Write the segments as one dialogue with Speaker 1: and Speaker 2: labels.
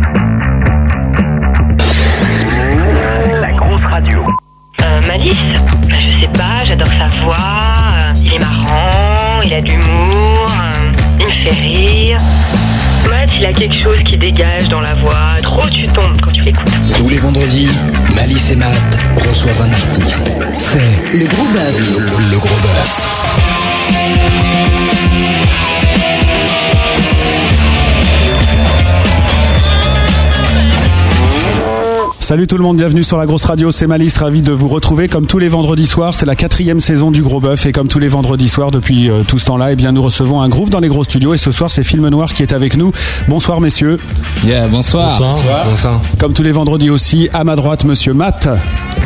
Speaker 1: Euh, euh, il a quelque chose qui dégage dans la voix. Trop tu tombes quand tu l'écoutes.
Speaker 2: Tous les vendredis, Malice et Matt reçoivent un artiste. C'est
Speaker 3: Le gros bœuf.
Speaker 2: le, le gros bœuf.
Speaker 4: Salut tout le monde, bienvenue sur la grosse radio, c'est Malice, ravi de vous retrouver. Comme tous les vendredis soirs, c'est la quatrième saison du Gros Bœuf et comme tous les vendredis soirs depuis euh, tout ce temps-là, eh bien nous recevons un groupe dans les gros studios et ce soir c'est Film Noir qui est avec nous. Bonsoir messieurs,
Speaker 5: Yeah, bonsoir.
Speaker 6: Bonsoir.
Speaker 4: comme tous les vendredis aussi, à ma droite monsieur Matt,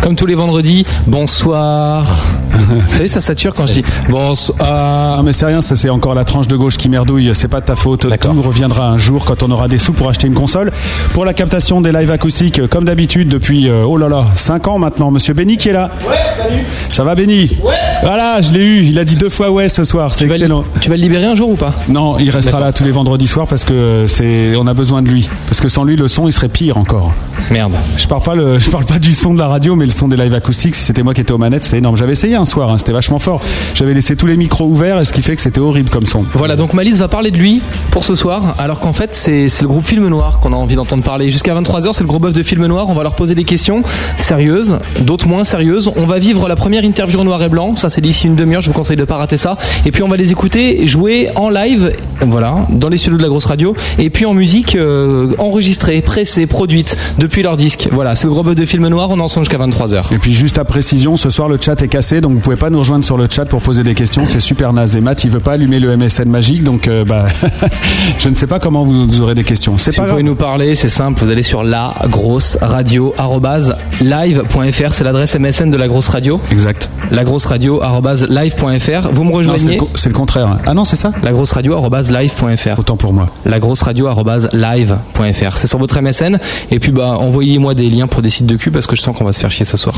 Speaker 5: Comme tous les vendredis, bonsoir. Vous savez, ça sature quand je dis
Speaker 4: Ah
Speaker 5: bonsoir.
Speaker 4: mais c'est rien, ça c'est encore la tranche de gauche qui merdouille, c'est pas de ta faute.
Speaker 5: D'accord.
Speaker 4: Tout reviendra un jour quand on aura des sous pour acheter une console. Pour la captation des lives acoustiques, euh, comme d'habitude depuis euh, oh là là, 5 ans maintenant, monsieur Benny qui est là. Ouais, salut. Ça va Benny Ouais. Voilà, je l'ai eu, il a dit deux fois ouais ce soir, c'est
Speaker 5: Tu vas,
Speaker 4: excellent.
Speaker 5: le- tu vas le libérer un jour ou pas
Speaker 4: Non, il restera
Speaker 5: D'accord.
Speaker 4: là tous les vendredis soirs parce que euh, c'est on a besoin de lui parce que sans lui le son il serait pire encore.
Speaker 5: Merde.
Speaker 4: Je parle pas le, je parle pas du son de la radio mais le son des lives acoustiques si c'était moi qui étais aux manettes c'est énorme. J'avais essayé un soir, hein, c'était vachement fort. J'avais laissé tous les micros ouverts et ce qui fait que c'était horrible comme son.
Speaker 5: Voilà, donc Malice va parler de lui pour ce soir, alors qu'en fait c'est c'est le groupe Film Noir qu'on a envie d'entendre parler. Jusqu'à 23h, c'est le gros bœuf de Film Noir, on va leur poser des questions sérieuses, d'autres moins sérieuses. On va vivre la première interview en noir et blanc, ça c'est d'ici une demi-heure, je vous conseille de pas rater ça. Et puis on va les écouter jouer en live, voilà, dans les studios de la grosse radio, et puis en musique euh, enregistrée, pressée, produite depuis leur disque. Voilà, c'est le gros bœuf de Film Noir, on est ensemble jusqu'à 23h.
Speaker 4: Et puis juste à précision, ce soir le chat est cassé, donc vous pouvez pas nous rejoindre sur le chat pour poser des questions, c'est super naze. Et Matt il veut pas allumer le MSN magique, donc euh, bah je ne sais pas comment vous, vous aurez des questions. C'est
Speaker 5: Si
Speaker 4: pas
Speaker 5: vous
Speaker 4: grave.
Speaker 5: pouvez nous parler, c'est simple, vous allez sur la grosse radio arrobase live.fr, c'est l'adresse MSN de la grosse radio.
Speaker 4: Exact.
Speaker 5: La grosse radio arrobase live.fr, vous me
Speaker 4: Non, c'est le
Speaker 5: rejoignez.
Speaker 4: co- c'est le contraire. Ah non c'est ça.
Speaker 5: La grosse radio arrobase live.fr.
Speaker 4: Autant pour moi.
Speaker 5: La grosse radio arrobase live.fr. C'est sur votre MSN. Et puis bah envoyez-moi des liens pour des sites de cul parce que je sens qu'on va se faire chier ce soir.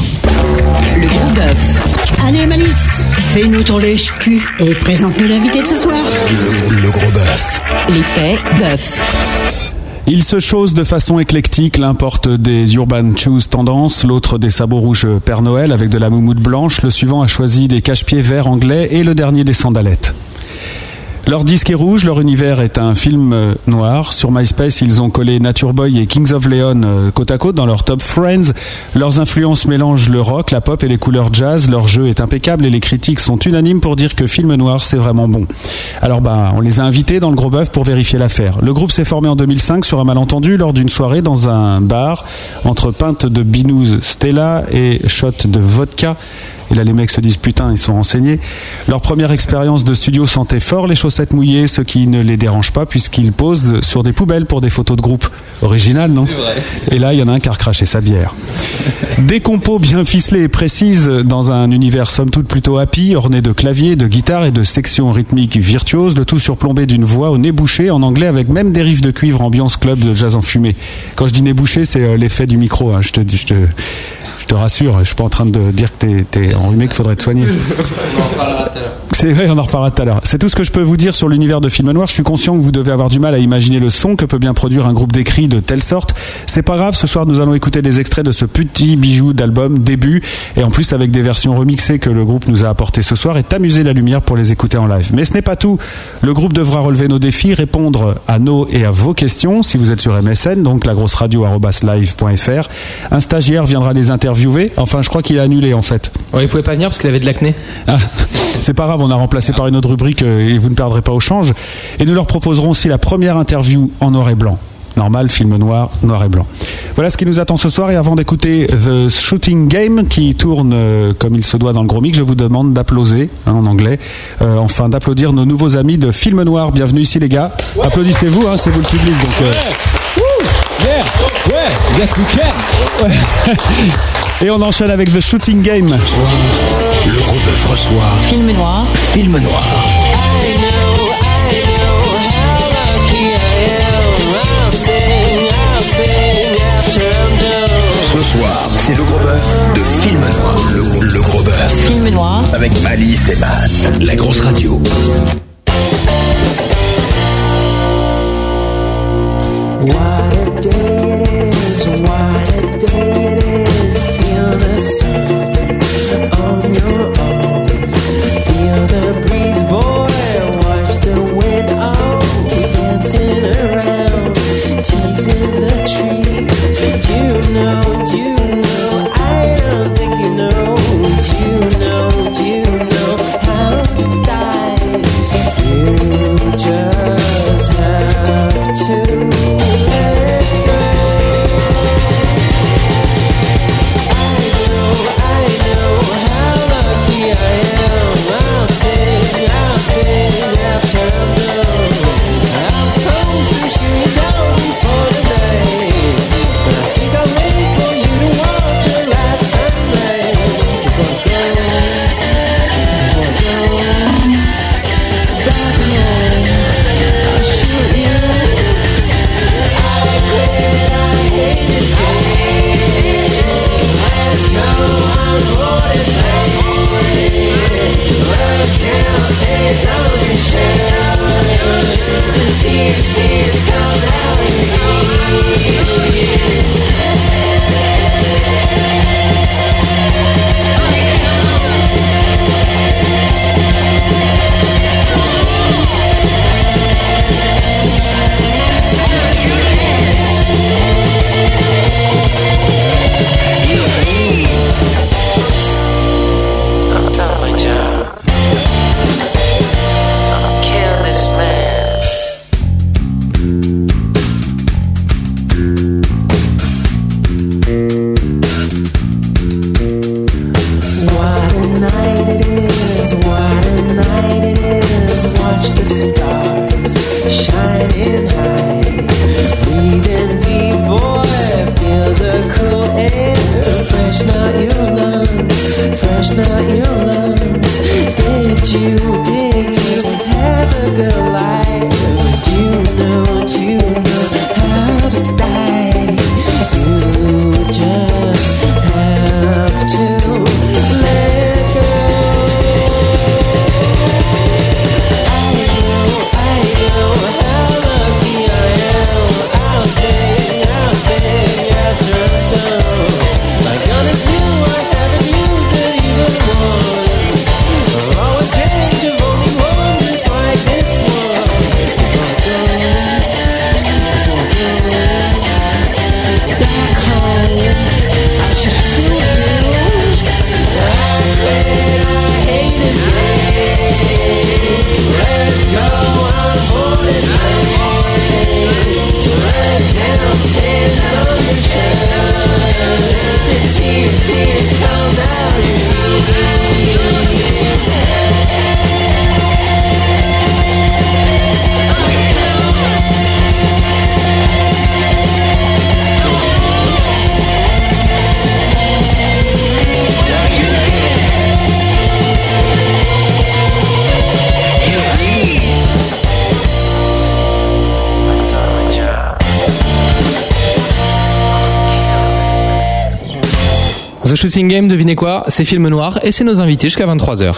Speaker 3: Le gros bœuf. Allez, Malice, fais-nous ton lèche-cul et présente-nous l'invité de ce soir.
Speaker 2: Le gros bœuf.
Speaker 3: L'effet bœuf.
Speaker 4: Il se chose de façon éclectique, l'un porte des Urban Shoes tendance, l'autre des sabots rouges Père Noël avec de la moumoute blanche, le suivant a choisi des cache-pieds verts anglais et le dernier des sandalettes. Leur disque est rouge, leur univers est un film euh, noir. Sur MySpace, ils ont collé Nature Boy et Kings of Leon euh, côte à côte dans leur top Friends. Leurs influences mélangent le rock, la pop et les couleurs jazz. Leur jeu est impeccable et les critiques sont unanimes pour dire que film noir, c'est vraiment bon. Alors bah, on les a invités dans le gros bœuf pour vérifier l'affaire. Le groupe s'est formé en 2005 sur un malentendu lors d'une soirée dans un bar entre pintes de binouze Stella et shots de vodka. Et là, les mecs se disent putain, ils sont renseignés. Leur première expérience de studio sentait fort les chaussettes mouillées, ce qui ne les dérange pas puisqu'ils posent sur des poubelles pour des photos de groupe. Original, non Et là, il y en a un qui a recraché sa bière. Des compos bien ficelés et précises dans un univers somme toute plutôt happy, orné de claviers, de guitares et de sections rythmiques virtuoses, le tout surplombé d'une voix au nez bouché en anglais avec même des riffs de cuivre ambiance club de jazz en fumée. Quand je dis nez bouché, c'est euh, l'effet du micro, hein, je te dis, je te... Je te rassure, je suis pas en train de dire que t'es- t'es enrhumé, qu'il faudrait te soigner. C'est vrai, on en reparlera tout à l'heure. C'est tout ce que je peux vous dire sur l'univers de Film Noir. Je suis conscient que vous devez avoir du mal à imaginer le son que peut bien produire un groupe d'écrits de telle sorte. C'est pas grave, ce soir nous allons écouter des extraits de ce petit bijou d'album début et en plus avec des versions remixées que le groupe nous a apportées ce soir et t'amuser la lumière pour les écouter en live. Mais ce n'est pas tout. Le groupe devra relever nos défis, répondre à nos et à vos questions si vous êtes sur MSN, donc la grosse radio live.fr. Un stagiaire viendra les interviewer. Enfin, je crois qu'il a annulé en fait.
Speaker 5: Ouais, il pouvait pas venir parce qu'il avait de l'acné.
Speaker 4: Ah, c'est pas grave, on a remplacé par une autre rubrique euh, et vous ne perdrez pas au change. Et nous leur proposerons aussi la première interview en noir et blanc. Normal, film noir, noir et blanc. Voilà ce qui nous attend ce soir. Et avant d'écouter The Shooting Game, qui tourne euh, comme il se doit dans le gros mic, je vous demande d'applauser, hein, en anglais, euh, enfin d'applaudir nos nouveaux amis de Film Noir. Bienvenue ici, les gars. Applaudissez-vous, hein, c'est vous le public. Donc, euh, Et on enchaîne avec The Shooting Game.
Speaker 2: Le gros bœuf reçoit
Speaker 7: Film noir.
Speaker 2: Film Noir. Ce soir, c'est le gros bœuf de Film Noir. Le, le gros bœuf
Speaker 7: Film noir.
Speaker 2: avec Malice et Matt. La grosse radio.
Speaker 8: What a day it is, what a day it is. Feel the sun on your arms. Feel the breeze, boy. Watch the wind, oh, dancing around. riding high. Breathing deep, boy, feel the cool air. Freshen out your lungs, freshen out your lungs. Did you, did you have a good life? Do you know, do you know how to die? You just have to let go.
Speaker 5: The Shooting Game, devinez quoi C'est film noir et c'est nos invités jusqu'à 23h.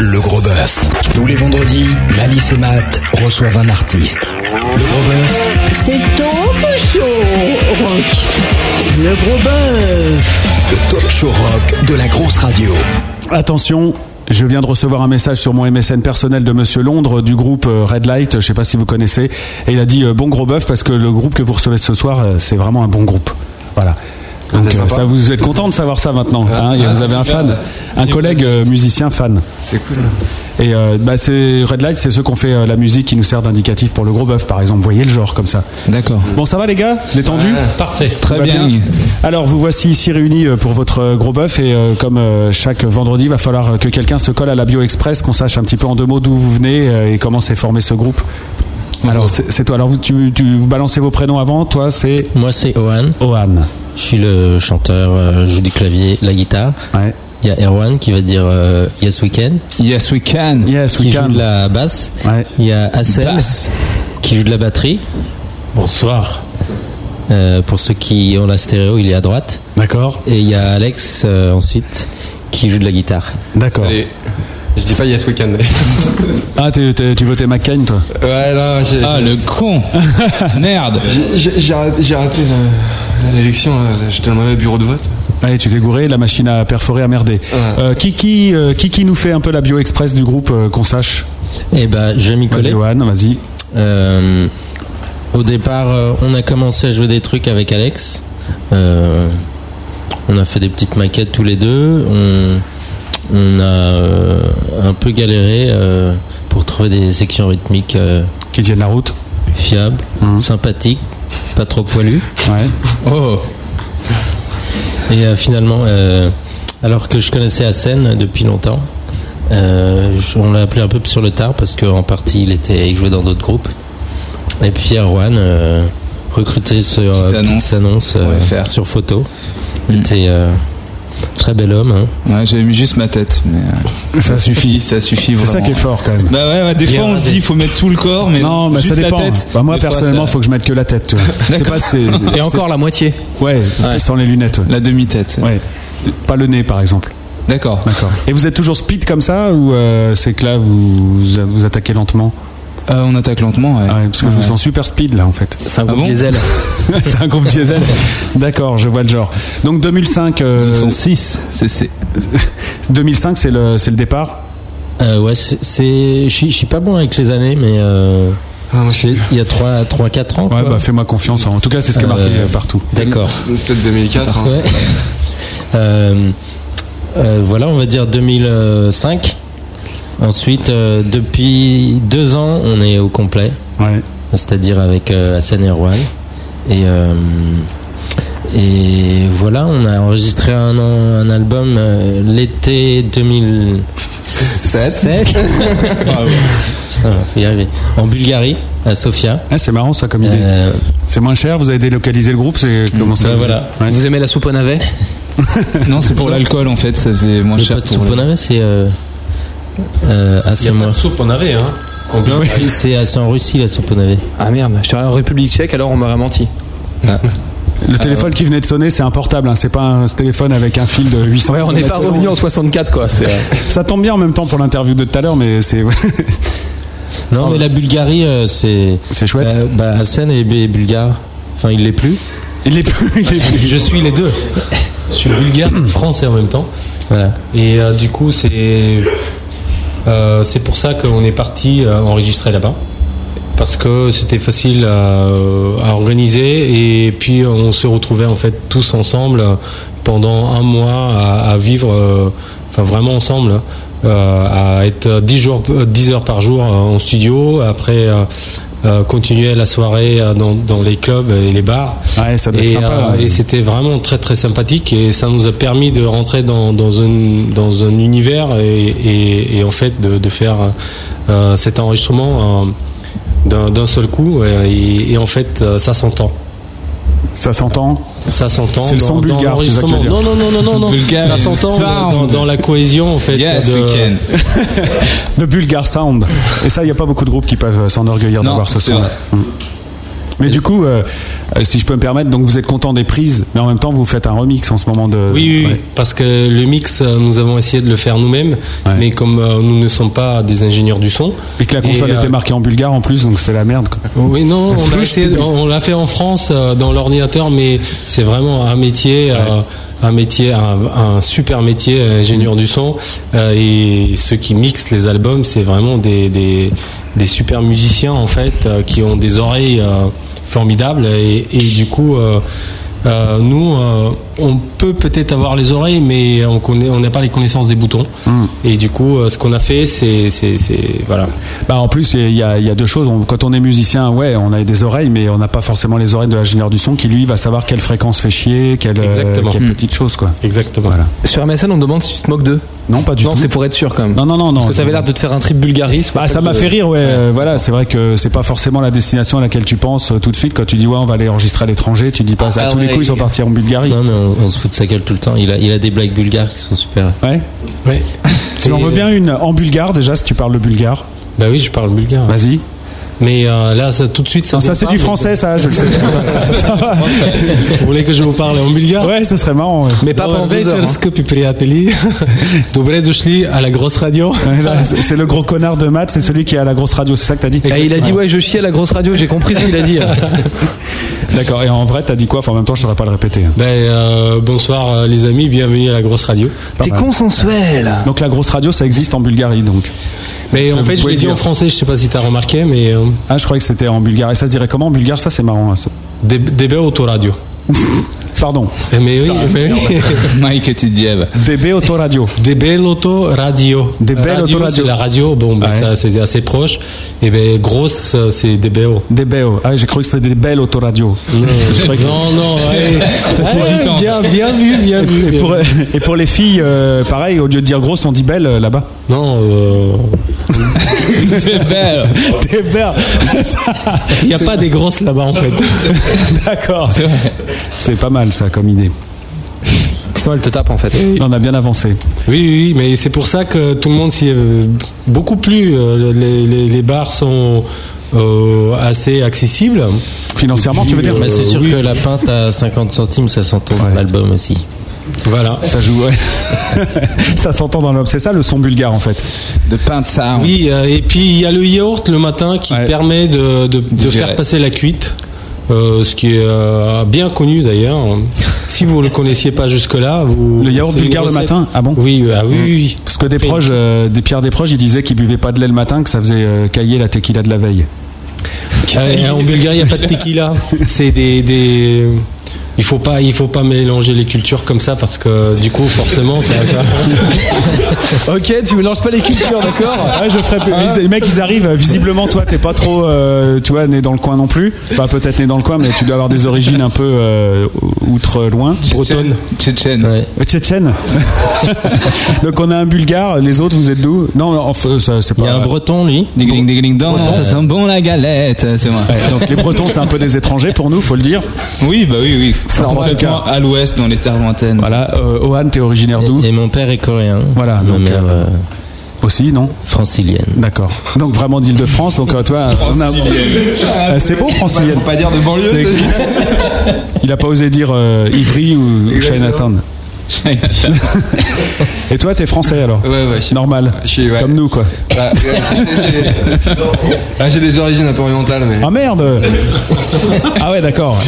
Speaker 2: Le gros bœuf. Tous les vendredis, Malice et Matt reçoivent un artiste. Le gros bœuf,
Speaker 3: C'est donc chaud, Rock. Le gros bœuf.
Speaker 2: le talk show rock de la grosse radio.
Speaker 4: Attention, je viens de recevoir un message sur mon MSN personnel de Monsieur Londres du groupe euh, Red Light, je sais pas si vous connaissez, et il a dit euh, bon gros bœuf parce que le groupe que vous recevez ce soir, euh, c'est vraiment un bon groupe. Voilà. Donc,
Speaker 6: Ah, c'est
Speaker 4: euh,
Speaker 6: sympa.
Speaker 4: ça, vous êtes content de savoir ça maintenant. hein, et
Speaker 6: ah,
Speaker 4: vous avez un
Speaker 6: super.
Speaker 4: fan, un collègue euh, musicien fan.
Speaker 6: C'est cool.
Speaker 4: Et euh, bah, c'est Red Light, c'est ceux qu'on fait euh, la musique qui nous sert d'indicatif pour le gros bœuf, par exemple. Vous voyez le genre comme ça.
Speaker 5: D'accord.
Speaker 4: Bon, ça va les gars Détendu
Speaker 7: Parfait.
Speaker 4: Tout va Alors, vous voici ici réunis euh, pour votre euh, gros bœuf. Et euh, comme euh, chaque vendredi, va falloir euh, que quelqu'un se colle à la Bio Express, qu'on sache un petit peu en deux mots d'où vous venez euh, et comment s'est formé ce groupe. Alors, c'est c'est toi. Alors, vous, tu, tu- vous balancez vos prénoms avant. Toi, c'est
Speaker 7: Moi, c'est Ohan.
Speaker 4: Ohan.
Speaker 7: Je suis le chanteur, euh, je joue du clavier, la guitare.
Speaker 4: Ouais.
Speaker 7: Il y a Erwan qui va dire euh, Yes Weekend,
Speaker 9: Yes, we can.
Speaker 4: Yes,
Speaker 7: qui
Speaker 4: we
Speaker 7: joue
Speaker 4: can.
Speaker 7: de la basse.
Speaker 4: Ouais.
Speaker 7: Il y a Assel
Speaker 9: Basse.
Speaker 7: qui joue de la batterie.
Speaker 10: Bonsoir.
Speaker 7: Euh, pour ceux qui ont la stéréo, il est à droite.
Speaker 4: D'accord.
Speaker 7: Et il y a Alex euh, ensuite qui joue de la guitare.
Speaker 4: D'accord.
Speaker 6: Allez. Je dis pas yes weekend. Mais...
Speaker 4: Ah, t'es- t'es- tu votais McCain, toi
Speaker 6: ouais, non, j'ai
Speaker 9: Ah, le con. Merde.
Speaker 6: j'ai- j'ai- j'ai raté, j'ai raté le- l'élection. euh, J'étais dans le mauvais bureau de vote.
Speaker 4: Allez, tu t'es gouré. La machine à perforer a merdé. Euh, qui, qui, euh, qui, qui nous fait un peu la Bio Express du groupe euh, qu'on sache
Speaker 7: Et ben, je vais m'y
Speaker 4: Vas-y,
Speaker 7: coller.
Speaker 4: Ohan, vas-y.
Speaker 7: Euh, au départ, euh, on a commencé à jouer des trucs avec Alex. Euh, on a fait des petites maquettes tous les deux. On, on a euh, un peu galéré euh, pour trouver des sections rythmiques euh,
Speaker 4: Qui tiennent la route. Mmh.
Speaker 7: fiables, sympathiques, pas trop poilues. Oh.
Speaker 4: Ouais.
Speaker 7: Et euh, finalement, euh, alors que je connaissais Hassen depuis longtemps, euh, je- on l'a appelé un peu sur le tard parce qu'en partie il était il jouait dans d'autres groupes. Et puis Erwan, euh, recruté sur euh,
Speaker 9: Petite
Speaker 7: petite annonce, euh,
Speaker 9: annonce. On va faire. Mm.
Speaker 7: sur photo, il était euh, très bel homme. hein.
Speaker 9: Ouais, j'avais mis juste ma tête, mais euh,
Speaker 4: Ça suffit.
Speaker 9: ça suffit
Speaker 4: C'est
Speaker 9: vraiment.
Speaker 4: ça qui est fort quand même.
Speaker 9: Bah ouais, ouais, des
Speaker 7: Il y
Speaker 9: fois
Speaker 7: a
Speaker 9: on
Speaker 7: un
Speaker 9: se
Speaker 7: des-
Speaker 9: dit il faut mettre tout le corps, mais
Speaker 4: non, mais
Speaker 9: juste
Speaker 4: ça dépend.
Speaker 9: la tête.
Speaker 4: Bah, moi,
Speaker 9: Des fois,
Speaker 4: personnellement,
Speaker 9: ça-
Speaker 4: faut que je mette que la tête. tu vois. C'est pas c'est.
Speaker 5: Et encore la moitié.
Speaker 4: Ouais, sans les lunettes. ouais.
Speaker 9: la demi-tête.
Speaker 4: Ouais. Pas le nez, par exemple.
Speaker 9: D'accord.
Speaker 4: D'accord. Et vous êtes toujours speed comme ça ou euh, c'est que là vous vous attaquez lentement Ah
Speaker 9: Euh, on attaque lentement. Ouais.
Speaker 4: Ouais, Parce que je vous
Speaker 9: Ouais.
Speaker 4: sens super speed là en fait.
Speaker 5: C'est un
Speaker 9: Ah
Speaker 5: groupe
Speaker 9: bon
Speaker 5: diesel.
Speaker 4: c'est un groupe diesel. D'accord, je vois le genre. Donc 2005, euh,
Speaker 9: Ils sont 6 c'est c'est-
Speaker 4: 2005 c'est le c'est le départ.
Speaker 7: Euh, ouais, c'est- c'est je suis- je suis pas bon avec les années, mais euh,
Speaker 6: Ah, moi, je
Speaker 7: c'est- il y a 3 trois quatre ans.
Speaker 4: Ouais,
Speaker 7: quoi.
Speaker 4: bah fais-moi confiance. En tout cas, c'est ce qui est marqué
Speaker 7: Euh,
Speaker 4: euh, partout.
Speaker 7: D'accord.
Speaker 6: C'est peut-être 2004. hein.
Speaker 7: Ouais. Euh, euh, voilà, on va dire 2005. Ensuite, euh, depuis deux ans, on est au complet,
Speaker 4: Ouais.
Speaker 7: c'est-à-dire avec euh, Hassan et Erwan. Et, euh, et voilà, on a enregistré un, an- un album euh, l'été 2007. Putain, faut y arriver. En Bulgarie, à Sofia.
Speaker 4: Ah, c'est marrant ça comme idée.
Speaker 7: Euh,
Speaker 4: C'est moins cher, vous avez délocalisé le groupe, c'est comment ça
Speaker 7: bah
Speaker 4: vous-
Speaker 7: voilà.
Speaker 4: Ouais.
Speaker 5: Vous aimez la soupe au navet
Speaker 9: Non, c'est pour l'alcool en fait, ça faisait moins
Speaker 7: le
Speaker 9: cher.
Speaker 7: pot de
Speaker 9: pour le-
Speaker 7: Suponave, c'est euh, euh, à
Speaker 10: Il y a pas
Speaker 7: Samoa.
Speaker 10: de soupe en avait, hein. Combien
Speaker 7: C'est- C'est à- c'est en Russie, la Soponave.
Speaker 5: Ah merde, je suis allé en République tchèque alors on m'aurait menti.
Speaker 7: Ah.
Speaker 4: Le téléphone qui venait de sonner, c'est un portable, hein, c'est pas un téléphone avec un fil de 800.
Speaker 5: Ouais, on n'est pas
Speaker 4: kilomètres
Speaker 5: revenu
Speaker 4: long.
Speaker 5: en 64 quoi. c'est- euh,
Speaker 4: Ça tombe bien en même temps pour l'interview de tout à l'heure, mais c'est
Speaker 7: Non, mais la Bulgarie, euh, c'est.
Speaker 4: c'est chouette.
Speaker 7: Bah, bah, Hassan est bu- bulgare. Enfin, il l'est plus.
Speaker 4: Il est plus. il est plus-
Speaker 10: Je suis les deux. Je suis bulgare, français en même temps.
Speaker 7: Voilà.
Speaker 10: Et euh, du coup, c'est euh, c'est pour ça qu'on est parti euh, enregistrer là-bas. Parce que c'était facile euh, à organiser et puis on se retrouvait en fait tous ensemble euh, pendant un mois à, à vivre, euh, enfin vraiment ensemble, hein. euh, à être 10, jours, euh, 10 heures par jour euh, en studio, après euh, euh, continuer la soirée euh, dans, dans les clubs et les bars.
Speaker 4: Ouais, ça doit être
Speaker 10: Et,
Speaker 4: sympa.
Speaker 10: euh,
Speaker 4: ouais.
Speaker 10: et c'était vraiment très très sympathique et ça nous a permis de rentrer dans, dans, un, dans un univers et, et, et en fait de, de faire euh, cet enregistrement euh, d'un d'un seul coup et, et- et en fait euh, ça s'entend.
Speaker 4: Ça s'entend.
Speaker 10: Ça s'entend
Speaker 4: C'est le
Speaker 10: dans,
Speaker 4: son
Speaker 10: dans
Speaker 4: bulgare, c'est ça que tu
Speaker 10: l'enregistrement.
Speaker 4: veux dire.
Speaker 10: Non, non, non, non, non, non.
Speaker 9: Bulgare.
Speaker 10: ça s'entend
Speaker 9: Sound.
Speaker 10: dans, dans la cohésion en fait.
Speaker 9: Yes,
Speaker 10: de-
Speaker 9: we can.
Speaker 4: The Bulgar Sound. Et ça, il n'y a pas beaucoup de groupes qui peuvent euh, s'enorgueillir
Speaker 9: Non,
Speaker 4: d'avoir ce
Speaker 9: c'est
Speaker 4: son.
Speaker 9: vrai.
Speaker 4: Mm. Mais du coup, euh, euh, si je peux me permettre, donc vous êtes content des prises, mais en même temps vous faites un remix en ce moment de.
Speaker 10: Oui, oui, oui,
Speaker 4: Ouais.
Speaker 10: parce que le mix, euh, nous avons essayé de le faire nous-mêmes,
Speaker 4: Ouais.
Speaker 10: mais comme euh, nous ne sommes pas des ingénieurs du son,
Speaker 4: Et que la console
Speaker 10: Et, euh,
Speaker 4: était marquée en bulgare en plus, donc c'était la merde. quoi.
Speaker 10: Oui, non, on
Speaker 4: Flou,
Speaker 10: l'a
Speaker 4: je t'ai
Speaker 10: essayé-
Speaker 4: dit.
Speaker 10: on l'a fait en France euh, dans l'ordinateur, mais c'est vraiment un métier, euh, un métier, un, un super métier, euh, ingénieur du son. Euh, et ceux qui mixent les albums, c'est vraiment des, des, des super musiciens en fait, euh, qui ont des oreilles euh, formidables. Et, et du coup. euh, euh, nous, euh, on peut peut-être avoir les oreilles, mais on connaît, on n'a pas les connaissances des boutons.
Speaker 4: Mm.
Speaker 10: Et du coup, euh, ce qu'on a fait, c'est, c'est, c'est- voilà.
Speaker 4: Bah en plus, il y a, il y a deux choses. On- quand on est musicien, ouais, on a des oreilles, mais on n'a pas forcément les oreilles de l'ingénieur du son qui lui va savoir quelle fréquence fait chier, quelle, euh,
Speaker 10: Exactement.
Speaker 4: quelle
Speaker 10: Mm.
Speaker 4: petite chose quoi.
Speaker 10: Exactement.
Speaker 4: Voilà.
Speaker 5: Sur MSN on me demande si tu te moques d'eux.
Speaker 4: Non, pas du
Speaker 5: Non,
Speaker 4: tout.
Speaker 5: c'est pour être sûr quand même.
Speaker 4: Non, non, non, non.
Speaker 5: Parce que t'avais l'air de te faire un trip Bulgarie. c'est pour
Speaker 4: Bah, ça
Speaker 5: que-
Speaker 4: m'a fait rire, ouais. euh, voilà, c'est vrai que c'est pas forcément la destination à laquelle tu penses euh, tout de suite quand tu dis ouais, on va aller enregistrer à l'étranger. Tu dis pas ça.
Speaker 7: Ah,
Speaker 5: bah
Speaker 4: tous les
Speaker 7: ouais,
Speaker 4: coups, ils sont
Speaker 7: il-
Speaker 4: partis en Bulgarie.
Speaker 7: Non, mais on, on se fout de sa gueule tout le temps. Il a, il a des blagues bulgares qui sont super.
Speaker 4: Ouais.
Speaker 10: Ouais.
Speaker 4: Tu en
Speaker 10: Et-
Speaker 4: veux bien une en bulgare déjà si tu parles le bulgare.
Speaker 10: Bah oui, je parle bulgare.
Speaker 4: Vas-y.
Speaker 10: Mais euh, là, ça, tout de suite, ça.
Speaker 4: Non, ça
Speaker 10: vient
Speaker 4: c'est
Speaker 10: pas,
Speaker 4: du
Speaker 10: mais-
Speaker 4: français, ça. Je le sais.
Speaker 10: Vous voulez que je vous parle en bulgare
Speaker 4: ouais, ça serait marrant. ouais.
Speaker 5: Mais pas pendant
Speaker 10: Добрый
Speaker 5: deux heures.
Speaker 10: вечер,
Speaker 5: hein.
Speaker 10: скъпи приятели. Добре дошли à la grosse radio.
Speaker 4: Ouais, là, c'est c'est le gros connard de Matt, c'est celui qui est à la grosse radio. C'est ça que t'as dit.
Speaker 5: Eh, il a dit ouais je chie à la grosse radio, j'ai compris ce qu'il a dit. hein.
Speaker 4: D'accord. Et en vrai, t'as dit quoi Enfin, en même temps, je saurais pas le répéter. hein.
Speaker 10: Ben, euh, bonsoir euh, les amis, bienvenue à la grosse radio.
Speaker 5: T'es
Speaker 4: mal.
Speaker 5: consensuel.
Speaker 4: Donc la grosse radio, ça existe en Bulgarie, donc.
Speaker 10: Mais
Speaker 4: Parce que
Speaker 10: en
Speaker 4: vous
Speaker 10: fait, je
Speaker 4: pouvez
Speaker 10: l'ai dit
Speaker 4: dire.
Speaker 10: en français, je sais pas si t'as remarqué, mais euh,
Speaker 4: Ah, je croyais que c'était en Bulgarie. Ça se dirait comment en bulgare Ça, c'est marrant. hein, ça.
Speaker 10: Deb- DB Autoradio.
Speaker 4: Pardon.
Speaker 10: Eh, Mais oui, mais oui.
Speaker 9: Mike était diève.
Speaker 4: DB Autoradio.
Speaker 10: DB Autoradio.
Speaker 4: DB
Speaker 10: Euh, Radio,
Speaker 4: Autoradio.
Speaker 10: c'est la radio, bon, ben,
Speaker 4: Ouais.
Speaker 10: ça c'est assez proche. Et ben, grosse, euh, c'est DBO.
Speaker 4: DBO. Ah, j'ai cru que c'était des belles autoradio. Je croyais que-
Speaker 10: Non, non, ouais.
Speaker 9: Ça, c'est
Speaker 10: Ouais,
Speaker 9: du temps.
Speaker 10: Bien, bien vu, bien vu.
Speaker 4: Et
Speaker 10: bien
Speaker 4: pour,
Speaker 10: vu.
Speaker 4: et pour les filles, euh, pareil, au lieu de dire grosse, on dit belle euh, là-bas.
Speaker 10: Non, euh,
Speaker 4: Des belles.
Speaker 10: il n'y a pas des grosses là-bas en fait.
Speaker 4: D'accord. C'est pas mal ça comme idée.
Speaker 5: Sinon elle te tape en fait.
Speaker 4: On a bien avancé.
Speaker 10: Oui, oui, mais c'est pour ça que tout le monde s'y est euh, beaucoup plus. euh, Les, les- les bars sont euh, assez accessibles.
Speaker 4: Financièrement, tu veux dire
Speaker 10: Euh,
Speaker 7: Bah, c'est sûr
Speaker 10: oui.
Speaker 7: que la pinte à 50 centimes, ça s'entend
Speaker 4: Ouais.
Speaker 7: dans l'album aussi.
Speaker 10: Voilà.
Speaker 4: Ça joue, ouais. ça s'entend dans l'homme. C'est ça le son bulgare en fait.
Speaker 9: De pain de ça. hein.
Speaker 10: Oui, euh, et puis il y a le yaourt le matin qui
Speaker 4: Ouais.
Speaker 10: permet de, de- de
Speaker 9: Digérer.
Speaker 10: faire passer la cuite. euh, ce qui est euh, bien connu d'ailleurs. Si vous le connaissiez pas jusque-là, vous.
Speaker 4: Le yaourt
Speaker 10: c'est une
Speaker 4: bulgare le
Speaker 10: recette-
Speaker 4: matin Ah bon
Speaker 10: Oui, ah oui, oui, oui.
Speaker 4: Parce que des
Speaker 10: Après,
Speaker 4: proches, euh, des pierres des proches, ils disaient qu'ils buvaient pas de lait le matin, que ça faisait euh, cailler la tequila de la veille.
Speaker 10: Ah, et en Bulgarie, il n'y a pas de tequila. C'est des, des, il faut pas, il faut pas mélanger les cultures comme ça parce que du coup, forcément, ça. ça...
Speaker 5: ok, tu mélanges pas les cultures, d'accord
Speaker 4: Ouais, je ferai. Les, les mecs, ils arrivent. Visiblement, toi, t'es pas trop, euh, tu vois, né dans le coin non plus. Enfin, peut-être né dans le coin, mais tu dois avoir des origines un peu euh, outre loin. Euh,
Speaker 10: Bretonne.
Speaker 9: Tchétchène. Ouais.
Speaker 4: Tchétchène. Donc, on a un bulgare. Les autres, vous êtes d'où Non, non, enfin, ça, c'est pas.
Speaker 7: Il y a un breton, lui.
Speaker 9: Ding, ding, ding, Ça sent bon la galette. euh, C'est moi.
Speaker 4: Ouais, donc, les bretons, c'est un peu des étrangers pour nous, faut le dire.
Speaker 9: Oui, bah oui, oui. C'est complètement à l'ouest, dans les terres lointaines.
Speaker 4: Voilà. Euh, Ohan, t'es originaire d'où
Speaker 7: et, et, mon père est coréen.
Speaker 4: Voilà. euh,
Speaker 7: Ma mère. euh,
Speaker 4: Aussi, non
Speaker 7: Francilienne.
Speaker 4: D'accord. Donc vraiment d'Île-de-France. Donc euh, toi, Euh,
Speaker 6: Francilienne.
Speaker 4: Bah, c'est beau, francilienne.
Speaker 6: Faut pas dire de banlieue.
Speaker 4: Il a pas osé dire euh, Ivry ou, ou Chinatown. Et toi, t'es français alors
Speaker 6: Ouais, ouais. Je suis
Speaker 4: Normal.
Speaker 6: Je suis, ouais.
Speaker 4: Comme nous, quoi.
Speaker 6: Bah, j'ai- ah, j'ai des origines un peu orientales, mais.
Speaker 4: Ah merde Ah ouais, d'accord.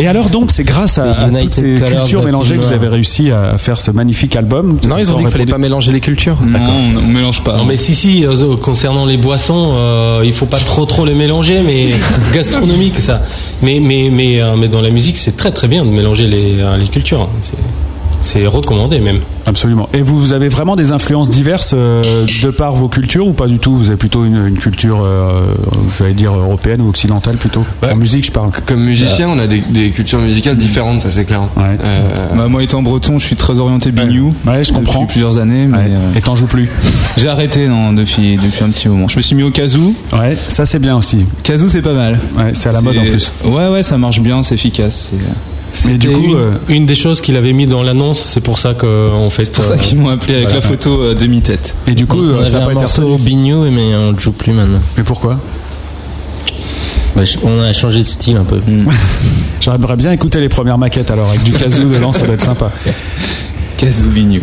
Speaker 4: Et alors donc, c'est grâce à, à
Speaker 7: United
Speaker 4: toutes ces
Speaker 7: Colors
Speaker 4: cultures
Speaker 7: of
Speaker 4: mélangées que vous
Speaker 7: Silver.
Speaker 4: avez réussi à faire ce magnifique album.
Speaker 5: Non, ils ont dit qu'il fallait
Speaker 4: Répondu-
Speaker 5: pas mélanger les cultures.
Speaker 9: Non, on, on mélange pas.
Speaker 10: Non mais si si euh, concernant les boissons euh, il faut pas trop trop les mélanger mais gastronomique ça mais mais mais euh, mais dans la musique c'est très très bien de mélanger les euh, les cultures C'est- c'est recommandé même
Speaker 4: Absolument. Et vous, vous avez vraiment des influences diverses euh, de par vos cultures ou pas du tout Vous avez plutôt une, une culture, euh, j'allais dire européenne ou occidentale plutôt
Speaker 6: Ouais.
Speaker 4: En musique, je parle.
Speaker 6: Comme musicien, on a des, des cultures musicales différentes, ça c'est clair.
Speaker 4: Ouais.
Speaker 6: Euh,
Speaker 9: Bah, moi étant breton, je suis très orienté biniou.
Speaker 4: Ouais, je comprends.
Speaker 9: Depuis plusieurs années, mais
Speaker 4: Ouais.
Speaker 9: euh,
Speaker 4: Et t'en joues plus
Speaker 9: j'ai arrêté non, depuis, depuis un petit moment. Je me suis mis au kazoo.
Speaker 4: Ouais, ça c'est bien aussi.
Speaker 9: Kazoo, c'est pas mal.
Speaker 4: Ouais, c'est à la mode en plus.
Speaker 9: Ouais, ouais, ça marche bien, c'est efficace. C'est
Speaker 4: Mais du
Speaker 10: Et
Speaker 4: coup,
Speaker 10: une,
Speaker 4: euh,
Speaker 10: une des choses qu'il avait mis dans l'annonce c'est pour ça que en fait
Speaker 9: c'est pour ça
Speaker 10: euh,
Speaker 9: qu'ils m'ont appelé avec la photo euh, demi-tête.
Speaker 4: et du coup,
Speaker 7: on
Speaker 4: euh,
Speaker 7: avait
Speaker 4: ça n'a
Speaker 7: un
Speaker 4: pas été
Speaker 7: morceau
Speaker 4: retenu.
Speaker 7: Bignou, mais on le joue plus maintenant.
Speaker 4: Mais pourquoi
Speaker 7: Bah, je- on a changé de style un peu.
Speaker 5: Hmm.
Speaker 4: J'aimerais bien écouter les premières maquettes alors avec du kazoo dedans, ça doit être sympa.
Speaker 9: Kazoo biniou.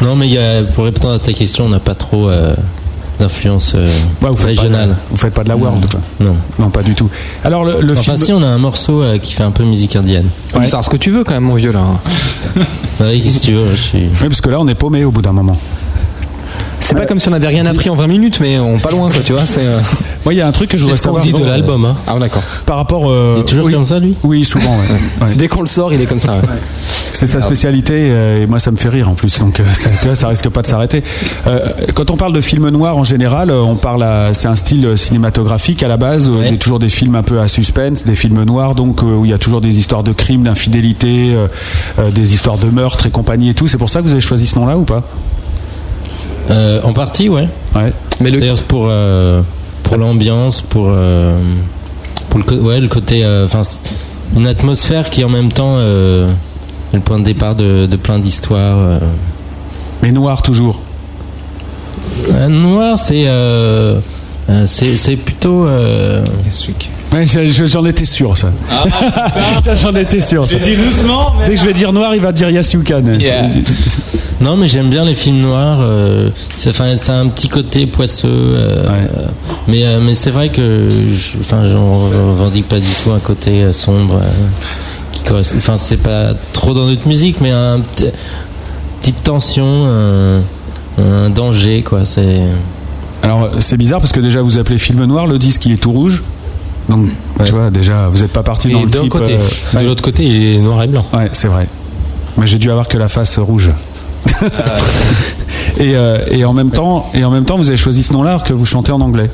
Speaker 7: Non, mais il y a- pour répondre à ta question, on n'a pas trop euh, d'influence euh,
Speaker 4: Ouais, vous faites
Speaker 7: régionale.
Speaker 4: Pas de, vous faites pas de la world, quoi.
Speaker 7: Non.
Speaker 4: Non, pas du tout. Alors le, le
Speaker 7: Enfin,
Speaker 4: film.
Speaker 7: si, on a un morceau euh, qui fait un peu musique indienne.
Speaker 5: Ah, mais C'est ce que tu veux quand même, mon vieux là. hein.
Speaker 7: Ouais, qu'est-ce que tu veux je suis-
Speaker 4: Oui, parce que là, on est paumé au bout d'un moment.
Speaker 5: C'est pas comme si on avait rien appris en 20 minutes, mais on pas loin quoi, tu vois. C'est euh,
Speaker 4: Moi, il y a un truc que je
Speaker 10: c'est
Speaker 4: voudrais
Speaker 10: ce qu'on
Speaker 4: savoir
Speaker 10: dit de
Speaker 4: donc,
Speaker 10: l'album hein.
Speaker 5: ah d'accord.
Speaker 4: euh, par rapport. euh,
Speaker 7: Il est toujours
Speaker 4: oui,
Speaker 7: comme ça, lui
Speaker 4: oui, souvent. ouais. Ouais.
Speaker 5: Dès qu'on le sort, il est comme ça. ouais.
Speaker 4: C'est sa spécialité euh, et moi ça me fait rire en plus donc euh, ça, tu vois, ça risque pas de s'arrêter. Euh, quand on parle de film noir en général, euh, on parle à- c'est un style euh, cinématographique à la base, euh,
Speaker 7: Ouais.
Speaker 4: des- toujours des films un peu à suspense, des films noirs donc euh, où il y a toujours des histoires de crimes, d'infidélité, euh, euh, des histoires de meurtres et compagnie et tout. C'est pour ça que vous avez choisi ce nom-là ou pas
Speaker 7: Euh, En partie, ouais.
Speaker 4: Ouais.
Speaker 5: Mais le-
Speaker 7: D'ailleurs, pour, euh, pour l'ambiance, pour, euh, pour le, co- ouais, le côté. euh, Enfin, c'est une atmosphère qui en même temps euh, est le point de départ de, de plein d'histoires. euh.
Speaker 4: Mais noir toujours.
Speaker 7: Euh, noir, c'est. euh, euh, c'est c'est plutôt. euh,
Speaker 4: Ouais, je- je- j'en étais sûr ça.
Speaker 7: Ah,
Speaker 4: j'en étais sûr. Ça.
Speaker 9: doucement,
Speaker 4: Dès que je vais dire noir, il va dire Yasukan.
Speaker 9: Yeah.
Speaker 7: Non, mais j'aime bien les films noirs. euh, ça, enfin, ça a un petit côté poisseux. euh,
Speaker 4: Ouais.
Speaker 7: Mais, euh, mais c'est vrai que je enfin, j'en revendique pas du tout un côté euh, sombre. euh, qui correspond- enfin, c'est pas trop dans notre musique, mais un petit- petite tension, euh, un danger, quoi. C'est.
Speaker 4: Alors c'est bizarre parce que déjà vous appelez film noir, le disque il est tout rouge. Donc tu
Speaker 7: Ouais.
Speaker 4: vois déjà vous n'êtes pas parti dans
Speaker 10: Et
Speaker 4: le
Speaker 10: d'un
Speaker 4: trip,
Speaker 10: côté
Speaker 4: euh,
Speaker 10: de
Speaker 4: ouais,
Speaker 10: l'autre côté il est noir et blanc
Speaker 4: Ouais, c'est vrai. Mais j'ai dû avoir que la face rouge.
Speaker 7: Ah.
Speaker 4: et, euh, et en même temps et en même temps vous avez choisi ce nom-là alors que vous chantez en anglais.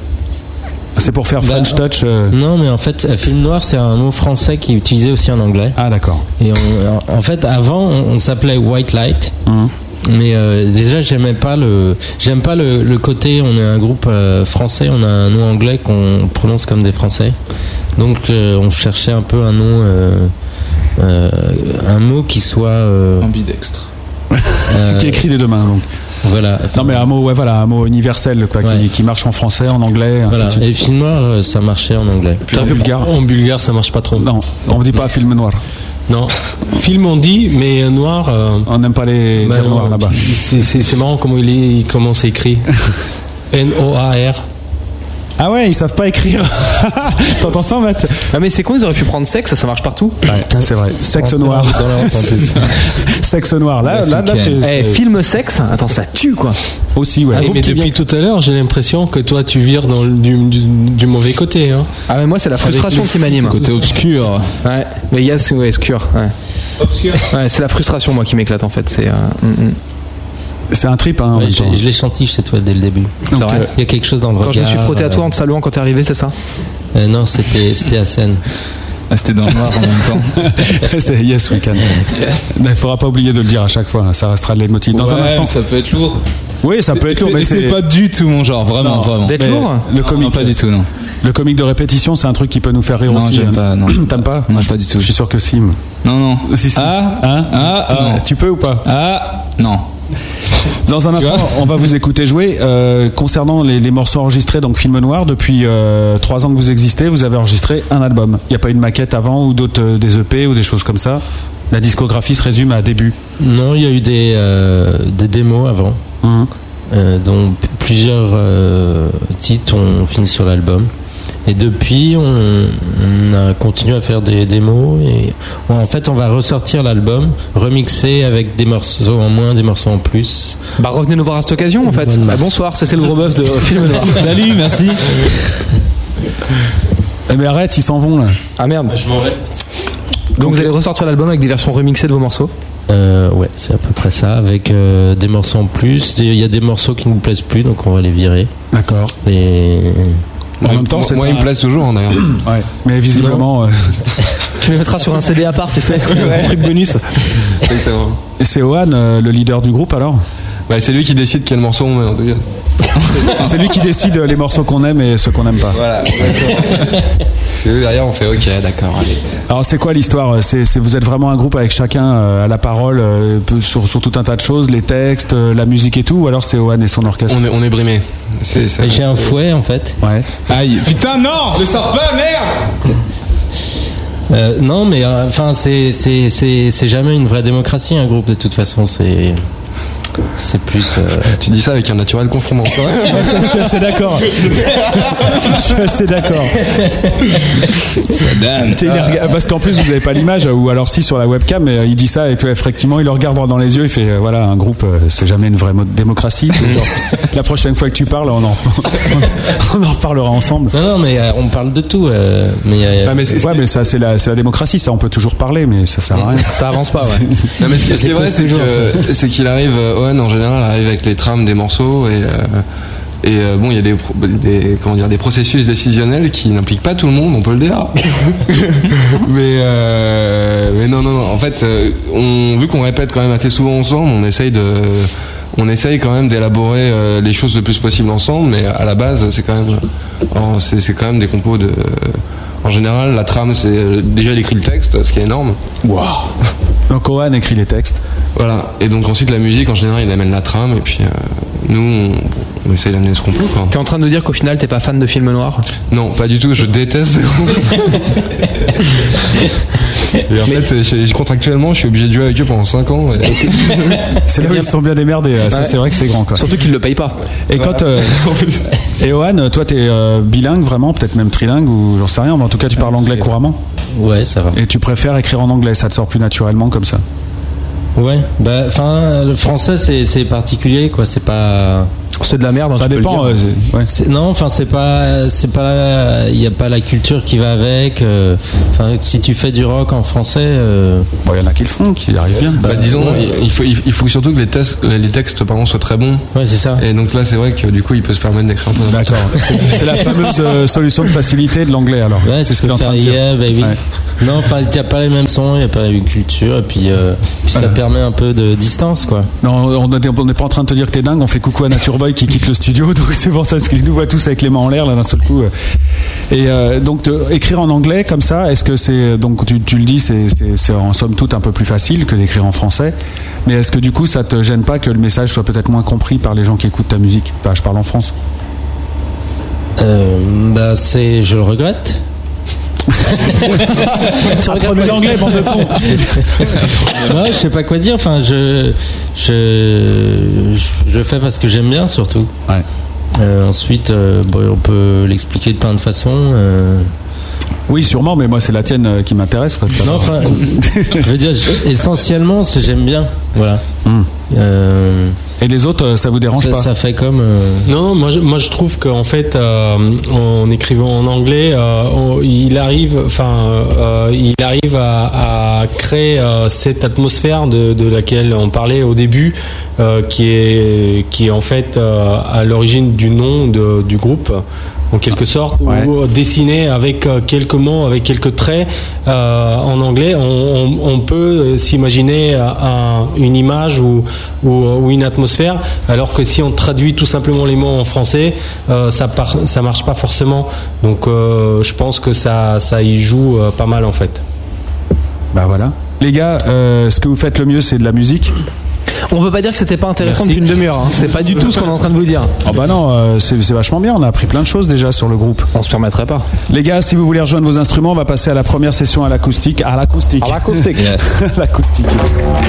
Speaker 4: C'est pour faire
Speaker 7: Bah,
Speaker 4: French Touch. euh,
Speaker 7: Non, mais en fait, euh, film noir, c'est un mot français qui est utilisé aussi en anglais.
Speaker 4: Ah d'accord.
Speaker 7: Et on- en fait, avant, on, on s'appelait White Light.
Speaker 5: Hum.
Speaker 4: Mhm.
Speaker 7: Mais euh, déjà, j'aimais pas le, j'aime pas le, le côté. On est un groupe euh, français, on a un nom anglais qu'on prononce comme des Français. Donc, euh, on cherchait un peu un nom, euh, euh, un mot qui soit. euh,
Speaker 9: Ambidextre.
Speaker 7: euh,
Speaker 4: Qui écrit des deux mains donc.
Speaker 7: Voilà.
Speaker 4: Non mais un mot ouais voilà un mot universel quoi, qui,
Speaker 7: Ouais.
Speaker 4: qui marche en français en anglais. ainsi
Speaker 7: voilà.
Speaker 4: de suite.
Speaker 7: Et film noir, euh, ça marchait en anglais.
Speaker 4: en bulgare.
Speaker 10: en bulgare ça marche pas trop
Speaker 4: Non on dit pas film noir.
Speaker 10: non film on dit mais noir euh,
Speaker 4: On n'aime pas les
Speaker 10: Bah
Speaker 4: dire
Speaker 10: non,
Speaker 4: noirs là-bas.
Speaker 10: C'est c'est- c'est marrant comment il est, comment c'est écrit. N O A R
Speaker 4: Ah ouais, ils savent pas écrire. T'entends ça, Matt
Speaker 5: Ah mais c'est con, ils auraient pu prendre sexe, ça marche partout.
Speaker 4: c'est vrai. Sexe noir. sexe noir. Là, là, là, tu-
Speaker 5: Eh, film sexe, attends, ça tue quoi.
Speaker 4: aussi, ouais.
Speaker 10: Ah, mais depuis tout à l'heure, j'ai l'impression que toi, tu vires dans le- du, du- du mauvais côté. hein.
Speaker 5: Ah mais moi c'est la frustration
Speaker 10: Avec
Speaker 5: qui m'anime.
Speaker 9: Côté obscur.
Speaker 5: Ouais, mais il y a ce ouais, obscur. Ouais. Ouais, c'est la frustration moi qui m'éclate en fait. C'est euh, mm, mm.
Speaker 4: C'est un trip, hein, en
Speaker 7: Ouais,
Speaker 4: même temps.
Speaker 7: j'ai- je l'ai senti chez toi dès le début. euh,
Speaker 5: C'est vrai.
Speaker 7: Il y a quelque chose dans le
Speaker 5: quand
Speaker 7: regard.
Speaker 5: je me suis frotté à toi hein. en te saluant quand t'es arrivé, c'est ça
Speaker 7: euh, euh, non, c'était c'était à scène.
Speaker 9: Ah, c'était dans le noir en même temps.
Speaker 4: C'est Yes Weekend. Il ne faudra pas oublier de le dire à chaque fois, ça restera l'émotif. Dans
Speaker 9: Ouais,
Speaker 4: un instant.
Speaker 9: ça peut être lourd.
Speaker 4: Oui, ça peut être lourd,
Speaker 9: C'est-
Speaker 4: mais
Speaker 9: c'est pas du tout mon genre, vraiment,
Speaker 4: Non,
Speaker 9: vraiment.
Speaker 5: D'être
Speaker 4: Mais
Speaker 5: lourd
Speaker 10: euh,
Speaker 4: Le
Speaker 9: Non, non,
Speaker 4: comique,
Speaker 9: pas du tout, non.
Speaker 4: le comique de répétition, c'est un truc qui peut nous faire rire
Speaker 9: Non,
Speaker 4: aussi.
Speaker 9: j'aime pas,
Speaker 4: hein.
Speaker 9: non.
Speaker 4: T'aimes pas
Speaker 9: Non, pas du tout.
Speaker 4: Je suis sûr que si.
Speaker 9: Non, non.
Speaker 4: Si, si.
Speaker 9: Ah,
Speaker 4: Hein
Speaker 9: ah,
Speaker 4: Ah,
Speaker 9: non.
Speaker 4: Tu peux ou pas
Speaker 9: Ah, non.
Speaker 4: Dans un instant, on va vous écouter jouer. Euh, concernant les, les morceaux enregistrés, donc Film Noir, depuis euh, trois ans que vous existez, vous avez enregistré un album. Il n'y a pas eu de maquette avant ou d'autres euh, des EP ou des choses comme ça. La discographie se résume à début.
Speaker 7: Non, il y a eu des, euh, des démos avant,
Speaker 4: Mhm.
Speaker 7: euh, dont p- plusieurs euh, titres ont fini sur l'album. Et depuis, on, on a continué à faire des démos. Et ouais, en fait, on va ressortir l'album, remixer avec des morceaux en moins, des morceaux en plus.
Speaker 5: Bah revenez nous voir à cette occasion en fait. Ah, bonsoir, c'était le gros bœuf de film noir.
Speaker 9: Salut, merci.
Speaker 4: Eh mais arrête, ils s'en vont là.
Speaker 5: Ah merde.
Speaker 9: Bah,
Speaker 5: Donc vous allez ressortir l'album avec des versions remixées de vos morceaux.
Speaker 7: Euh, ouais, c'est à peu près ça, avec euh, des morceaux en plus. Il y a des morceaux qui ne nous plaisent plus, donc on va les virer.
Speaker 4: D'accord.
Speaker 7: Et
Speaker 4: En même temps,
Speaker 6: Moi-
Speaker 4: c'est
Speaker 6: Moi,
Speaker 4: pas-
Speaker 6: il me place toujours, hein, d'ailleurs.
Speaker 4: Ouais. Mais visiblement, euh,
Speaker 5: Tu les mettras sur un CD à part, tu sais, un truc bonus.
Speaker 6: Exactement.
Speaker 4: c'est Ohan, euh, le leader du groupe alors.
Speaker 6: Bah, c'est lui qui décide quel morceau on met, en tout cas.
Speaker 4: C'est lui qui décide euh, les morceaux qu'on aime et ceux qu'on n'aime pas.
Speaker 6: Voilà, Et eux, derrière, on fait OK, d'accord, allez.
Speaker 4: Alors c'est quoi l'histoire C'est c'est- vous êtes vraiment un groupe avec chacun euh, à la parole euh, peu- sur, sur tout un tas de choses, les textes, euh, la musique et tout, ou alors c'est Ohan et son orchestre
Speaker 6: On est, on est brimé. C'est ça.
Speaker 7: j'ai un fouet en fait.
Speaker 4: Ouais.
Speaker 9: Aïe. Putain, non, ne sors pas, merde.
Speaker 7: Euh, non, mais euh, enfin, c'est c'est c'est c'est jamais une vraie démocratie un groupe de toute façon. C'est c'est plus. euh,
Speaker 6: Tu dis ça avec un naturel conformant.
Speaker 4: je suis assez d'accord. je suis assez d'accord.
Speaker 9: Dame.
Speaker 4: Tu sais, il les rega- Parce qu'en plus vous n'avez pas l'image, euh, ou alors si sur la webcam, mais euh, il dit ça et tout, effectivement il le regarde droit dans les yeux, il fait euh, voilà un groupe, euh, c'est jamais une vraie mo- démocratie. C'est genre, la prochaine fois que tu parles, on en, on en reparlera ensemble.
Speaker 7: Non, non, mais euh, on parle de tout. euh, mais euh,
Speaker 6: Ah, mais c'est-
Speaker 4: Ouais, mais ça c'est la, c'est la démocratie, ça on peut toujours parler, mais ça sert à rien.
Speaker 5: Ça avance pas, ouais.
Speaker 6: Non, mais ce qui ce qui est vrai,
Speaker 4: C'est
Speaker 6: c'est
Speaker 4: toujours,
Speaker 6: que- c'est qu'il arrive, euh, Owen en général arrive avec les trames des morceaux et. euh, et euh, bon, il y a des, pro- des- comment dire, des processus décisionnels qui n'impliquent pas tout le monde, on peut le dire. mais, euh, mais non, non, non. En fait, euh, on, vu qu'on répète quand même assez souvent ensemble, on essaye de, on essaye quand même d'élaborer euh, les choses le plus possible ensemble. Mais à la base, c'est quand même, oh, c'est c'est quand même des compos de. en général, la trame, c'est euh, déjà il écrit le texte, ce qui est énorme.
Speaker 4: Donc Ohan écrit les textes.
Speaker 6: Voilà, et donc ensuite la musique en général il amène la trame et puis euh, nous on, on essaye d'amener ce qu'on peut quoi.
Speaker 5: T'es en train de nous dire qu'au final t'es pas fan de film noir
Speaker 6: Non, pas du tout, je déteste ce groupe. Et en fait, je- je- contractuellement je suis obligé de jouer avec eux pendant 5 ans. et-
Speaker 4: C'est là où ils se sont bien démerdés. euh, ça,
Speaker 5: Ouais.
Speaker 4: C'est vrai que c'est grand. Quoi.
Speaker 5: Surtout qu'ils le payent pas.
Speaker 4: Et quand euh, et Johan, toi t'es euh, bilingue vraiment, peut-être même trilingue ou j'en sais rien, mais en tout cas tu parles anglais couramment
Speaker 7: ouais, ça va.
Speaker 4: et tu préfères écrire en anglais, ça te sort plus naturellement comme ça.
Speaker 7: Ouais, bah, enfin, le français c'est c'est particulier quoi. C'est pas.
Speaker 5: C'est de la merde. hein,
Speaker 4: ça
Speaker 5: tu peux
Speaker 4: dépend.
Speaker 5: le dire.
Speaker 4: euh, c'est- ouais.
Speaker 7: C'est- Non, enfin, c'est pas, c'est pas, il n'y a pas la culture qui va avec. euh, Enfin, si tu fais du rock en français, euh,
Speaker 4: Bon, il y en a qui le font, qui y arrivent bien.
Speaker 6: Bah, disons, il- il, faut, il il faut surtout que les, tes- les textes pardon, soient très bons.
Speaker 7: ouais, c'est ça.
Speaker 6: Et donc là c'est vrai que du coup il peut se permettre d'écrire un peu n'importe
Speaker 4: D'accord. C'est c'est la fameuse euh, solution de facilité de l'anglais alors.
Speaker 7: Ouais,
Speaker 4: c'est ce
Speaker 7: tu
Speaker 4: qu'il est en
Speaker 7: peux
Speaker 4: train de
Speaker 7: faire,
Speaker 4: dire.
Speaker 7: yeah, baby.
Speaker 4: Ouais.
Speaker 7: Non, enfin, il n'y a pas les mêmes sons, il n'y a pas la même culture, et puis, euh, puis ça permet un peu de distance, quoi.
Speaker 4: Non, on n'est on n'est pas en train de te dire que t'es dingue. On fait coucou à Natureboy qui quitte le studio, donc c'est pour ça parce qu'il nous voit tous avec les mains en l'air là d'un seul coup. euh. Et euh, donc te- écrire en anglais comme ça, est-ce que c'est donc tu, tu le dis, c'est- c'est c'est en somme toute un peu plus facile que d'écrire en français. Mais est-ce que du coup ça te gêne pas que le message soit peut-être moins compris par les gens qui écoutent ta musique Enfin, je parle en France.
Speaker 7: Euh, bah, c'est, je le regrette.
Speaker 4: Apprenez l'anglais, bande de cons.
Speaker 7: Non, je sais pas quoi dire. Enfin, je, je, je le fais parce que j'aime bien, surtout.
Speaker 4: Ouais.
Speaker 7: Euh, ensuite, euh, bon, on peut l'expliquer de plein de façons. euh.
Speaker 4: Oui, sûrement, mais moi, c'est la tienne euh, qui m'intéresse. quoi, de
Speaker 7: Non, enfin,
Speaker 4: savoir.
Speaker 7: je veux dire, je- essentiellement, c'est j'aime bien. Voilà. Euh,
Speaker 4: Hmm. Et les autres, euh, ça vous dérange
Speaker 7: ça,
Speaker 4: pas
Speaker 7: ça fait comme. euh,
Speaker 10: Non, non, moi je, moi je trouve qu'en fait, euh, en écrivant en anglais, euh, on- il arrive, enfin, euh, il arrive à, à créer euh, cette atmosphère de, de laquelle on parlait au début, euh, qui est qui est en fait euh, à l'origine du nom de- du groupe. En quelque sorte,
Speaker 4: Ouais.
Speaker 10: ou euh, dessiner avec euh, quelques mots, avec quelques traits euh, en anglais, on, on- on peut s'imaginer euh, un- une image ou, ou, euh, ou une atmosphère, alors que si on traduit tout simplement les mots en français, euh, ça par, ça marche pas forcément. Donc euh, je pense que ça, ça y joue euh, pas mal en fait.
Speaker 4: Bah voilà. Les gars, euh, ce que vous faites le mieux, c'est de la musique.
Speaker 5: On veut pas dire que c'était pas intéressant
Speaker 10: Merci.
Speaker 5: depuis une demi-heure. hein. C'est pas du tout ce qu'on est en train de vous dire.
Speaker 4: Ah bah non, euh, c'est c'est vachement bien. On a appris plein de choses déjà sur le groupe.
Speaker 5: On se permettrait pas.
Speaker 4: Les gars, si vous voulez rejoindre vos instruments, on va passer à la première session à l'acoustique. À l'acoustique. À l'acoustique. l'acoustique.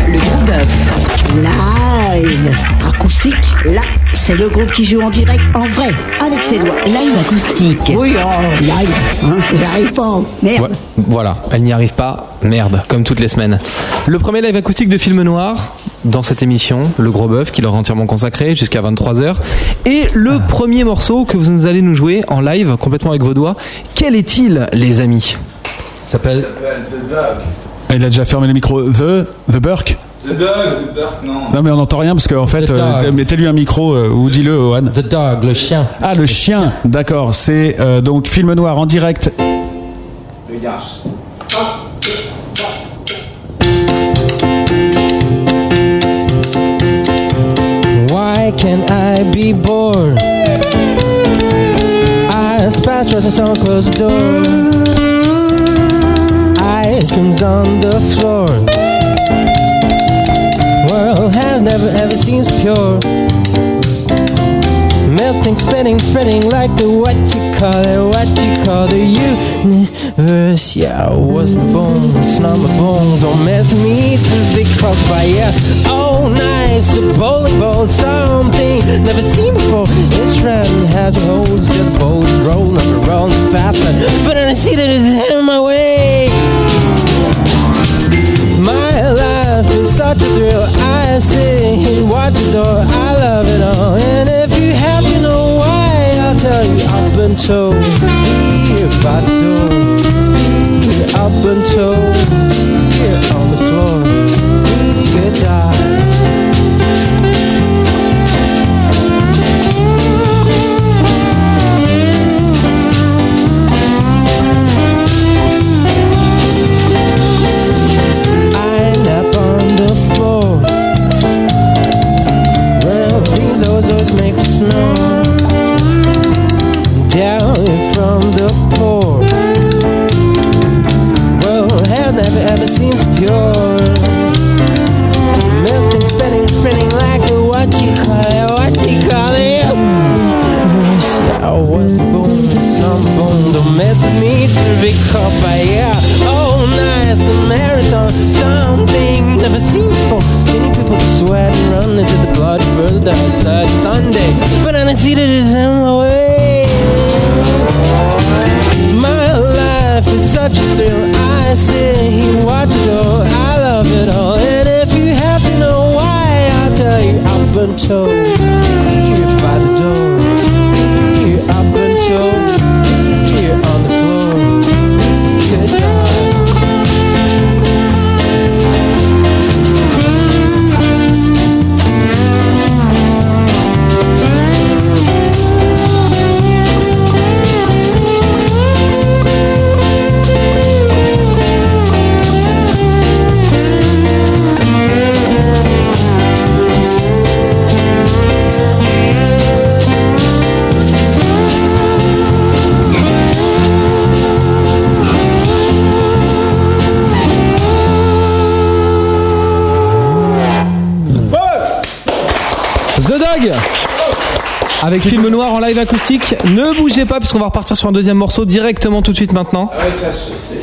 Speaker 3: Le groupe Bœuf. Live. Acoustique. Là, c'est le groupe qui joue en direct, en vrai, avec ses doigts.
Speaker 11: Live acoustique.
Speaker 3: Oui, oh, live. hein, J'arrive pas. Merde.
Speaker 5: Ouais, voilà, elle n'y arrive pas. Merde, comme toutes les semaines. Le premier live acoustique de film noir dans cette émission, Le Gros Bœuf, qui leur est entièrement consacré jusqu'à 23h. Et le premier morceau que vous allez nous jouer en live, complètement avec vos doigts, quel est-il, les amis
Speaker 7: Ça s'appelle.
Speaker 4: Il a déjà fermé le micro. The, The Burke.
Speaker 9: The Dog, The Dark, non.
Speaker 4: Non mais on n'entend rien parce qu'en fait,
Speaker 7: The
Speaker 4: euh,
Speaker 7: Dog.
Speaker 4: mettez-lui un micro euh, ou dis-le, Ohan.
Speaker 7: The Dog, le chien.
Speaker 4: Ah, le chien, d'accord. C'est euh, donc film noir en direct.
Speaker 9: Le Garche.
Speaker 8: Why can't I be bored? I splash as someone close the door. Ice cream's on the floor. World has never ever seems pure. Melting, spinning, spreading like the what you call it, what you call the universe. Yeah, I wasn't born, it's not my bone. Don't mess with me to the caught fire. Oh, nice, a bowl of bowl, something never seen before. This trend has holes, the boats roll, number roll, faster. But I see that it's in my way. My life is such a thrill. I see and watch the door. I love it all. And if you have to know why, I'll tell you. I've been told. Here, but don't. Here, I've been told. Here on the floor. We could die. I nap on the floor. Well, these ozores make snow. Down from the poor. Well, hell never ever seems pure. Melting, spinning, spinning like a what you call it, what you call it. Yes, I was born with some bone. Don't mess with me to be caught by ya. Oh, nice, a marathon, something never seen before. Skinny people sweat and run into the bloody world that is like Sunday. But I don't see that it's in my way. My life is such a thrill. I sit here, watch it all. I love it all. And if you have to know why, I'll tell you. I've been told here by the door. Here I've been told here on the floor. Good time.
Speaker 5: The Dog avec film noir en live acoustique. Ne bougez pas parce qu'on va repartir sur un deuxième morceau directement tout de suite maintenant.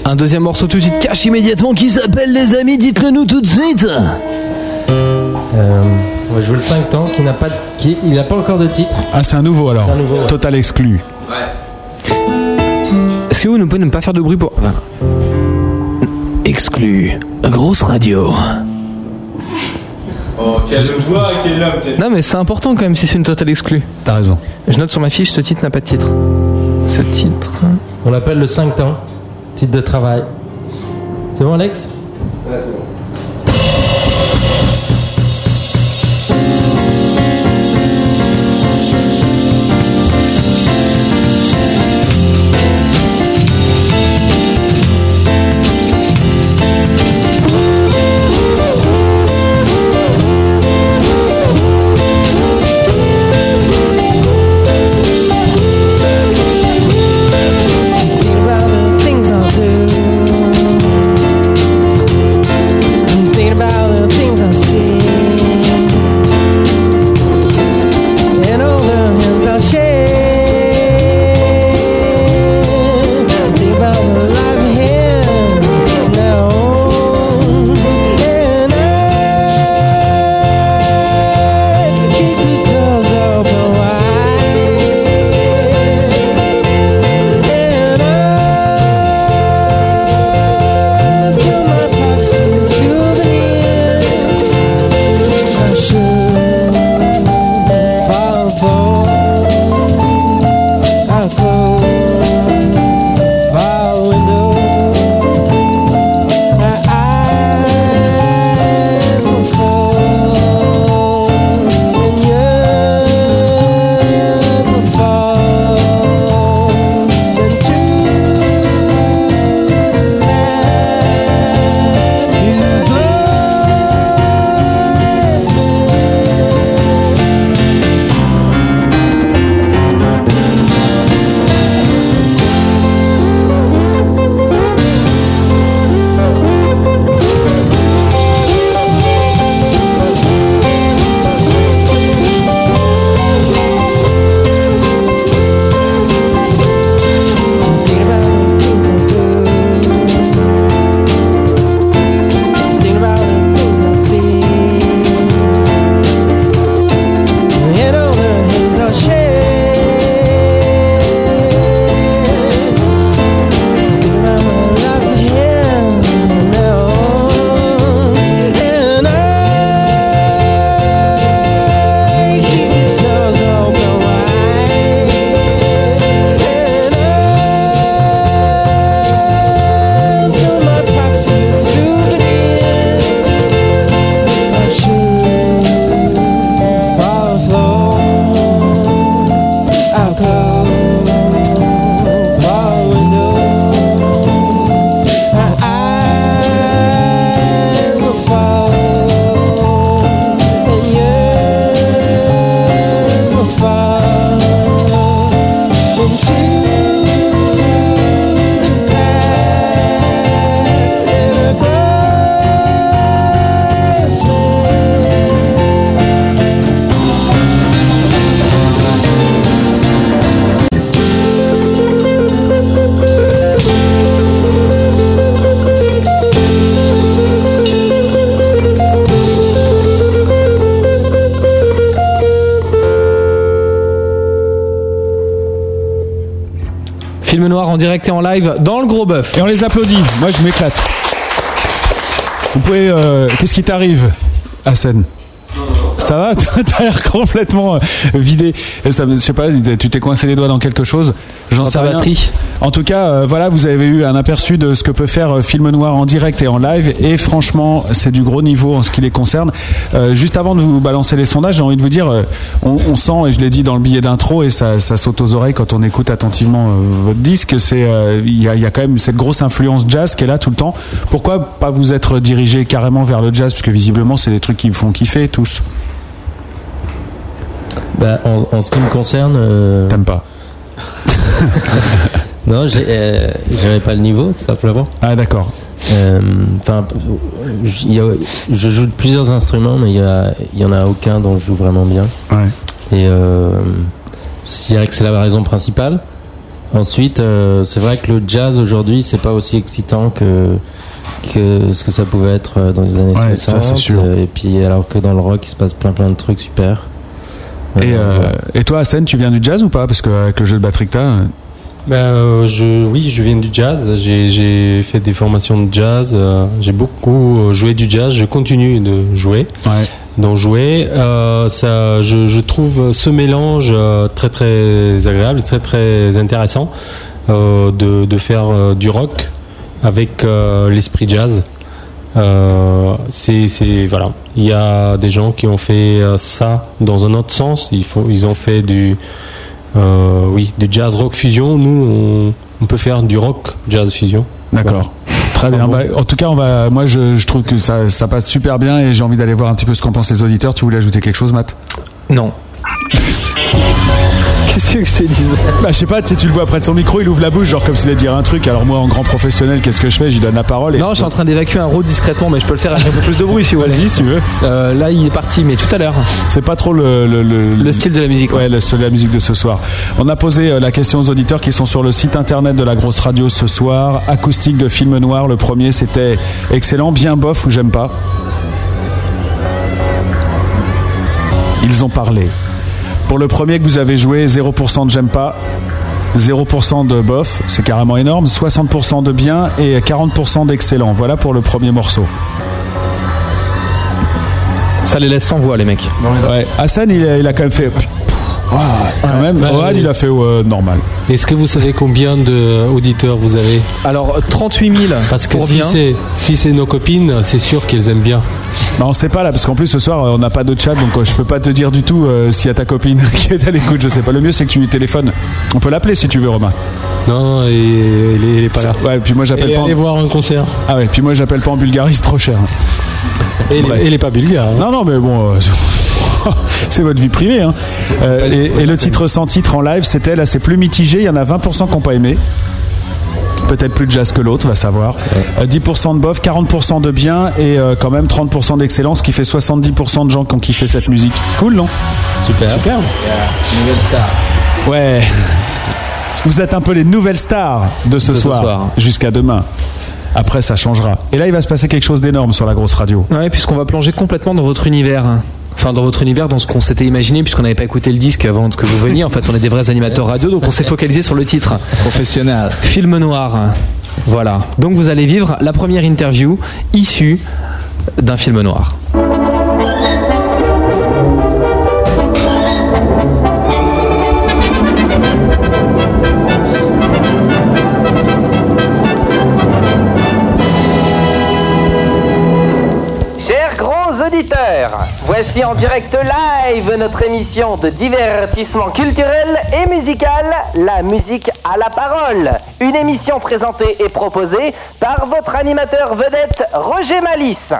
Speaker 5: Un deuxième morceau tout de suite cache immédiatement qui s'appelle Les Amis, dites-le nous tout de suite.
Speaker 12: Euh, On va jouer le 5 temps qui n'a pas, de- qui, il n'a pas encore de titre.
Speaker 4: Ah, c'est un nouveau alors.
Speaker 12: C'est un nouveau, ouais.
Speaker 4: Total exclu.
Speaker 5: Est-ce que vous ne pouvez ne pas faire de bruit pour. Voilà. Exclu. Grosse radio.
Speaker 10: Oh, quelle voix, quel homme, quel...
Speaker 5: Non, mais c'est important quand même si c'est une totale exclue.
Speaker 4: T'as raison.
Speaker 5: Je note sur ma fiche, ce titre n'a pas de titre. Ce titre.
Speaker 12: On l'appelle le 5 temps, titre de travail. C'est bon, Alex
Speaker 13: Think about the things I'll do. And Think about the things I see. And all the hands I'll shake. Think about the life ahead now. And I keep the doors open wide. And I fill my pockets with souvenirs I should follow for. I'll go far window. My eyes will fall and yours will fall into the land you go. Think about the things I do. Think about the things I see. And all the things I'll share. Think about my life ahead now. And I keep the doors open wide. And I fill my pockets with souvenirs. My shoes fall floor. I'll close my window. My eyes will fall, and yours will fall into the past and a glass
Speaker 5: Film noir en direct et en live dans le gros bœuf.
Speaker 4: Et on les applaudit. Moi, je m'éclate. Vous pouvez. euh, Qu'est-ce qui t'arrive, Hassan ça va, t'as t'as l'air complètement euh, vidé. Et ça, me- je sais pas, tu t'es coincé les doigts dans quelque chose. J'en
Speaker 5: Dans
Speaker 4: sais
Speaker 5: ta
Speaker 4: rien.
Speaker 5: batterie.
Speaker 4: En tout cas, euh, voilà, vous avez eu un aperçu de ce que peut faire euh, Film Noir en direct et en live. Et franchement, c'est du gros niveau en ce qui les concerne. Euh, juste avant de vous balancer les sondages, j'ai envie de vous dire, euh, on, on sent, et je l'ai dit dans le billet d'intro, et ça, ça saute aux oreilles quand on écoute attentivement euh, votre disque, c'est euh, il y, a, il y a quand même cette grosse influence jazz qui est là tout le temps. Pourquoi pas vous être dirigé carrément vers le jazz, puisque visiblement, c'est des trucs qui vous font kiffer tous.
Speaker 7: Bah, en, en ce qui me concerne. euh,
Speaker 4: T'aimes pas
Speaker 7: non, j'ai- euh, j'avais pas le niveau, tout simplement.
Speaker 4: Ah d'accord.
Speaker 7: Euh, Enfin, j- il y a- je joue de plusieurs instruments, mais il y, a- il y en a aucun dont je joue vraiment bien.
Speaker 4: Ouais.
Speaker 7: Et euh, je dirais que c'est la raison principale. Ensuite, euh, c'est vrai que le jazz aujourd'hui, c'est pas aussi excitant que que ce que ça pouvait être euh, dans les années
Speaker 4: Ouais, ça,
Speaker 7: 60.
Speaker 4: c'est sûr.
Speaker 7: euh, Et puis alors que dans le rock, il se passe plein plein de trucs super.
Speaker 4: Et, euh, et toi, Hassan, tu viens du jazz ou pas Parce qu'avec le jeu de batterie que t'as, euh,
Speaker 10: Ben, euh, je, oui, je viens du jazz. J'ai- J'ai fait des formations de jazz. euh, J'ai beaucoup euh, joué du jazz. Je continue de jouer. D'en jouer. Euh, ça, je, je trouve ce mélange euh, très très agréable, très très intéressant euh, de, de faire euh, du rock avec euh, l'esprit jazz. Euh, c'est c'est- voilà, il y a des gens qui ont fait euh, ça dans un autre sens. Ils font, ils ont fait du euh, oui, du jazz rock fusion. Nous, on, on peut faire du rock jazz fusion.
Speaker 4: D'accord. Très bien. Bah, en tout cas, on va. Moi, je, je trouve que ça, ça passe super bien et j'ai envie d'aller voir un petit peu ce qu'en pensent les auditeurs. Tu voulais ajouter quelque chose, Matt
Speaker 5: Non. Qu'est-ce que je te dis
Speaker 4: Bah, je sais pas. Tu, sais, tu le vois près de son micro, il ouvre la bouche, genre comme s'il allait dire un truc. Alors moi, en grand professionnel, qu'est-ce que je fais J'y donne la parole. Et...
Speaker 5: Non, je suis en train d'évacuer un rôle discrètement, mais je peux le faire avec un peu plus de bruit si vous voulez. Euh,
Speaker 4: Vas-y, si tu veux.
Speaker 5: là, il est parti, mais tout à l'heure.
Speaker 4: C'est pas trop le, le, le,
Speaker 5: style de la musique.
Speaker 4: Ouais, le style de la musique de ce soir. On a posé euh, la question aux auditeurs qui sont sur le site internet de la grosse radio ce soir. Acoustique de film noir. Le premier, c'était excellent, bien bof ou j'aime pas. Ils ont parlé. Pour le premier que vous avez joué, 0% de j'aime pas. 0% de bof, c'est carrément énorme, 60% de bien et 40% d'excellent. Voilà pour le premier morceau.
Speaker 5: Ça les laisse sans voix, les mecs.
Speaker 4: Ouais. Hassan, il a, il a quand même fait. Ouah, quand même.
Speaker 10: bah,
Speaker 4: Oran,
Speaker 10: oui.
Speaker 4: il a fait euh, normal.
Speaker 10: Est-ce que vous savez combien de euh, auditeurs vous avez
Speaker 5: Alors, 38 000
Speaker 10: Parce que
Speaker 5: pour
Speaker 10: si
Speaker 5: bien.
Speaker 10: c'est si c'est nos copines, c'est sûr qu'elles aiment bien.
Speaker 4: Bah, on sait pas là, parce qu'en plus ce soir euh, on n'a pas de chat, donc euh, je peux pas te dire du tout euh, s'il y a ta copine qui est à l'écoute. Je sais pas. Le mieux c'est que tu lui téléphones. On peut l'appeler si tu veux, Romain.
Speaker 10: Non, et elle est- elle est pas là.
Speaker 4: Ouais, puis moi
Speaker 10: Elle
Speaker 4: j'appelle
Speaker 10: est
Speaker 4: pas. en-
Speaker 10: allée voir un concert.
Speaker 4: Ah ouais, puis moi j'appelle pas en Bulgarie, c'est trop cher.
Speaker 10: Et elle est-
Speaker 4: Bref.
Speaker 10: elle est pas bulgare. hein.
Speaker 4: Non, non, mais bon. euh, C'est votre vie privée. hein. Euh, et, et le titre sans titre en live, c'était là, c'est plus mitigé. Il y en a 20% qui n'ont pas aimé. Peut-être plus de jazz que l'autre, on va savoir. Euh, 10% de bof, 40% de bien et euh, quand même 30% d'excellence, ce qui fait 70% de gens qui ont kiffé cette musique. Cool, non
Speaker 7: Super.
Speaker 4: Superbe.
Speaker 9: Nouvelle star.
Speaker 4: Ouais. Vous êtes un peu les nouvelles stars de ce
Speaker 5: De ce
Speaker 4: soir,
Speaker 5: soir.
Speaker 4: jusqu'à demain. Après, ça changera. Et là, il va se passer quelque chose d'énorme sur la grosse radio.
Speaker 5: Ouais, puisqu'on va plonger complètement dans votre univers. Enfin, dans votre univers, dans ce qu'on s'était imaginé, puisqu'on n'avait pas écouté le disque avant que vous veniez. En fait, on est des vrais animateurs radio, donc on s'est focalisé sur le titre.
Speaker 9: Professionnel.
Speaker 5: Film noir. Voilà. Donc vous allez vivre la première interview issue d'un film noir.
Speaker 14: Chers grands auditeurs, voici en direct live notre émission de divertissement culturel et musical, La musique à la parole. Une émission présentée et proposée par votre animateur vedette Roger Malice.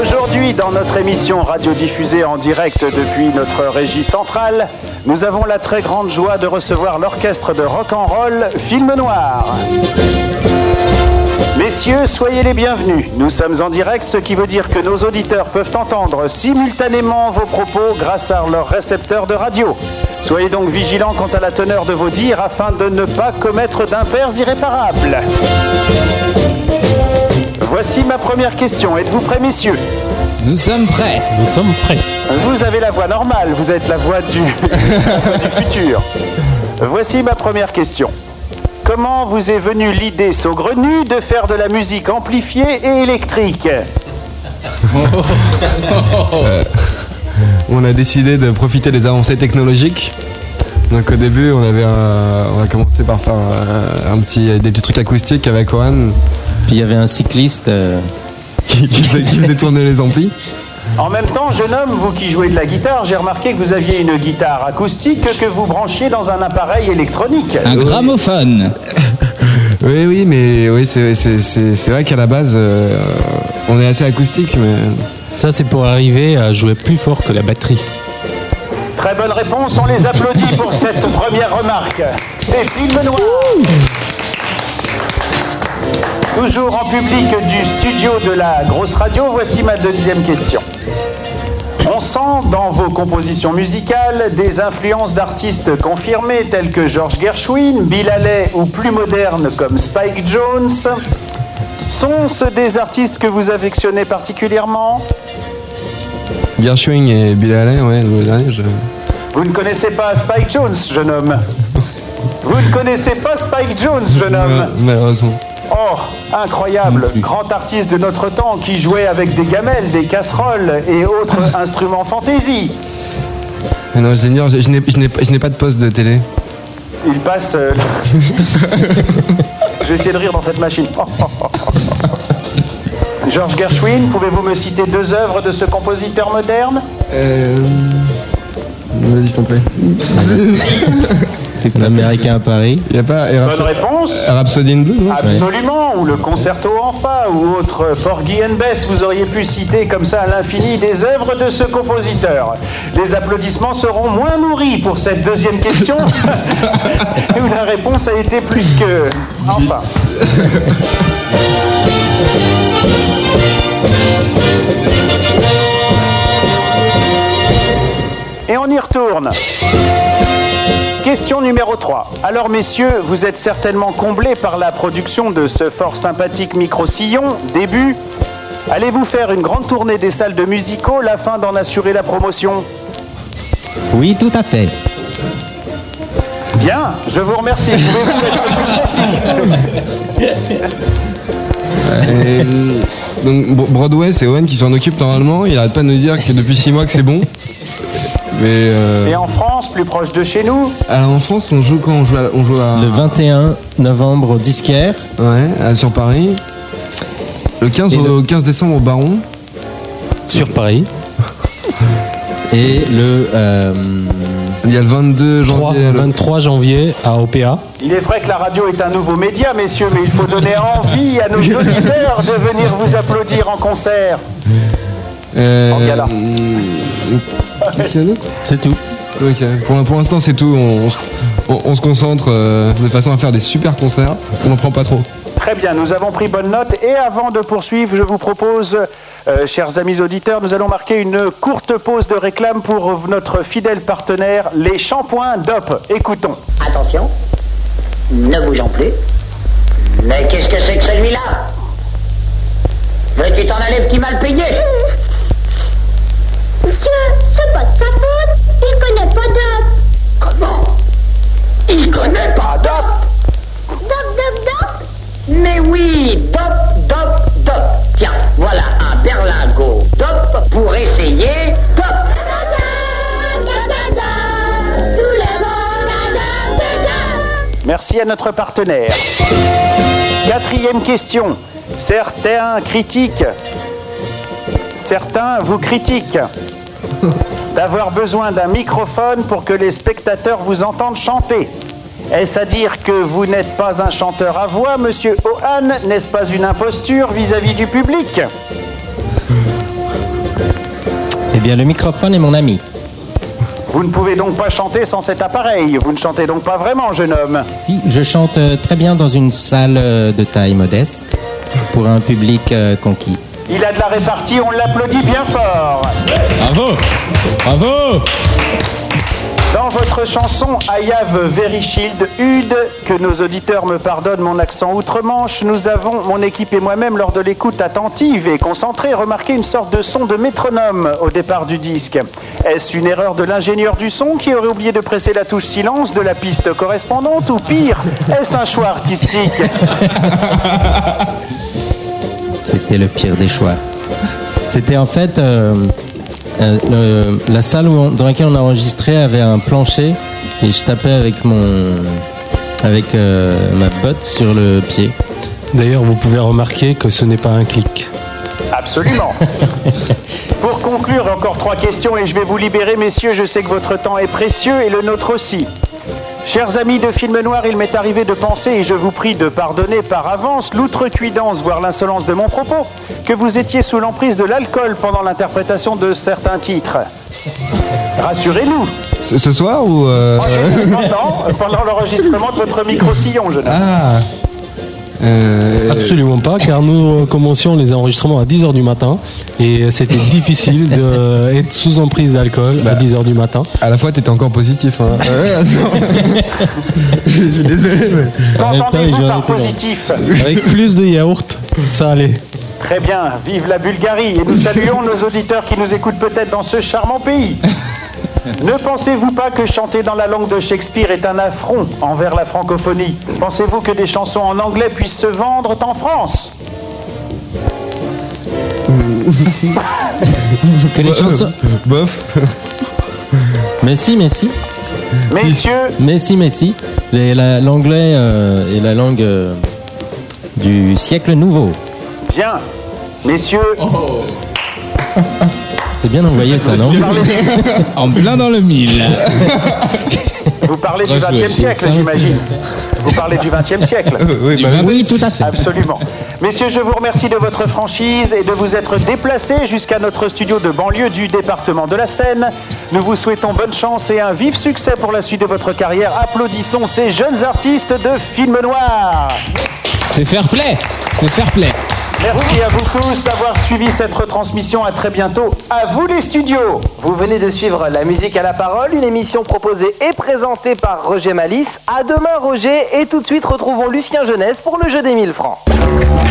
Speaker 15: Aujourd'hui, dans notre émission radiodiffusée en direct depuis notre régie centrale, nous avons la très grande joie de recevoir l'orchestre de rock and roll Film Noir. Messieurs, soyez les bienvenus. Nous sommes en direct, ce qui veut dire que nos auditeurs peuvent entendre simultanément vos propos grâce à leur récepteur de radio. Soyez donc vigilants quant à la teneur de vos dires afin de ne pas commettre d'impairs irréparables. Voici ma première question. Êtes-vous prêts, messieurs
Speaker 9: Nous sommes prêts.
Speaker 10: Nous sommes prêts.
Speaker 15: Vous avez la voix normale, vous êtes la voix du, la voix du futur. Voici ma première question. Comment vous est venue l'idée saugrenue de faire de la musique amplifiée et électrique
Speaker 6: Euh, On a décidé de profiter des avancées technologiques. Donc au début, on avait un- on a commencé par faire euh, un, un petit, des petits trucs acoustiques avec Owen
Speaker 7: Puis il y avait un cycliste. euh,
Speaker 6: qui, qui faisait- qui faisait tourner les amplis.
Speaker 15: En même temps, jeune homme, vous qui jouez de la guitare, j'ai remarqué que vous aviez une guitare acoustique que vous branchiez dans un appareil électronique.
Speaker 9: Un gramophone.
Speaker 6: Oui, oui, mais oui, c'est, c'est- c'est- c'est vrai qu'à la base, euh, on est assez acoustique, mais
Speaker 10: Ça, c'est pour arriver à jouer plus fort que la batterie.
Speaker 15: Très bonne réponse, on les applaudit pour cette première remarque. C'est Film Noir. Toujours en public du studio de la grosse radio, voici ma deuxième question. On sent dans vos compositions musicales des influences d'artistes confirmés tels que George Gershwin, Bill Haley ou plus modernes comme Spike Jones. Sont-ce des artistes que vous affectionnez particulièrement
Speaker 6: Gershwin et Bill Haley, ouais, le dernier, je-
Speaker 15: Vous ne connaissez pas Spike Jones, jeune homme Vous ne connaissez pas Spike Jones, jeune homme
Speaker 6: malheureusement.
Speaker 15: Oh, incroyable, grand artiste de notre temps qui jouait avec des gamelles, des casseroles et autres instruments fantaisie.
Speaker 6: Mais non, je, l'ignore, je- je n'ai- je n'ai pas- je n'ai pas de poste de télé.
Speaker 15: Il passe. euh, Je vais essayer de rire dans cette machine. Oh, George Gershwin, pouvez-vous me citer deux œuvres de ce compositeur moderne
Speaker 6: Euh... Vas-y, je t'en prie.
Speaker 7: C'est l'américain à Paris.
Speaker 6: Il a pas. et
Speaker 15: Bonne
Speaker 6: Rhapsody-
Speaker 15: réponse.
Speaker 6: Rhapsody in Blue, non
Speaker 15: Absolument, ou le concerto en fa, ou autre euh, Porgy and Bess, vous auriez pu citer comme ça à l'infini des œuvres de ce compositeur. Les applaudissements seront moins nourris pour cette deuxième question, où la réponse a été plus que... Enfin. Et on y retourne. Question numéro 3. Alors messieurs, vous êtes certainement comblés par la production de ce fort sympathique micro-sillon, début. Allez-vous faire une grande tournée des salles de musicaux afin d'en assurer la promotion
Speaker 13: Oui, tout à fait.
Speaker 15: Bien, je vous remercie. Pouvez-vous être plus précis
Speaker 6: Et, Euh, donc, Bro- Broadway, c'est Owen qui s'en occupe normalement. Il arrête pas de nous dire que depuis 6 mois que c'est bon. Mais. euh,
Speaker 15: Et en France, plus proche de chez nous,
Speaker 6: Alors en France, on joue quand on joue, à, on joue à-
Speaker 7: Le 21 novembre au Disquaire.
Speaker 6: Ouais, à- sur Paris. Le 15,
Speaker 7: Et
Speaker 6: au, 15 décembre au Baron.
Speaker 7: Sur Paris. Et le. euh,
Speaker 6: Il y a le 22
Speaker 10: janvier. 23 janvier à OPA.
Speaker 15: il est vrai que la radio est un nouveau média, messieurs, mais il faut donner envie à nos auditeurs de venir vous applaudir en concert.
Speaker 6: Euh,
Speaker 15: En gala.
Speaker 6: Qu'est-ce qu'il y a d'autre
Speaker 7: C'est tout.
Speaker 6: Ok. Pour, pour l'instant, c'est tout. On, on- on se concentre euh, de façon à faire des super concerts. On n'en prend pas trop.
Speaker 15: Très bien, nous avons pris bonne note et avant de poursuivre, je vous propose, euh, chers amis auditeurs, nous allons marquer une courte pause de réclame pour notre fidèle partenaire, les shampoings DOP. Écoutons.
Speaker 16: Attention, ne bougeons plus. Mais qu'est-ce que c'est que celui-là Veux-tu t'en aller, petit mal payé
Speaker 17: Monsieur, c'est pas de sa faute. Il connaît pas d'op. Comment Il connaît pas d'op Dop, dop, dop
Speaker 16: Mais oui, dop, dop, dop. Tiens, voilà un berlingot dop pour essayer dop.
Speaker 15: Merci à notre partenaire. Quatrième question. Certains critiquent, certains vous critiquent d'avoir besoin d'un microphone pour que les spectateurs vous entendent chanter. Est-ce à dire que vous n'êtes pas un chanteur à voix, monsieur Ohan N'est-ce pas une imposture vis-à-vis du public
Speaker 7: Eh bien, le microphone est mon ami.
Speaker 15: Vous ne pouvez donc pas chanter sans cet appareil. Vous ne chantez donc pas vraiment, jeune homme.
Speaker 7: Si,
Speaker 13: je chante euh, très bien dans une salle euh, de taille modeste pour un public euh, conquis.
Speaker 15: Il a de la répartie, on l'applaudit bien fort.
Speaker 13: Bravo Bravo
Speaker 15: Dans votre chanson I Have Very Shield Hude, que nos auditeurs me pardonnent mon accent outre-Manche, nous avons, mon équipe et moi-même, lors de l'écoute attentive et concentrée, remarqué une sorte de son de métronome au départ du disque. Est-ce une erreur de l'ingénieur du son qui aurait oublié de presser la touche silence de la piste correspondante ou pire, est-ce un choix artistique
Speaker 7: C'était le pire des choix. C'était en fait euh, euh, le- la salle où on- dans laquelle on a enregistré avait un plancher et je tapais avec mon avec euh, ma botte sur le pied.
Speaker 10: D'ailleurs, vous pouvez remarquer que ce n'est pas un clic.
Speaker 15: Absolument. Pour conclure, encore trois questions et je vais vous libérer, messieurs. Je sais que votre temps est précieux et le nôtre aussi. Chers amis de Film Noir, il m'est arrivé de penser, et je vous prie de pardonner par avance l'outrecuidance, voire l'insolence de mon propos, que vous étiez sous l'emprise de l'alcool pendant l'interprétation de certains titres. Rassurez-nous,
Speaker 6: Ce, ce soir ou. euh,
Speaker 15: Oh, pendant, pendant l'enregistrement de votre micro-sillon, jeune homme.
Speaker 6: Ah.
Speaker 10: Absolument pas, car nous commencions les enregistrements à 10h du matin et c'était difficile d'être sous emprise d'alcool à 10h du matin.
Speaker 6: Bah, À la fois, t'étais encore positif. hein. Ouais, attends. je suis désolé, mais.
Speaker 10: En même temps, les
Speaker 15: Entendez-vous
Speaker 10: gens
Speaker 15: par
Speaker 10: étaient là.
Speaker 15: positif
Speaker 10: Avec plus de yaourt, ça allait.
Speaker 15: Très bien, vive la Bulgarie et nous saluons nos auditeurs qui nous écoutent peut-être dans ce charmant pays. Ne pensez-vous pas que chanter dans la langue de Shakespeare est un affront envers la francophonie Pensez-vous que des chansons en anglais puissent se vendre en France
Speaker 7: Que les chansons.
Speaker 6: Bof.
Speaker 7: Mais si, mais si.
Speaker 15: Messieurs.
Speaker 7: Mais si, mais si. Les- la- L'anglais euh, est la langue euh, du siècle nouveau.
Speaker 15: Bien, messieurs.
Speaker 7: C'est bien envoyé ça, non
Speaker 9: En plein dans le mille.
Speaker 15: Vous parlez du
Speaker 9: Rejouer.
Speaker 15: XXe siècle, j'imagine. Vous parlez du XXe siècle.
Speaker 6: Oui, bah,
Speaker 15: oui, tout à fait. Absolument. Messieurs, je vous remercie de votre franchise et de vous être déplacés jusqu'à notre studio de banlieue du département de la Seine. Nous vous souhaitons bonne chance et un vif succès pour la suite de votre carrière. Applaudissons ces jeunes artistes de film noir.
Speaker 18: C'est fair play. C'est fair play.
Speaker 15: Merci à vous tous d'avoir suivi cette retransmission. À très bientôt. À vous les studios.
Speaker 14: Vous venez de suivre La musique à la parole, une émission proposée et présentée par Roger Malice. À demain Roger et tout de suite retrouvons Lucien Jeunesse pour le jeu des 1000 francs.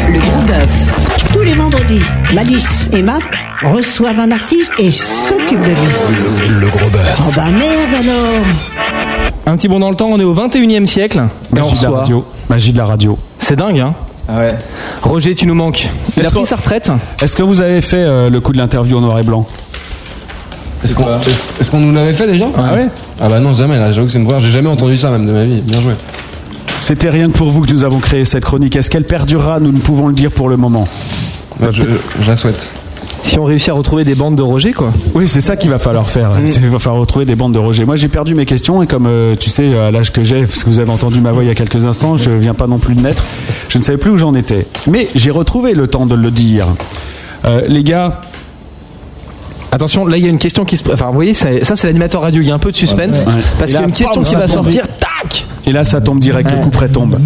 Speaker 3: Le gros bœuf. Tous les vendredis, Malice et Matt reçoivent un artiste et s'occupent de lui.
Speaker 2: Le gros bœuf.
Speaker 3: Oh bah merde alors
Speaker 5: Un petit bond dans le temps, on est au 21 e siècle. Et on
Speaker 4: Magie de la
Speaker 5: reçoit-
Speaker 4: radio. Magie de la radio.
Speaker 5: C'est dingue, hein
Speaker 4: Ah ouais.
Speaker 5: Roger, tu nous manques. Il a
Speaker 4: Est-ce
Speaker 5: pris
Speaker 4: qu'on-
Speaker 5: sa retraite
Speaker 4: Est-ce que vous avez fait euh, le coup de l'interview en noir et blanc
Speaker 6: Est-ce qu'on est-ce qu'on nous l'avait fait déjà Ah ouais Ah bah non, jamais, là, j'avoue que c'est une première. J'ai jamais entendu ça, même de ma vie. Bien joué.
Speaker 4: C'était rien que pour vous que nous avons créé cette chronique. Est-ce qu'elle perdurera Nous ne pouvons le dire pour le moment.
Speaker 6: Bah, je,
Speaker 4: Euh,
Speaker 6: la souhaite.
Speaker 5: Si on réussit à retrouver des bandes de Roger, quoi.
Speaker 4: Oui, c'est ça qu'il va falloir faire. C'est- Il va falloir retrouver des bandes de Roger. Moi, j'ai perdu mes questions et comme euh, tu sais, à l'âge que j'ai, parce que vous avez entendu ma voix il y a quelques instants, je viens pas non plus de naître. Je ne savais plus où j'en étais. Mais j'ai retrouvé le temps de le dire. Euh, les gars,
Speaker 5: Attention, là il y a une question qui se. Enfin, vous voyez, ça, ça, c'est l'animateur radio, il y a un peu de suspense.
Speaker 4: Ouais. Et
Speaker 5: Parce qu'il y a
Speaker 4: là,
Speaker 5: une question
Speaker 4: pam,
Speaker 5: qui
Speaker 4: ça
Speaker 5: va
Speaker 4: tombe.
Speaker 5: sortir, tac
Speaker 4: Et là, ça tombe direct, le coup près tombe.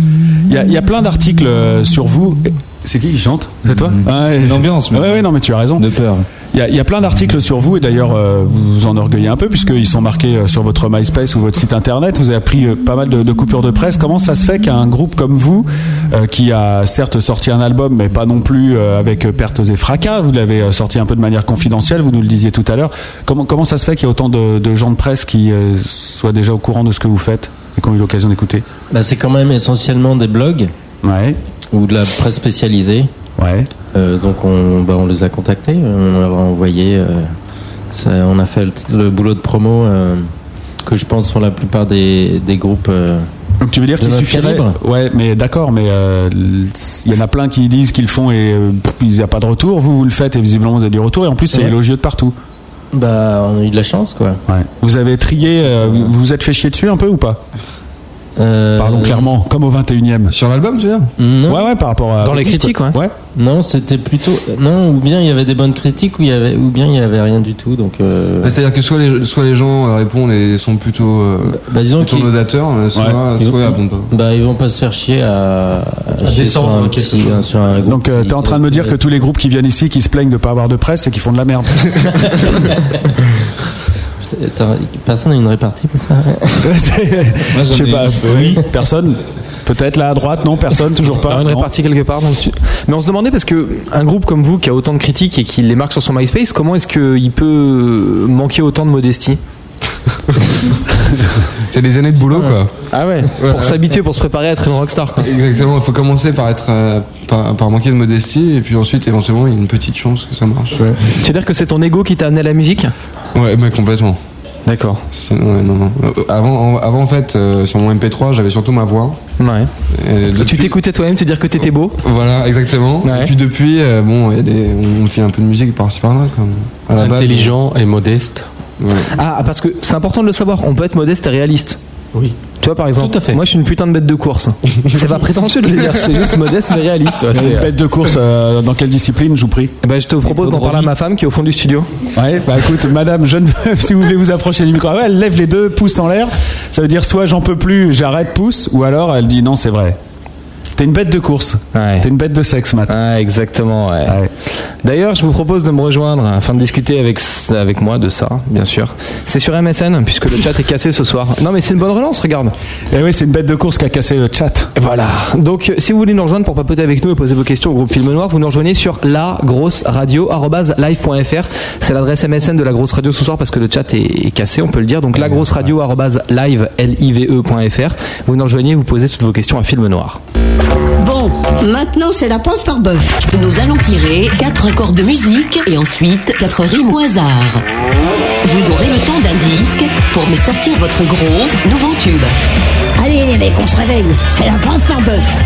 Speaker 4: Il y a, il y a plein d'articles euh, sur vous. C'est qui qui chante Mhm. C'est toi Une ambiance. Oui, non, mais tu as raison. De peur. Il y a, il y a plein d'articles sur vous, et d'ailleurs, euh, vous vous enorgueillez un peu, puisqu'ils sont marqués euh, sur votre MySpace ou votre site internet. Vous avez pris euh, pas mal de, de coupures de presse. Comment ça se fait qu'un groupe comme vous, euh, qui a certes sorti un album, mais pas non plus euh, avec euh, pertes et fracas, vous l'avez euh, sorti un peu de manière confidentielle, vous nous le disiez tout à l'heure, comment, comment ça se fait qu'il y a autant de, de gens de presse qui euh, soient déjà au courant de ce que vous faites et qui ont eu l'occasion d'écouter
Speaker 7: Bah, c'est quand même essentiellement des blogs. Ou de la presse spécialisée. Euh, donc on, bah, on les a contactés, on leur a envoyé. euh, ça- on a fait le, le boulot de promo euh, que je pense sont la plupart des, des groupes. euh,
Speaker 4: Donc tu veux dire
Speaker 7: de
Speaker 4: qu'il
Speaker 7: notre
Speaker 4: suffirait
Speaker 7: calibre.
Speaker 4: Ouais, mais d'accord, mais euh, l- il y en a plein qui disent qu'ils le font et euh, pff, il n'y a pas de retour. Vous, vous le faites et visiblement vous avez du retour. Et en plus, c'est
Speaker 7: Ouais.
Speaker 4: élogieux de partout.
Speaker 7: Bah, on a eu de la chance, quoi.
Speaker 4: Vous avez trié, euh, vous vous êtes fait chier dessus un peu ou pas
Speaker 7: Euh,
Speaker 4: Parlons clairement, comme au 21 e
Speaker 6: Sur l'album, tu veux dire
Speaker 4: Ouais, ouais, par rapport à. Ouais.
Speaker 7: Non, c'était plutôt non, ou bien il y avait des bonnes critiques, ou il y avait, ou bien il y avait rien du tout. Donc, euh,
Speaker 6: Bah, C'est-à-dire que soit les, soit les gens euh, répondent et sont plutôt, euh,
Speaker 7: bah, disons
Speaker 6: plutôt
Speaker 7: qu'ils-
Speaker 6: laudateurs, euh, soit,
Speaker 7: Ouais.
Speaker 6: soit
Speaker 7: Ils
Speaker 6: ils
Speaker 7: vont-
Speaker 6: répondent pas.
Speaker 7: bah, ils vont pas se faire chier à, à chier euh, sur un petit- un- sur un groupe
Speaker 4: Donc, tu
Speaker 7: qui-
Speaker 4: t'es en train de me dire que tous les groupes qui viennent ici, qui se plaignent de pas avoir de presse, c'est qu'ils font de la merde.
Speaker 7: Attends, Personne n'a une répartie pour ça.
Speaker 4: Moi,
Speaker 7: j'en
Speaker 4: Je sais
Speaker 7: ai
Speaker 4: pas.
Speaker 7: une.
Speaker 4: Oui, personne. Peut-être là à droite, non, personne, toujours pas.
Speaker 5: Alors, une
Speaker 4: non.
Speaker 5: répartie quelque part dans le stu- Mais on se demandait parce que un groupe comme vous qui a autant de critiques et qui les marque sur son MySpace, comment est-ce qu'il peut manquer autant de modestie
Speaker 6: C'est les années de boulot, quoi.
Speaker 5: Ah ouais, Pour s'habituer, pour se préparer à être une rockstar, quoi.
Speaker 6: Exactement, il faut commencer par, être, euh, par, par manquer de modestie, et puis ensuite, éventuellement, il y a une petite chance que ça marche.
Speaker 5: Tu veux dire que c'est ton ego qui t'a amené à la musique
Speaker 6: Ouais, bah complètement.
Speaker 5: D'accord.
Speaker 6: Non, non. Euh, Avant, en- avant, en fait, euh, sur mon MP3, j'avais surtout ma voix.
Speaker 5: Ouais.
Speaker 6: Et
Speaker 5: Tu
Speaker 6: depuis-
Speaker 5: t'écoutais toi-même te dire que t'étais beau
Speaker 6: Voilà, exactement.
Speaker 5: Ouais.
Speaker 6: Et puis depuis, euh, bon, il y a des- on me file un peu de musique par-ci par-là. quoi. À la base,
Speaker 10: Intelligent et modeste.
Speaker 6: euh, ouais.
Speaker 5: Ah, parce que c'est important de le savoir, on peut être modeste et réaliste.
Speaker 10: Oui.
Speaker 5: Tu vois, par exemple, moi je suis une putain de bête de course. c'est pas prétentieux de le dire, c'est juste modeste mais réaliste. tu vois, c'est-
Speaker 4: Une bête de course, euh, dans quelle discipline, je vous prie
Speaker 5: Eh ben, Je te propose d'en parler à ma femme qui est au fond du studio.
Speaker 4: Ouais, bah écoute, madame jeune veuve, si vous voulez vous approcher du micro, ah ouais, elle lève les deux pouces en l'air. Ça veut dire soit j'en peux plus, j'arrête, pouce, ou alors elle dit non, c'est vrai. T'es une bête de course. T'es une bête de sexe, Matt.
Speaker 5: exactement. ouais. D'ailleurs, je vous propose de me rejoindre afin de discuter avec, avec moi de ça, bien sûr. C'est sur MSN, puisque le chat est cassé ce soir. Non, mais c'est une bonne relance, regarde.
Speaker 4: Et Eh oui, c'est une bête de course qui a cassé le chat.
Speaker 5: Voilà. Donc, euh, si vous voulez nous rejoindre pour papoter avec nous et poser vos questions au groupe Film Noir, vous nous rejoignez sur lagrosseradio.live.fr. C'est l'adresse MSN de la grosse radio ce soir parce que le chat est, est cassé, on peut le dire.
Speaker 4: Eh,
Speaker 5: Donc, E lagrosseradio.live.fr. Vous nous rejoignez, vous posez toutes vos questions à Film Noir.
Speaker 19: Bon, maintenant c'est la preuve par bœuf. Nous allons tirer quatre accords de musique et ensuite quatre rimes au hasard. Vous aurez le temps d'un disque pour me sortir votre gros nouveau tube.
Speaker 3: Allez les mecs, on se réveille. C'est la preuve par bœuf.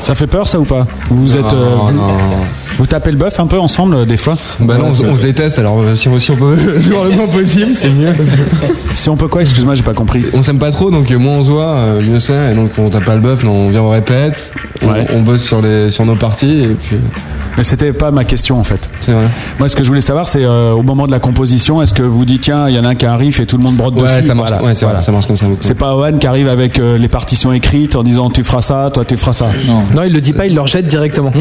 Speaker 4: Ça fait peur, ça ou pas Vous êtes. euh, vous, vous tapez le bœuf un peu ensemble, euh, des fois
Speaker 6: Bah non, on, se- on se déteste, alors euh, si on, si on peut se voir le moins possible, c'est mieux.
Speaker 4: si on peut quoi Excuse-moi, j'ai pas compris.
Speaker 6: On s'aime pas trop, donc euh, moins on se voit, euh, mieux c'est. Et donc on tape pas le bœuf, non, on vient, on répète, on- on, bosse sur, les, sur nos parties, et puis.
Speaker 4: Mais c'était pas ma question en fait.
Speaker 6: C'est vrai.
Speaker 4: Moi, ce que je voulais savoir, c'est euh, au moment de la composition, est-ce que vous dites tiens, il y en a un qui arrive et tout le monde brode
Speaker 6: Ouais,
Speaker 4: dessus
Speaker 6: ça marche- ouais, c'est vrai, ça marche comme ça beaucoup.
Speaker 4: C'est pas Owen qui arrive avec euh, les partitions écrites en disant tu feras ça, toi tu feras ça. Non,
Speaker 5: non il le dit pas, il le rejette directement.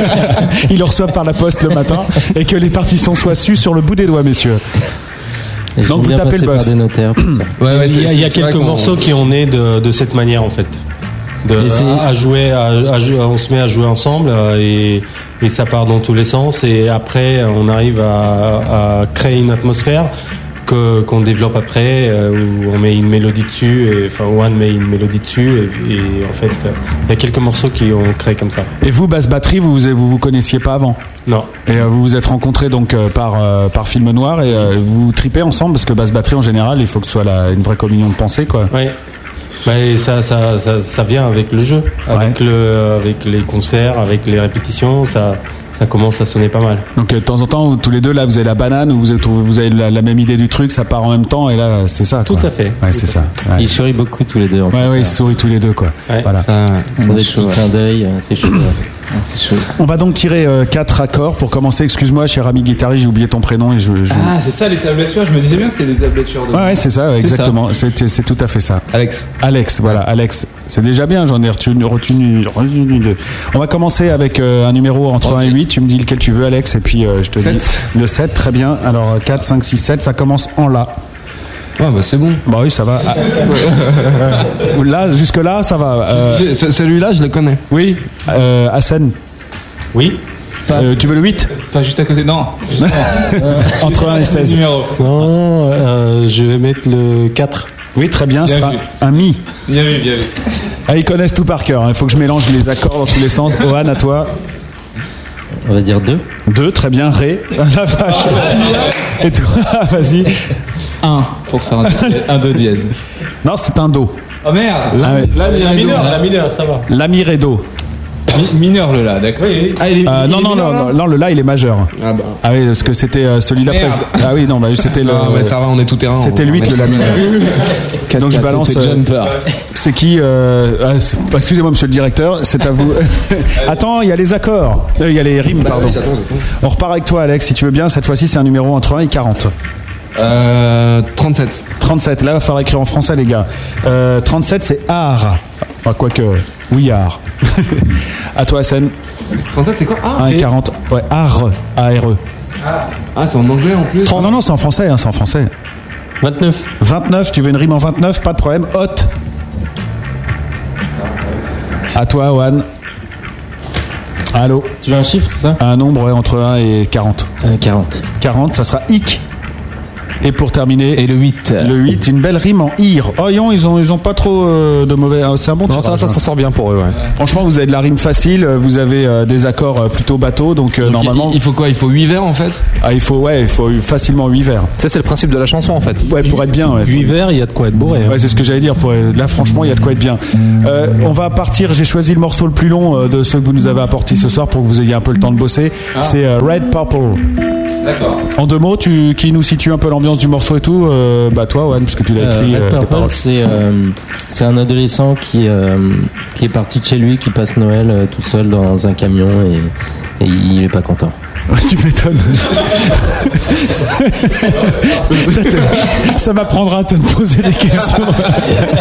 Speaker 4: il le reçoit par la poste le matin et que les partitions soient sues sur le bout des doigts, messieurs.
Speaker 10: faut
Speaker 4: Donc vous
Speaker 10: bien passer
Speaker 4: tapez le bœuf. Hmm.
Speaker 10: par des notaires pour
Speaker 6: Ouais, ouais,
Speaker 10: il y a,
Speaker 6: c'est-
Speaker 10: il y a
Speaker 6: c'est vrai
Speaker 10: quelques
Speaker 6: qu'on-
Speaker 10: morceaux qui en est de, de cette manière en fait. De-
Speaker 6: Et c'est-
Speaker 10: à, à jouer, à- à jouer- on se met à jouer ensemble euh, et, et ça part dans tous les sens et après euh, on arrive à, à créer une atmosphère que- qu'on développe après euh, où on met une mélodie dessus, et, enfin One met une mélodie dessus et, et en fait euh, il y a quelques morceaux qui ont créé comme ça.
Speaker 4: Et vous, basse batterie, vous vous, vous vous connaissiez pas avant
Speaker 10: Non.
Speaker 4: Et euh, vous vous êtes rencontrés donc euh, par euh, par film noir et euh, vous tripez ensemble parce que basse batterie en général, il faut que ce soit la- une vraie communion de pensée quoi.
Speaker 10: Ouais. Mais Bah, ça, ça, ça, ça vient avec le jeu, avec, le, avec les concerts, avec les répétitions, ça, ça commence à sonner pas mal.
Speaker 4: Donc euh, de temps en temps, vous- tous les deux là, vous avez la banane ou vous avez, vous avez la, la même idée du truc, ça part en même temps et là, c'est ça. Tout
Speaker 10: à fait.
Speaker 4: Ouais, c'est ça. Ouais.
Speaker 13: Ils sourient beaucoup tous les deux. en hein.
Speaker 4: Ouais,
Speaker 13: fait,
Speaker 4: ouais, ils
Speaker 13: ça.
Speaker 4: se sourient tous les deux quoi.
Speaker 10: Ouais.
Speaker 4: Voilà.
Speaker 13: Ils font des petits clins d'œil, euh, c'est chaud. ouais. C'est chaud.
Speaker 4: On va donc tirer euh, quatre accords pour commencer. Excuse-moi, cher ami guitariste, j'ai oublié ton prénom et je. je-
Speaker 9: Ah, c'est ça les tablatures, je me disais bien que c'était des tablatures de.
Speaker 4: Ouais, ouais, c'est ça, ouais, exactement. C'est c'est tout à fait ça.
Speaker 6: Alex.
Speaker 4: Alex, voilà, Alex. C'est déjà bien, j'en ai retenu, retenu, retenu deux. On va commencer avec euh, un numéro entre 1 et 8. Tu me dis lequel tu veux, Alex, et puis euh, je te dis le 7. Très bien. Alors euh, 4, 5, 6, 7, ça commence en La.
Speaker 6: Ah, bah c'est bon.
Speaker 4: Bah oui, ça va. Ah. là, jusque-là, ça va. Euh,
Speaker 6: J'ai- ce- Celui-là, je le connais.
Speaker 4: Oui, euh, Hassan.
Speaker 10: Oui.
Speaker 4: Euh, tu veux le 8
Speaker 9: Pas juste Euh, à côté, non. justement.
Speaker 4: Entre 1 et 16.
Speaker 10: Non, euh, je vais mettre le 4.
Speaker 4: Oui, très bien,
Speaker 9: Bien
Speaker 4: ça sera
Speaker 9: vu.
Speaker 4: un Mi.
Speaker 9: Bien vu, bien vu.
Speaker 4: Ah, ils connaissent tout par cœur. Il faut que je mélange les accords dans tous les sens. Ohan, à toi.
Speaker 13: On va dire 2.
Speaker 4: 2, très bien. Ré. La vache. Et toi, vas-y.
Speaker 9: 1 pour faire un, un do dièse.
Speaker 4: Non, c'est un do.
Speaker 9: Oh merde
Speaker 4: Ah ouais.
Speaker 9: La
Speaker 4: La
Speaker 9: mineure,
Speaker 4: mineure,
Speaker 9: la mineure,
Speaker 10: ça va.
Speaker 4: La mi ré do.
Speaker 9: mineur le là, d'accord
Speaker 6: Ah,
Speaker 4: Euh, non, non, non, non, non, le la il est majeur. Ah,
Speaker 6: bah.
Speaker 4: oui, parce que c'était euh, celui d'après.
Speaker 9: Merde.
Speaker 4: Ah oui, non, bah, c'était le.
Speaker 6: Non, mais ça va, on est tout terrain.
Speaker 4: C'était lui de la mineure. Donc je balance.
Speaker 6: C'était
Speaker 4: euh,
Speaker 6: Jumper.
Speaker 4: C'est qui euh, ah, c'est- Excusez-moi, monsieur le directeur, c'est à vous. Attends, il y a les accords. Euh, Il y a les rimes,
Speaker 6: Bah
Speaker 4: pardon.
Speaker 6: oui, j'attends, j'attends.
Speaker 4: On repart avec toi, Alex, si tu veux bien. Cette fois-ci, c'est un numéro entre 1 et 40.
Speaker 6: Euh, 37.
Speaker 4: 37, là, il va falloir écrire en français, les gars. Euh, 37, c'est art. Enfin, quoique, oui, art. à toi, Hassan.
Speaker 6: 37, c'est quoi Ah,
Speaker 4: 1
Speaker 6: c'est-
Speaker 4: et 40. Ouais, art. A-R-E.
Speaker 6: Ah, c'est en anglais en plus.
Speaker 4: 30, non, non, c'est en français, hein, c'est en français.
Speaker 10: 29.
Speaker 4: 29, tu veux une rime en 29, pas de problème. Hot. À toi, Juan. Allô.
Speaker 13: Tu veux un chiffre, c'est ça
Speaker 4: Un nombre ouais, entre 1 et 40.
Speaker 13: 40.
Speaker 4: 40, ça sera hic. Et pour terminer. Et le 8. Le 8, une belle rime en ir. Oh, yon, ils ont, ils ont pas trop euh, de mauvais. ah, C'est un bon
Speaker 5: Non, ça,
Speaker 4: tirage,
Speaker 5: ça,
Speaker 4: hein.
Speaker 5: ça sort bien pour eux, ouais.
Speaker 4: Franchement, vous avez de la rime facile, euh, vous avez euh, des accords euh, plutôt bateaux, donc, euh, normalement. Il
Speaker 6: faut quoi Il faut 8 vers en fait
Speaker 4: Ah, il faut, ouais, il faut facilement 8 vers.
Speaker 5: Ça, c'est le principe de la chanson, en fait.
Speaker 4: Ouais, pour être bien, ouais.
Speaker 10: Huit verres, il y a de quoi être bourré. hein.
Speaker 4: Ouais, c'est ce que j'allais dire. Pour... Là, franchement, il y a de quoi être bien. Euh, on va partir. J'ai choisi le morceau le plus long euh, de ceux que vous nous avez apporté ce soir pour que vous ayez un peu le temps de bosser.
Speaker 6: Ah.
Speaker 4: C'est euh, Red Purple.
Speaker 9: D'accord.
Speaker 4: En deux mots, tu, qui nous situe un peu l'ambiance du morceau et tout euh, Bah toi, Juan, puisque tu l'as
Speaker 13: Euh,
Speaker 4: écrit.
Speaker 13: Red
Speaker 4: euh, tes
Speaker 13: Purple,
Speaker 4: paroles.
Speaker 13: c'est euh, c'est un adolescent qui euh, qui est parti de chez lui, qui passe Noël euh, tout seul dans un camion et
Speaker 7: Et il est pas content.
Speaker 4: tu m'étonnes. Ça m'apprendra à te poser des questions.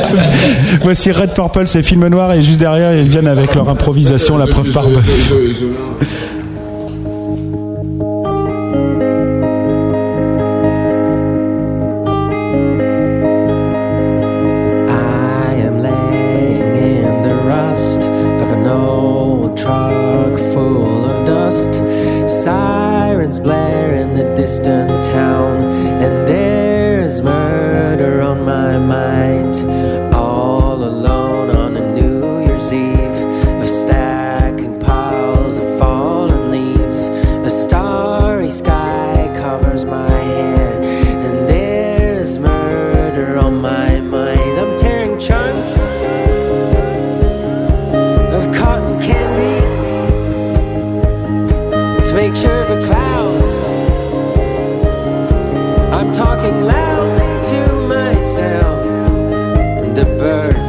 Speaker 4: Voici Red Purple, c'est film noir, et juste derrière, ils viennent avec leur improvisation, la preuve par bœuf.
Speaker 8: I am laying in the rust of an old truck full of dust. Sirens blare in the distant town, and there's murder on my mind. All alone on a New Year's Eve of stacking piles of fallen leaves. The starry sky covers my head, and there's murder on my mind. I'm tearing chunks of cotton candy to make sure the clouds. I'm talking loudly to myself and the birds.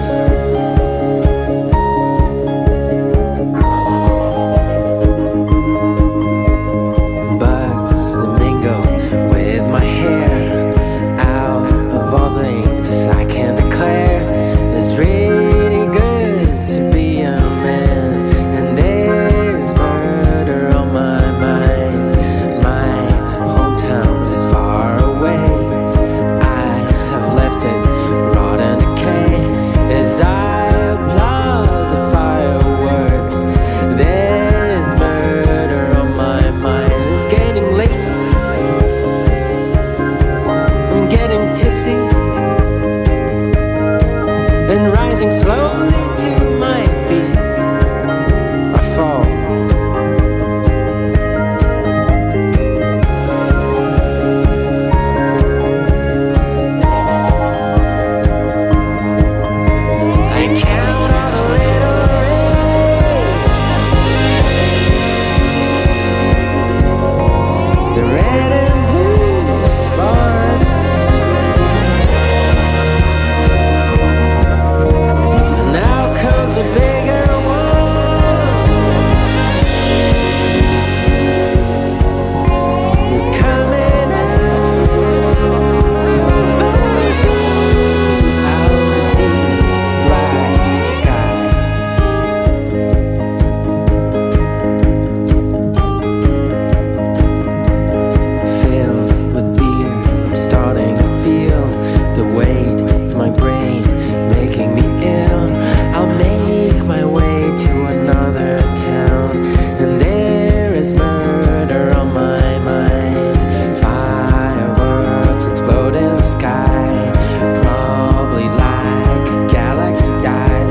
Speaker 8: Bugs the mingo with my hair out of all things I can declare. It's really good to be a man, and there's murder on my mind. My hometown is far away. I have left it rot and decay as I applaud the fireworks. There's murder on my mind. It's getting late. I'm getting tipsy and rising slowly to my feet. I fall. I count on a little rain. The red and blue sparks. And now comes a bigger one. It's coming out of the black sky. filled with beer. I'm starting to feel the weight of my brain making me ill. I'll make my way to another town, and there is murder on my mind. Fireworks explode in the sky, probably like a galaxy died.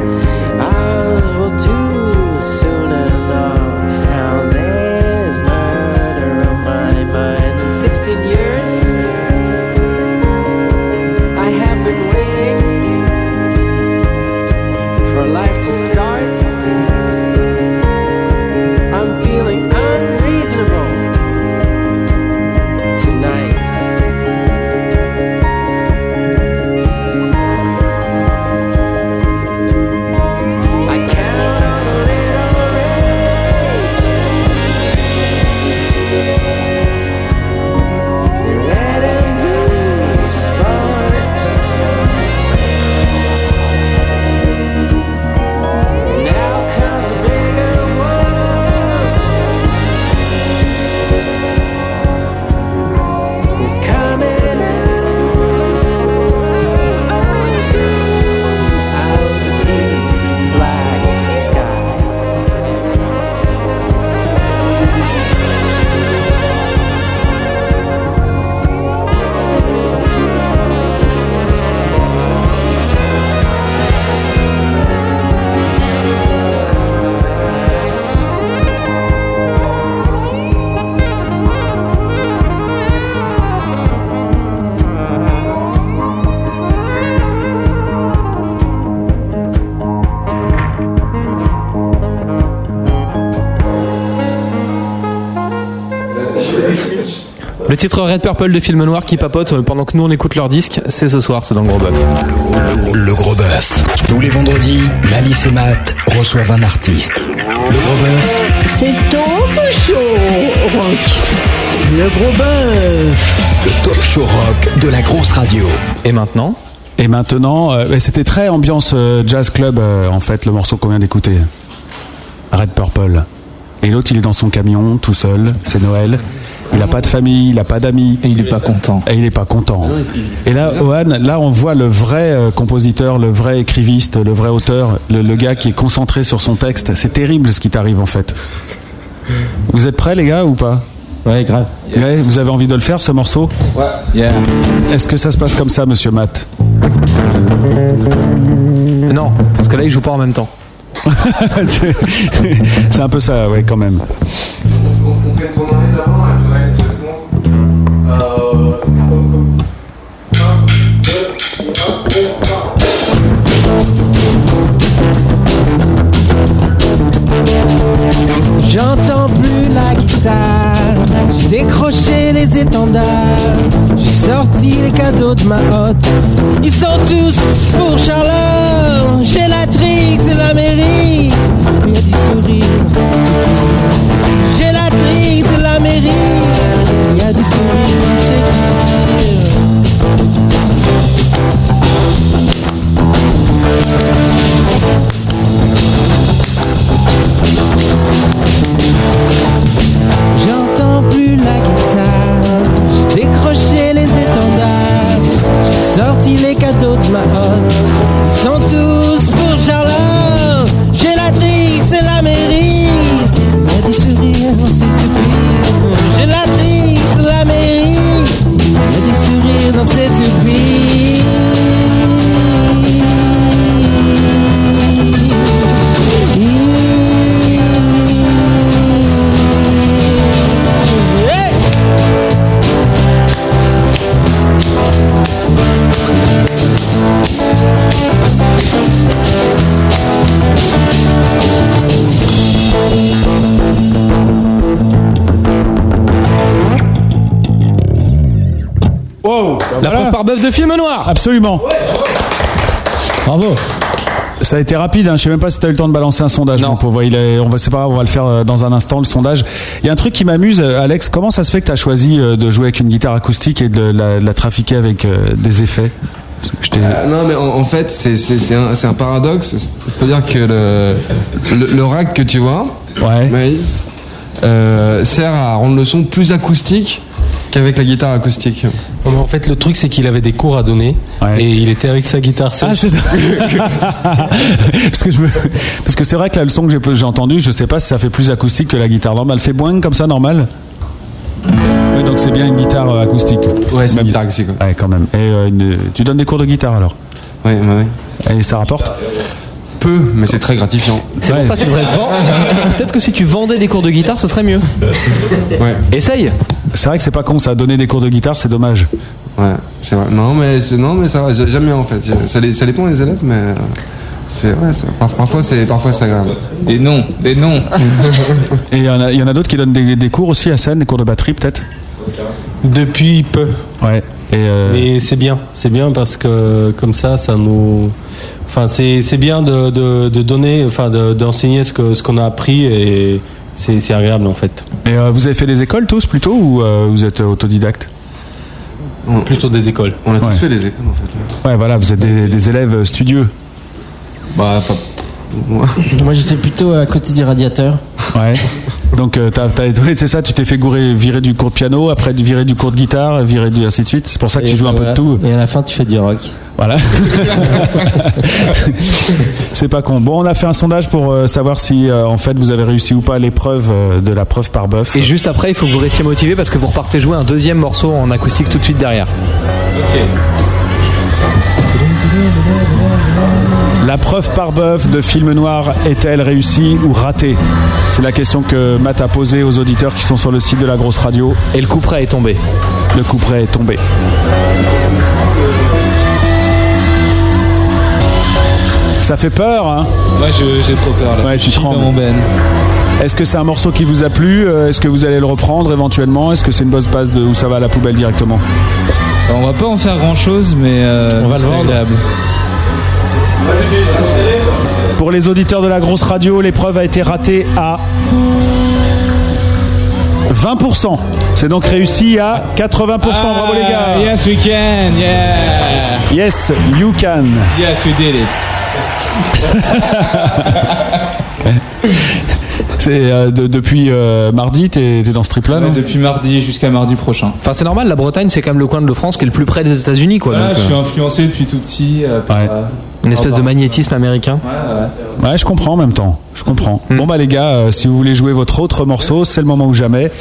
Speaker 8: Ours will too soon enough. Now there's murder on my mind. In 16 years, I have been waiting for life to start. I'm feeling unreasonable tonight. I count on a little rain. The red and blue sparks. Now comes a bigger one. It's coming out of the deep black sky.
Speaker 5: Le titre Red Purple de film noir qui papote euh, pendant que nous on écoute leur disque, c'est ce soir, c'est dans le gros bœuf.
Speaker 2: Le gros bœuf. Tous les vendredis, Malice et Matt reçoivent un artiste. Le gros bœuf,
Speaker 3: C'est donc Le show rock. Le gros bœuf.
Speaker 2: Le talk show rock de la grosse radio.
Speaker 5: Et maintenant
Speaker 4: Et maintenant, euh, ouais, c'était très ambiance euh, jazz club, euh, en fait, le morceau qu'on vient d'écouter. Red Purple. Et l'autre, il est dans son camion, tout seul, c'est Noël. Il n'a pas de famille, il n'a pas d'amis. Et il n'est pas content. Et il n'est pas content. Et là, Ohan, là, on voit le vrai euh, compositeur, le vrai écriviste, le vrai auteur, le, le gars qui est concentré sur son texte. C'est terrible ce qui t'arrive, en fait. Vous êtes prêts, les gars, ou pas
Speaker 11: Ouais, grave.
Speaker 4: vous avez envie de le faire, ce morceau Ouais. Est-ce que ça se passe comme ça, monsieur Matt
Speaker 5: Euh, Non, parce que là, il joue pas en même temps.
Speaker 4: C'est un peu ça, ouais, quand même.
Speaker 8: J'entends plus la guitare, j'ai décroché les étendards, j'ai sorti les cadeaux de ma hotte. Ils sont tous pour Charlotte, j'ai la Trix et la mairie. Il y a des sourires, c'est sourire. J'ai la Trix et la mairie, il y a des sourires, c'est sourire. J'entends plus la guitare, j'ai décroché les étendards, j'ai sorti les cadeaux de ma hotte. Ils sont tous pour Charlotte, j'ai la Trix et la mairie. Il y a des sourires, dans ses soupirs. J'ai la Trix et la mairie. Il y a des sourires dans ses soupirs.
Speaker 4: Wow
Speaker 5: La preuve par bœuf de film noir
Speaker 4: Bah Absolument
Speaker 5: Bravo
Speaker 4: Ça a été rapide, hein. je sais même pas si tu as eu le temps de balancer un sondage. mon pauvre. Il est- on va, c'est pas grave, on va le faire euh, dans un instant, le sondage. Il y a un truc qui m'amuse, euh, Alex, comment ça se fait que tu as choisi euh, de jouer avec une guitare acoustique et de la, de la trafiquer avec euh, des effets Parce que je t'ai-
Speaker 6: Euh, non, mais en, en fait, c'est- c'est c'est un, c'est un paradoxe. C'est-à-dire que le, le, le rack que tu vois, Maïs, euh, sert à rendre le son plus acoustique qu'avec la guitare acoustique.
Speaker 10: Non, mais En fait, le truc, c'est qu'il avait des cours à donner et il était avec sa guitare seule.
Speaker 4: Ah, parce que je me- parce que c'est vrai que la leçon que j'ai- j'ai entendue, je sais pas si ça fait plus acoustique que la guitare normale. Fait boing comme ça normal. Oui, donc c'est bien une guitare euh, acoustique. Ouais, c'est une guitare
Speaker 6: acoustique.
Speaker 4: Ouais, quand même. Et euh, une- tu donnes des cours de guitare alors
Speaker 6: Oui, oui.
Speaker 4: Et ça rapporte
Speaker 6: Peu, mais c'est très gratifiant.
Speaker 5: C'est pour ça que tu devrais vendre. Peut-être que si tu vendais des cours de guitare, ce serait mieux. Essaye
Speaker 4: C'est vrai que c'est pas con, ça a donné des cours de guitare, c'est dommage.
Speaker 6: Ouais, c'est vrai. Non, mais, c'est- non, mais ça va, j'ai- j'aime bien en fait. J'ai- Ça, les- ça dépend des élèves, mais. euh, c'est ouais, c'est- par- parfois, c'est parfois c'est agréable.
Speaker 9: Des noms, des noms.
Speaker 4: Et il y en a, Euh, il y en a d'autres qui donnent des, des cours aussi à scène, des cours de batterie peut-être
Speaker 10: Depuis peu.
Speaker 4: Ouais. Et euh,
Speaker 10: Mais c'est bien, c'est bien parce que comme ça, ça nous. Enfin, c'est c'est bien de, de, de donner, enfin, de- d'enseigner ce que ce qu'on a appris et c'est c'est agréable en fait.
Speaker 4: Et euh, vous avez fait des écoles tous plutôt ou euh, vous êtes euh, autodidacte
Speaker 10: Plutôt des écoles.
Speaker 6: On a tous
Speaker 4: Ouais.
Speaker 6: fait les écoles en fait.
Speaker 4: Ouais, voilà, vous êtes des, des élèves euh, studieux.
Speaker 6: Bah, pas.
Speaker 11: Moi, j'étais plutôt à côté du radiateur.
Speaker 4: Ouais. Donc, euh, t'as- t'as- ouais, c'est ça, tu t'es fait gourer, virer du cours de piano, après virer du cours de guitare, virer du ainsi de suite. C'est pour ça que tu joues un peu de tout.
Speaker 11: Et à la fin, tu fais du rock.
Speaker 4: Voilà. c'est pas con. Bon, on a fait un sondage pour euh, savoir si, euh, en fait, vous avez réussi ou pas l'épreuve euh, de la preuve par bœuf.
Speaker 5: Et juste après, il faut que vous restiez motivé parce que vous repartez jouer un deuxième morceau en acoustique tout de suite derrière.
Speaker 4: Euh, La preuve par bœuf de film noir est-elle réussie ou ratée C'est la question que Matt a posée aux auditeurs qui sont sur le site de la grosse radio.
Speaker 5: Et le coup près est tombé.
Speaker 4: Le coup près est tombé. Ça fait peur, hein
Speaker 9: Moi, je- j'ai trop peur là.
Speaker 4: Ouais, tu
Speaker 9: Je suis dans
Speaker 4: trembles.
Speaker 9: mon ben.
Speaker 4: Est-ce que c'est un morceau qui vous a plu Euh, Est-ce que vous allez le reprendre éventuellement Est-ce que c'est une boss base de où ça va à la poubelle directement
Speaker 9: On va pas en faire grand chose, mais euh,
Speaker 4: On va le
Speaker 9: c'est
Speaker 4: vendre.
Speaker 9: agréable.
Speaker 4: Pour les auditeurs de la grosse radio, l'épreuve a été ratée à 20%. C'est donc réussi à 80%. Bravo les gars.
Speaker 9: Ah, Yes, we can. Yeah.
Speaker 4: Yes, you can.
Speaker 9: Yes, we did it.
Speaker 4: C'est euh, de- depuis euh, mardi, t'es t'es dans ce trip-là, non
Speaker 9: Depuis mardi jusqu'à mardi prochain.
Speaker 5: Enfin, c'est normal, la Bretagne, c'est quand même le coin de la France qui est le plus près des États-Unis, quoi.
Speaker 9: Voilà,
Speaker 5: donc,
Speaker 9: je
Speaker 5: euh,
Speaker 9: suis influencé depuis tout petit. euh, par, euh,
Speaker 5: Une espèce
Speaker 9: par-
Speaker 5: de magnétisme américain. Hmm.
Speaker 4: Ouais, je comprends en même temps. Je comprends. Bon bah les gars, euh, si vous voulez jouer votre autre morceau, c'est le moment ou jamais.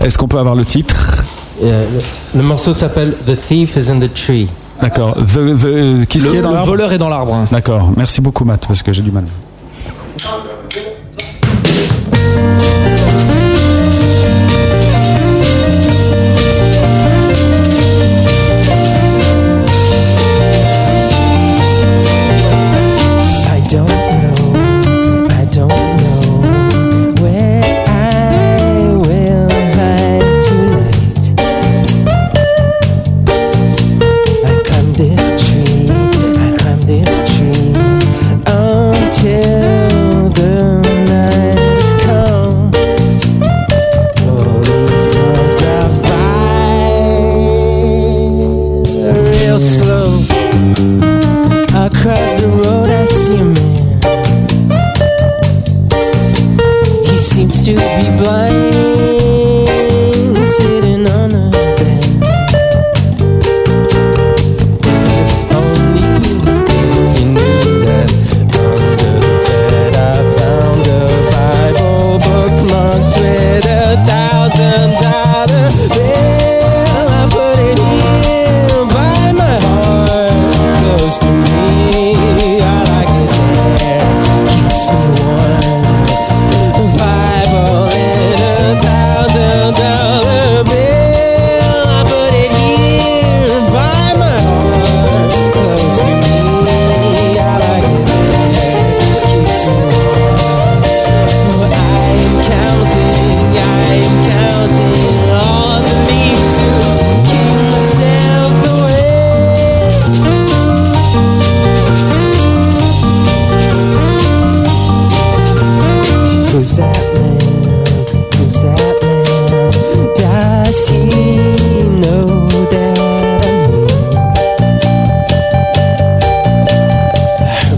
Speaker 4: Est-ce qu'on peut avoir le titre
Speaker 11: Euh, Le morceau s'appelle The Thief is in the Tree.
Speaker 4: D'accord. The, the- qui ce
Speaker 5: Le-
Speaker 4: qui est dans
Speaker 5: le
Speaker 4: l'arbre
Speaker 5: voleur est dans l'arbre. hein.
Speaker 4: D'accord. Merci beaucoup Matt parce que j'ai du mal.
Speaker 8: I don't know, I don't know where I will hide tonight. I climb this tree, I climb this tree until the night is come. All these cars drive by real slow. Across the road, I see a man. He seems to be blind, sitting on a bed. If only you if you knew that under bed I found a Bible bookmarked with a thousand dollar bill. I put it here by my heart, close to me. I like it there, keeps me warm. A Bible and a thousand dollar bill. I put it here by my heart, close to me. I like it there, keeps me warm. I am counting, I am counting all the leaves to keep myself away. Who's that man? Who's that man? Does he know that I'm here?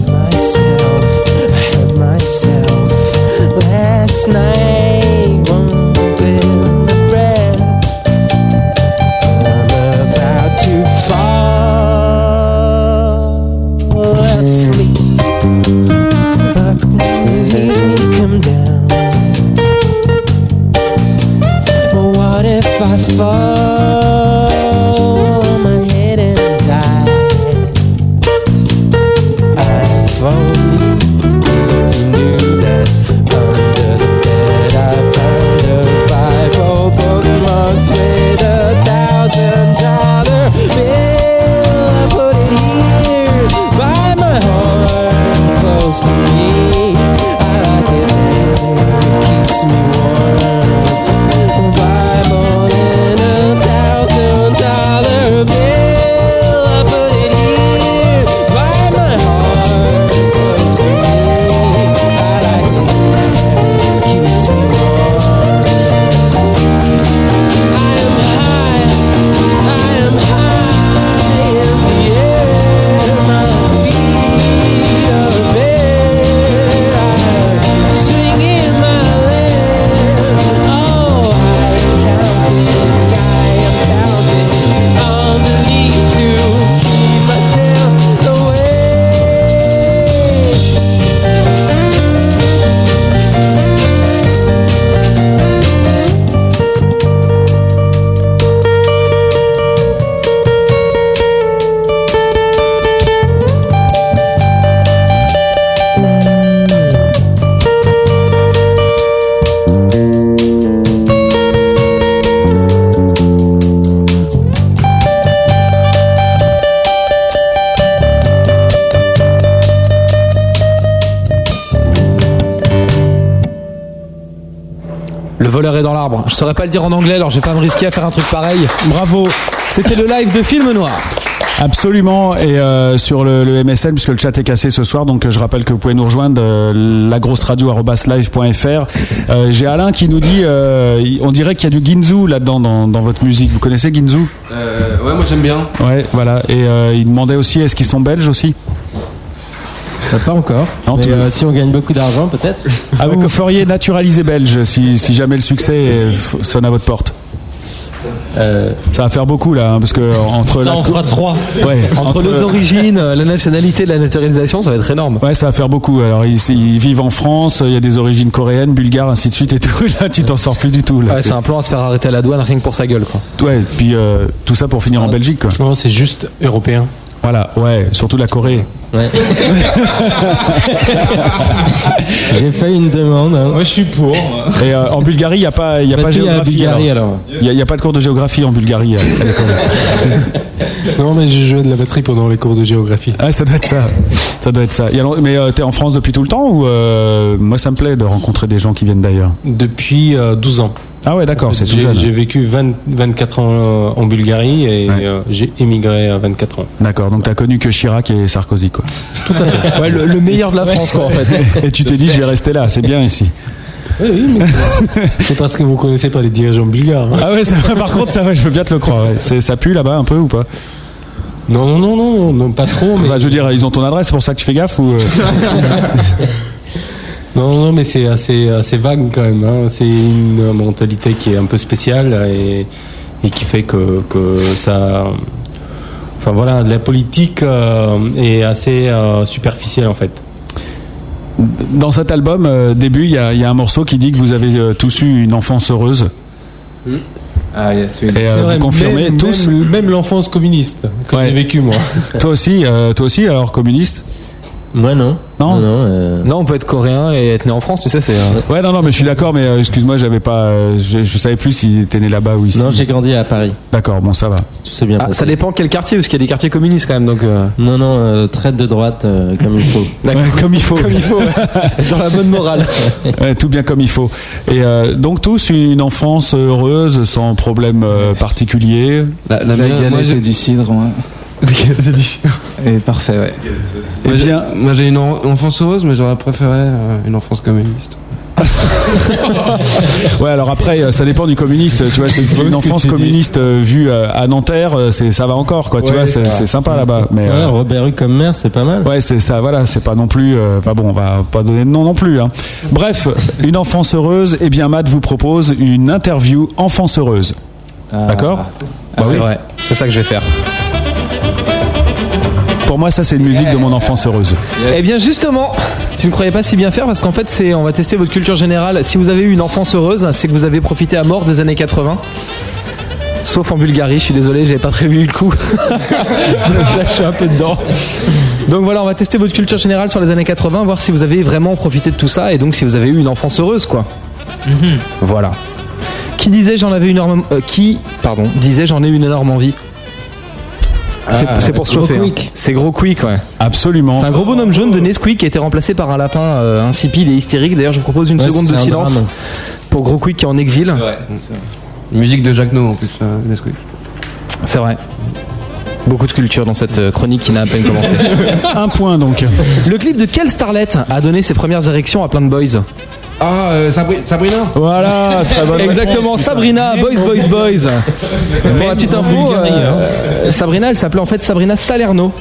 Speaker 8: myself, I hurt myself last night. Won't regret. I'm about to fall asleep. Fuck, please come down. What if I fall on my head and die? I've only if you knew that under the bed I found a Bible bookmarked with a thousand dollar bill. I put it here by my heart, close to me. I like it there, it keeps me warm. A Bible and a thousand dollar bill. I put it here by my heart, close to me. I like it there, it keeps me warm. I am high, I am high in the air. My feet are bare. I'm singing my land. Oh, I am counting, I am counting on the leaves to keep myself away.
Speaker 5: Le voleur est dans l'arbre. Je saurais pas le dire en anglais, alors je vais pas me risquer à faire un truc pareil. Bravo. C'était le live de Film Noir.
Speaker 4: Absolument. Et euh, sur le, le MSN, puisque le chat est cassé ce soir, donc euh, je rappelle que vous pouvez nous rejoindre euh, lagrosseradio.live.fr. Euh, J'ai Alain qui nous dit euh, il- on dirait qu'il y a du Ginzu là-dedans dans, dans votre musique. Vous connaissez Ginzu
Speaker 6: Euh, ouais, moi j'aime bien.
Speaker 4: Ouais, voilà. Et euh, il demandait aussi est-ce qu'ils sont belges aussi
Speaker 13: Pas encore.
Speaker 4: mais, euh,
Speaker 13: si on gagne beaucoup d'argent, peut-être.
Speaker 4: Ah, vous, vous feriez naturaliser belge si, si jamais le succès euh, f- sonne à votre porte Ça va faire beaucoup là, hein, parce que entre
Speaker 5: Euh, Ça
Speaker 4: la
Speaker 5: en
Speaker 4: cou-
Speaker 5: fera trois.
Speaker 4: Ouais,
Speaker 5: Entre nos origines, euh, la nationalité, la naturalisation, ça va être énorme.
Speaker 4: Ouais, ça va faire beaucoup. Alors ils, ils vivent en France, il y a des origines coréennes, bulgares, ainsi de suite et tout. Là, tu t'en sors plus du tout. Là,
Speaker 5: Ouais, c'est un plan à se faire arrêter à la douane rien que pour sa gueule. Quoi.
Speaker 4: Ouais, puis euh, tout ça pour finir en Belgique. Quoi.
Speaker 10: Non, c'est juste européen.
Speaker 4: Voilà, ouais, surtout la Corée.
Speaker 13: J'ai fait une demande.
Speaker 10: Euh, Moi, je suis pour.
Speaker 4: hein. Et euh, en Bulgarie, il n'y a pas, il y a
Speaker 10: Bah,
Speaker 4: pas
Speaker 10: tout, il y a la
Speaker 4: géographie.
Speaker 10: Bulgarie, alors.
Speaker 4: Il n'y a, pas de cours de géographie en Bulgarie. euh, à- à l'école.
Speaker 10: Non, mais j'ai joué de la batterie pendant les cours de géographie.
Speaker 4: Ah, ça doit être ça. Ça doit être ça. Et alors, mais euh, t'es en France depuis tout le temps ou euh, moi ça me plaît de rencontrer des gens qui viennent d'ailleurs.
Speaker 10: Depuis euh, 12 ans.
Speaker 4: Ah ouais, d'accord, c'est tout
Speaker 10: J'ai-
Speaker 4: jeune.
Speaker 10: J'ai vécu 20 24 ans euh, en Bulgarie et euh, j'ai émigré à 24 ans.
Speaker 4: D'accord, donc t'as connu que Chirac et Sarkozy quoi.
Speaker 5: Tout à fait. Ouais, le, le meilleur de la France, quoi, en fait.
Speaker 4: Et tu t'es dit je vais rester là, c'est bien ici.
Speaker 10: Oui, oui, mais c'est- c'est parce que vous connaissez pas les dirigeants bulgares. hein.
Speaker 4: Ah ouais, ça, par contre ça ouais, je veux bien te le croire. ouais. C'est- Ça pue là-bas un peu ou pas Bah,
Speaker 10: Non, non, non, non, non, pas trop. Mais...
Speaker 4: je veux dire, ils ont ton adresse, c'est pour ça que tu fais gaffe ou euh,
Speaker 10: hein. Non, non, mais c'est assez, assez vague quand même. hein. C'est une mentalité qui est un peu spéciale et, et qui fait que, que ça. Enfin voilà, la politique euh, est assez euh, superficielle en fait.
Speaker 4: Dans cet album, euh, début, il y, a il y a un morceau qui dit que vous avez euh, tous eu une enfance heureuse.
Speaker 10: Ah, yes,
Speaker 4: Et, euh, vous confirmez
Speaker 10: même,
Speaker 4: tous
Speaker 10: Même, même l'enfance communiste que j'ai vécu moi.
Speaker 4: toi aussi, euh, toi aussi, alors communiste
Speaker 13: Moi non.
Speaker 4: Non.
Speaker 13: Non,
Speaker 5: Non, on peut être coréen et être né en France, tu sais, c'est. euh,
Speaker 4: Ouais, non, non, mais je suis d'accord, mais euh, excuse-moi, j'avais pas, euh, je, je savais plus si t'es né là-bas ou ici.
Speaker 13: Non, j'ai grandi à Paris.
Speaker 4: D'accord, bon, ça va.
Speaker 13: Tout s'est bien
Speaker 5: Ah,
Speaker 13: passé.
Speaker 5: ça dépend quel quartier, parce qu'il y a des quartiers communistes quand même, donc. euh,
Speaker 13: Non, non, euh, traite de droite euh, comme il faut.
Speaker 5: d'accord.
Speaker 4: comme il faut.
Speaker 5: Comme il faut. Dans la bonne morale.
Speaker 4: Ouais, tout bien comme il faut. Et euh, donc tous une enfance heureuse, sans problème euh, particulier.
Speaker 13: Bah,
Speaker 20: La, la mienne, moi, j'ai du cidre,
Speaker 9: hein.
Speaker 20: moi. Et parfait, ouais.
Speaker 5: Ah,
Speaker 6: Moi, j'ai- Moi j'ai une en- une enfance heureuse, mais j'aurais préféré euh, une enfance communiste.
Speaker 4: Ouais, alors après, euh, ça dépend du communiste. Tu vois, c'est c'est
Speaker 6: beau ce
Speaker 4: une
Speaker 6: que
Speaker 4: enfance
Speaker 6: tu dis.
Speaker 4: communiste euh, vue euh, à Nanterre, euh, c'est ça va encore, quoi. tu
Speaker 13: Ouais,
Speaker 4: vois,
Speaker 13: c'est
Speaker 4: c'est
Speaker 13: vrai.
Speaker 4: c'est sympa là-bas. Mais
Speaker 13: Ouais,
Speaker 4: euh,
Speaker 13: Robert Hue comme maire, c'est pas mal.
Speaker 4: Ouais, c'est ça, voilà, c'est pas non plus. euh, Enfin bon, on va pas donner de nom non plus. hein. Bref, une enfance heureuse, et bien Matt vous propose une interview enfance heureuse. D'accord
Speaker 5: Ah, c'est vrai, c'est ça que je vais faire.
Speaker 4: Pour moi, ça, c'est une musique de mon enfance heureuse.
Speaker 5: Eh bien justement, tu ne croyais pas si bien faire parce qu'en fait c'est on va tester votre culture générale. Si vous avez eu une enfance heureuse, c'est que vous avez profité à mort des années 80. Sauf en Bulgarie, je suis désolé, j'avais pas prévu le coup. Donc là, je suis un peu dedans. Donc voilà, on va tester votre culture générale sur les années 80, voir si vous avez vraiment profité de tout ça et donc si vous avez eu une enfance heureuse quoi. Voilà. Qui disait j'en avais une énorme euh, qui pardon, disait j'en ai une énorme envie. C'est
Speaker 4: Ah,
Speaker 5: c'est pour se
Speaker 4: gros
Speaker 5: chauffer. hein.
Speaker 4: quick.
Speaker 5: C'est gros quick, ouais.
Speaker 4: Absolument.
Speaker 5: C'est un gros bonhomme jaune de Nesquik qui a été remplacé par un lapin euh, insipide et hystérique. D'ailleurs, je vous propose une
Speaker 6: Ouais,
Speaker 5: seconde
Speaker 6: c'est
Speaker 5: de
Speaker 6: un
Speaker 5: silence
Speaker 6: drame.
Speaker 5: pour Gros Quick qui est en exil.
Speaker 6: Musique de Jacques No en plus, euh, Nesquik.
Speaker 5: C'est vrai. Beaucoup de culture dans cette euh, chronique qui n'a à peine commencé.
Speaker 4: Un point donc.
Speaker 5: Le clip de quelle starlette a donné ses premières érections à plein de boys
Speaker 6: Ah, euh, Sabri- Sabrina
Speaker 4: Voilà, très bonne
Speaker 5: Exactement,
Speaker 6: réponse.
Speaker 5: Sabrina, Boys, Boys, Boys. Pour la petite info,
Speaker 6: vulgaire,
Speaker 5: euh, Sabrina, elle s'appelait en fait Sabrina Salerno.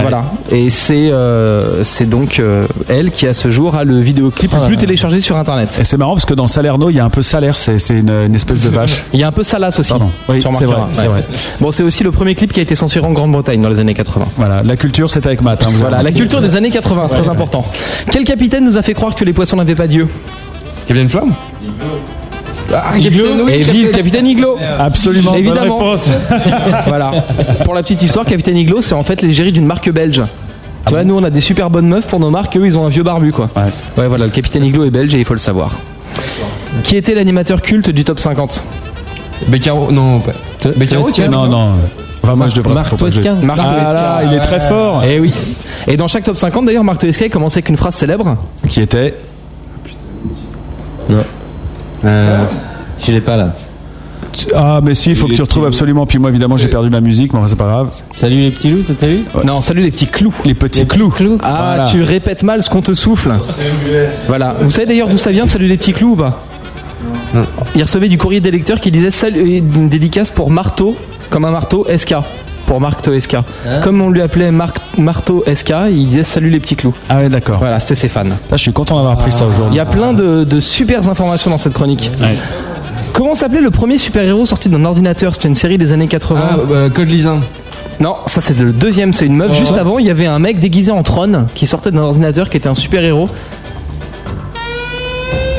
Speaker 5: Voilà. Et c'est euh, c'est donc euh, elle qui à ce jour a le vidéoclip le plus téléchargé sur internet.
Speaker 4: Ah. Et c'est marrant parce que dans Salerno, il y a un peu Salaire, c'est c'est une, une espèce de vache.
Speaker 5: Il y a un peu Salas aussi.
Speaker 4: Pardon. Oui,
Speaker 5: Tu
Speaker 4: c'est vrai,
Speaker 5: remarqueras,
Speaker 4: c'est
Speaker 5: ouais.
Speaker 4: vrai.
Speaker 5: Bon, c'est aussi le premier clip qui a été censuré en Grande-Bretagne dans les années 80.
Speaker 4: Voilà, la culture, c'est avec Matt. hein, vous avez
Speaker 5: Voilà, la
Speaker 4: remarqué.
Speaker 5: culture des années 80, c'est très important. Quel capitaine nous a fait croire que les poissons n'avaient pas Dieu
Speaker 6: Capitaine Flamme
Speaker 5: Iglo Et vive Capitaine Iglo
Speaker 4: Absolument, bonne
Speaker 5: Évidemment.
Speaker 4: réponse.
Speaker 5: voilà. Pour la petite histoire, Capitaine Iglo, c'est en fait l'égérie d'une marque belge.
Speaker 6: Ah
Speaker 5: Tu vois, nous on a des super bonnes meufs pour nos marques, eux ils ont un vieux barbu quoi. Ouais, voilà, le Capitaine Iglo est belge et il faut le savoir. Qui était l'animateur culte du top 50
Speaker 6: Beccaro, non, pas. Beccaro, tiens,
Speaker 4: Non, non. Enfin, moi, je devrais.
Speaker 5: Marc
Speaker 4: faut pas que je-
Speaker 5: Toesca. Marc
Speaker 4: Ah
Speaker 5: Toesca.
Speaker 4: là, il est très fort.
Speaker 5: Et oui. Et dans chaque top 50, d'ailleurs, Marc Toesca commençait avec une phrase célèbre.
Speaker 4: Qui était Euh,
Speaker 13: Non. Je l'ai pas là.
Speaker 4: Ah, mais si, il faut que tu retrouves absolument. Puis moi, évidemment, j'ai perdu ma musique, mais enfin, c'est pas grave.
Speaker 11: Salut les petits loups, c'était lui
Speaker 5: Non, salut les petits clous. Les
Speaker 4: petits clous.
Speaker 5: Ah,
Speaker 4: Voilà.
Speaker 5: tu répètes mal ce qu'on te souffle. Voilà. Vous savez d'ailleurs d'où ça vient, salut les petits clous ou pas Il recevait du courrier des lecteurs qui disait salut, une dédicace pour Marteau, comme un marteau SK. Pour Marteau SK.
Speaker 4: Hein?
Speaker 5: Comme on lui appelait Marc- Marteau SK, il disait salut les petits clous.
Speaker 4: Ah ouais, d'accord.
Speaker 5: Voilà, c'était ses fans.
Speaker 4: Ah, je suis content d'avoir appris ça
Speaker 5: Il
Speaker 4: aujourd'hui.
Speaker 5: y a plein de, de super informations dans cette chronique. Comment s'appelait le premier super-héros sorti d'un ordinateur C'était une série des années 80.
Speaker 6: Ah, bah, Code Oh. Lysin.
Speaker 5: Non, ça c'est le deuxième, c'est une meuf. Juste avant, il y avait un mec déguisé en trône qui sortait d'un ordinateur qui était un super-héros.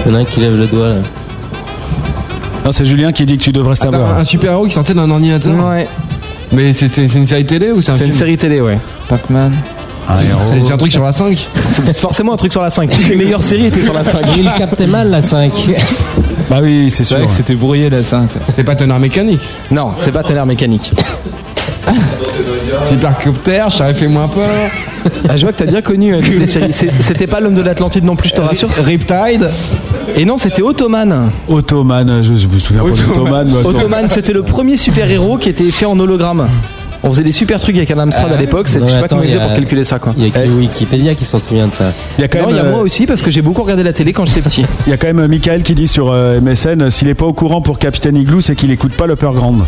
Speaker 7: Il y en a un qui lève le doigt là.
Speaker 4: Non, c'est Julien qui dit que tu devrais
Speaker 6: Attends,
Speaker 4: savoir.
Speaker 6: un super héros qui sortait d'un ordinateur.
Speaker 5: Ouais.
Speaker 6: Mais c'était c'est une série télé ou c'est un
Speaker 5: C'est une
Speaker 6: film
Speaker 5: série télé, ouais.
Speaker 6: Pac-Man.
Speaker 4: Ah,
Speaker 5: héros.
Speaker 6: C'est un truc sur la 5
Speaker 5: C'est forcément un truc sur la 5. Toutes les meilleures séries étaient sur la 5.
Speaker 11: Il captait mal la 5.
Speaker 4: Bah oui, c'est
Speaker 6: sûr. C'était brouillé la 5. C'est pas tonnerre mécanique.
Speaker 5: Non, c'est pas tonnerre mécanique.
Speaker 6: Supercopter, j'aurais fait moins peur.
Speaker 5: Ah, je vois que t'as bien connu euh, toutes les séries. C'est- C'était pas l'homme de l'Atlantide non plus, je te rassure.
Speaker 6: Euh, Riptide
Speaker 5: Et non, c'était Ottoman.
Speaker 4: Ottoman, euh, je, je me souviens pas d'Ottoman. mais attends.
Speaker 5: Ottoman, c'était le premier super-héros qui était fait en hologramme. On faisait des super trucs avec un Amstrad à l'époque, c'était- je sais pas comment ils faisaient pour calculer ça quoi.
Speaker 11: Ah.
Speaker 5: Eh.
Speaker 11: Il y a que Wikipédia qui s'en souvient de ça.
Speaker 4: Il y a quand
Speaker 5: Non, il y
Speaker 4: même,
Speaker 5: a
Speaker 4: euh,
Speaker 5: moi aussi parce que j'ai beaucoup regardé la télé quand j'étais petit.
Speaker 4: Il y a quand même euh, Michael qui dit sur euh, MSN euh, s'il est pas au courant pour Capitaine Igloo, c'est qu'il écoute pas le Peur Grande.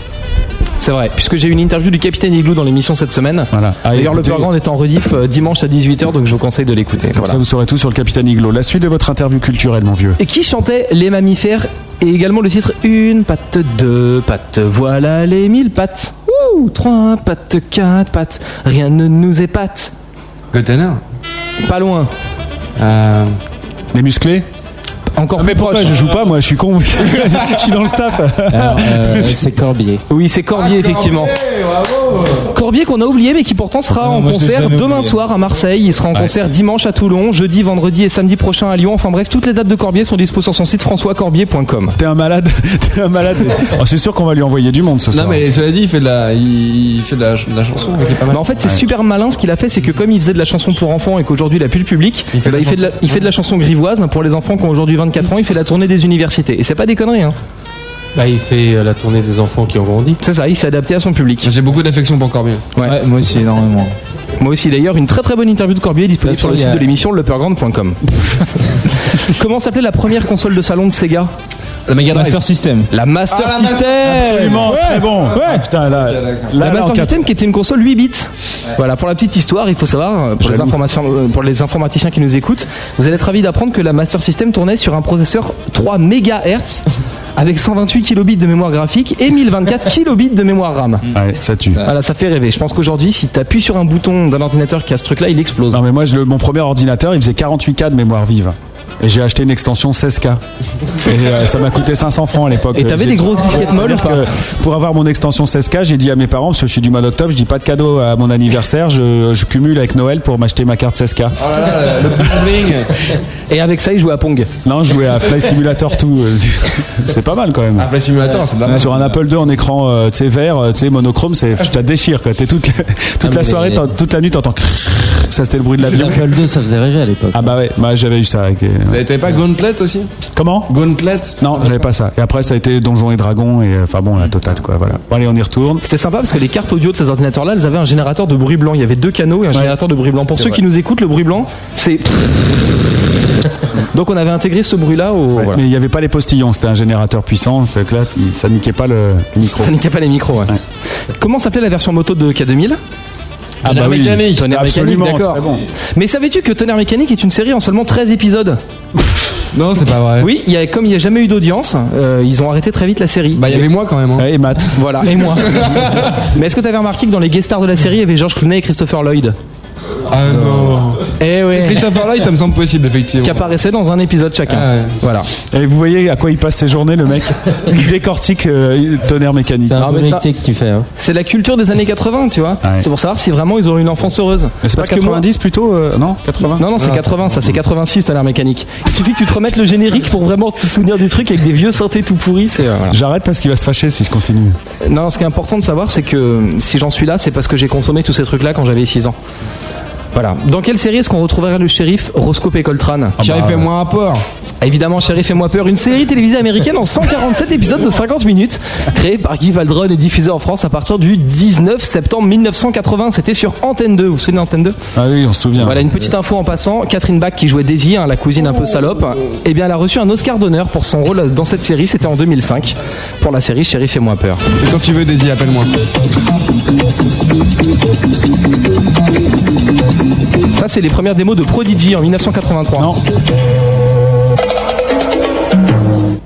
Speaker 5: C'est vrai, puisque j'ai eu une interview du capitaine Igloo dans l'émission cette semaine.
Speaker 4: Voilà. Ah,
Speaker 5: D'ailleurs, le
Speaker 4: écoutez-
Speaker 5: programme est en rediff euh, dimanche à 18h, donc je vous conseille de l'écouter.
Speaker 4: Comme
Speaker 5: Voilà.
Speaker 4: ça, vous saurez tout sur le Capitaine Igloo. La suite de votre interview culturelle, mon vieux.
Speaker 5: Et qui chantait Les mammifères et également le titre Une patte, deux pattes, voilà les mille pattes. Ouh, trois pattes, quatre pattes, rien ne nous épate.
Speaker 6: Gotenner
Speaker 5: Pas loin.
Speaker 6: Euh.
Speaker 4: Les musclés
Speaker 5: Encore
Speaker 4: Ah, mais pourquoi je joue pas moi je suis con je suis dans le staff
Speaker 11: euh, c'est Corbier
Speaker 5: oui c'est Corbier effectivement Corbier qu'on a oublié mais qui pourtant
Speaker 4: Ah
Speaker 5: sera
Speaker 11: moi,
Speaker 5: en
Speaker 11: je l'ai
Speaker 5: concert
Speaker 11: jamais
Speaker 5: demain
Speaker 11: oublié.
Speaker 5: soir à Marseille. Il sera en
Speaker 11: Ouais.
Speaker 5: concert dimanche à Toulon, jeudi, vendredi et samedi prochain à Lyon. Enfin bref, toutes les dates de Corbier sont dispo sur son site françoiscorbier.com.
Speaker 4: T'es un malade, t'es un malade. Oh, c'est sûr qu'on va lui envoyer du monde ce soir.
Speaker 6: Non mais cela dit, il fait de la, il, il fait de la, ch- de la chanson. mais qui est pas mal.
Speaker 5: Mais Bah, en fait, c'est super malin ce qu'il a fait, c'est que comme il faisait de la chanson pour enfants et qu'aujourd'hui il a plus le public, eh ben, il fait,
Speaker 6: de la
Speaker 5: de la, il fait de la chanson grivoise hein, pour les enfants qui ont aujourd'hui 24 ans. Il fait la tournée des universités et c'est pas des conneries. Hein.
Speaker 11: Bah, il fait euh, la tournée des enfants qui ont grandi.
Speaker 5: C'est ça, il s'est adapté à son public.
Speaker 6: J'ai beaucoup d'affection pour Corbier.
Speaker 5: Ouais.
Speaker 20: moi aussi, énormément.
Speaker 5: Moi aussi d'ailleurs, une très très bonne interview de Corbier disponible sur le
Speaker 20: façon,
Speaker 5: site
Speaker 20: il y a-
Speaker 5: de l'émission lepergrand.com. Comment s'appelait la première console de salon de Sega
Speaker 6: La Mega
Speaker 20: Drive. Master System.
Speaker 5: La Master
Speaker 20: Ah, la
Speaker 5: System
Speaker 4: Absolument, très bon. Ah, putain, là,
Speaker 5: La
Speaker 4: là,
Speaker 5: Master
Speaker 4: en quatre-
Speaker 5: System qui était une console 8 bits. Voilà, pour la petite histoire, il faut savoir, euh, pour les, informations, euh, pour les informaticiens qui nous écoutent, vous allez être ravis d'apprendre que la Master System tournait sur un processeur 3 MHz avec 128 kilobits de mémoire graphique et 1024 kilobits de mémoire RAM.
Speaker 4: Ouais, ça tue.
Speaker 5: Mm. Voilà, ça fait rêver. Je pense qu'aujourd'hui, si tu appuies sur un bouton d'un ordinateur qui a ce truc-là, il explose.
Speaker 4: Non mais moi, je, le- mon premier ordinateur, il faisait 48K de mémoire vive. Et j'ai acheté une extension 16K. Et euh, ça m'a coûté 500 francs à l'époque.
Speaker 5: Et t'avais
Speaker 4: J'ai-
Speaker 5: des grosses disquettes molles
Speaker 4: C'est-à-dire
Speaker 5: ou pas
Speaker 4: que Pour avoir mon extension 16K, j'ai dit à mes parents, parce que je suis du mois d'octobre, je dis pas de cadeau à mon anniversaire, je, je cumule avec Noël pour m'acheter ma carte
Speaker 6: Oh
Speaker 4: 16K.
Speaker 5: Et avec ça, il jouait à Pong.
Speaker 4: Non, je jouais à Fly Simulator 2. euh, C'est pas mal quand même.
Speaker 6: Ah, Fly Simulator, c'est de la merde.
Speaker 4: Sur un Apple II en écran euh, tu sais, vert, euh, tu sais, monochrome, c'est je te déchire quoi. T'es toute la,
Speaker 5: Ah,
Speaker 4: toute
Speaker 7: Ah,
Speaker 4: la
Speaker 11: mais-
Speaker 4: soirée, t'en- toute la nuit, t'entends. crrrr. Ça c'était le bruit de l'avion.
Speaker 11: L'Apple 2, ça faisait rêver à l'époque.
Speaker 4: Ah bah ouais, bah, j'avais eu ça. avec, euh,
Speaker 6: T'avais t'avais pas Gauntlet aussi
Speaker 4: Comment
Speaker 6: Gauntlet
Speaker 4: Non, j'avais pas ça. Et après ça a été Donjons et Dragons et euh, enfin bon la totale quoi. Voilà. Bon, allez, on y retourne.
Speaker 5: C'était sympa parce que les cartes audio de ces ordinateurs-là, elles avaient un générateur de bruit blanc. Il y avait deux canaux et un générateur de bruit blanc. Pour
Speaker 4: C'est
Speaker 5: ceux
Speaker 4: vrai.
Speaker 5: qui nous écoutent, le bruit blanc, c'est. Donc on avait intégré ce bruit-là au. voilà.
Speaker 4: Mais il n'y avait pas les postillons, c'était un générateur puissant, c'est que là, il- ça niquait pas le micro.
Speaker 5: Ça niquait pas les micros, ouais. Comment s'appelait la version moto de K2000
Speaker 4: Ah bah oui,
Speaker 5: Tonnerre
Speaker 4: absolument,
Speaker 5: mécanique, d'accord.
Speaker 4: très bon.
Speaker 5: Mais savais-tu que Tonnerre mécanique est une série en seulement 13 épisodes
Speaker 6: Non, c'est pas vrai.
Speaker 5: Oui, il y a, comme il n'y a jamais eu d'audience, euh, ils ont arrêté très vite la série.
Speaker 6: Bah, il y avait moi quand même.
Speaker 4: Et Matt.
Speaker 5: Voilà, et moi. Mais est-ce que tu avais remarqué que dans les guest stars de la série, il y avait George Clooney et Christopher Lloyd
Speaker 6: Ah non.
Speaker 5: Eh ouais.
Speaker 6: Christopher Lloyd, ça me semble possible, effectivement. Ah
Speaker 5: Qui apparaissaient dans un épisode chacun. Voilà.
Speaker 4: Et vous voyez à quoi il passe ses journées, le mec Il décortique euh, tonnerre mécanique.
Speaker 5: C'est un Ah, peu mais ça- métier que
Speaker 4: tu fais.
Speaker 20: hein.
Speaker 5: C'est la culture des années 80, tu vois. C'est pour savoir si vraiment ils ont eu une enfance heureuse.
Speaker 4: c'est pas
Speaker 5: que moi-
Speaker 4: 90 plutôt euh, Non 80
Speaker 5: Non, non, c'est 80, ça c'est 86 tonnerre mécanique. Il suffit que tu te remettes le générique pour vraiment te souvenir du truc avec des vieux synthés tout pourris. C'est, euh, voilà.
Speaker 4: J'arrête parce qu'il va se fâcher si je continue.
Speaker 5: Non, ce qui est important de savoir, c'est que si j'en suis là, c'est parce que j'ai consommé tous ces trucs-là quand j'avais 6 ans. Voilà. Dans quelle série est-ce qu'on retrouverait le shérif Roscoe et
Speaker 6: Ah
Speaker 5: Coltrane
Speaker 4: Ah
Speaker 6: bah.
Speaker 4: bah,
Speaker 21: Shérif et moi
Speaker 5: peur. Ah, Évidemment, Shérif et moi peur, une série télévisée américaine en 147 épisodes de 50 minutes, créée par Guy Valdron et diffusée en France à partir du 19 septembre 1980. C'était sur Antenne 2. Vous vous souvenez d'Antenne 2
Speaker 4: Ah oui, on se souvient.
Speaker 5: Voilà, une petite info en passant. Catherine Bach, qui jouait Daisy, hein, la cousine un peu salope, eh bien, elle a reçu un Oscar d'honneur pour son rôle dans cette série. C'était en 2005 pour la série Shérif et moi peur.
Speaker 6: Et quand tu veux, Daisy, appelle-moi.
Speaker 5: Ça, c'est les premières démos de Prodigy en 1983. Non.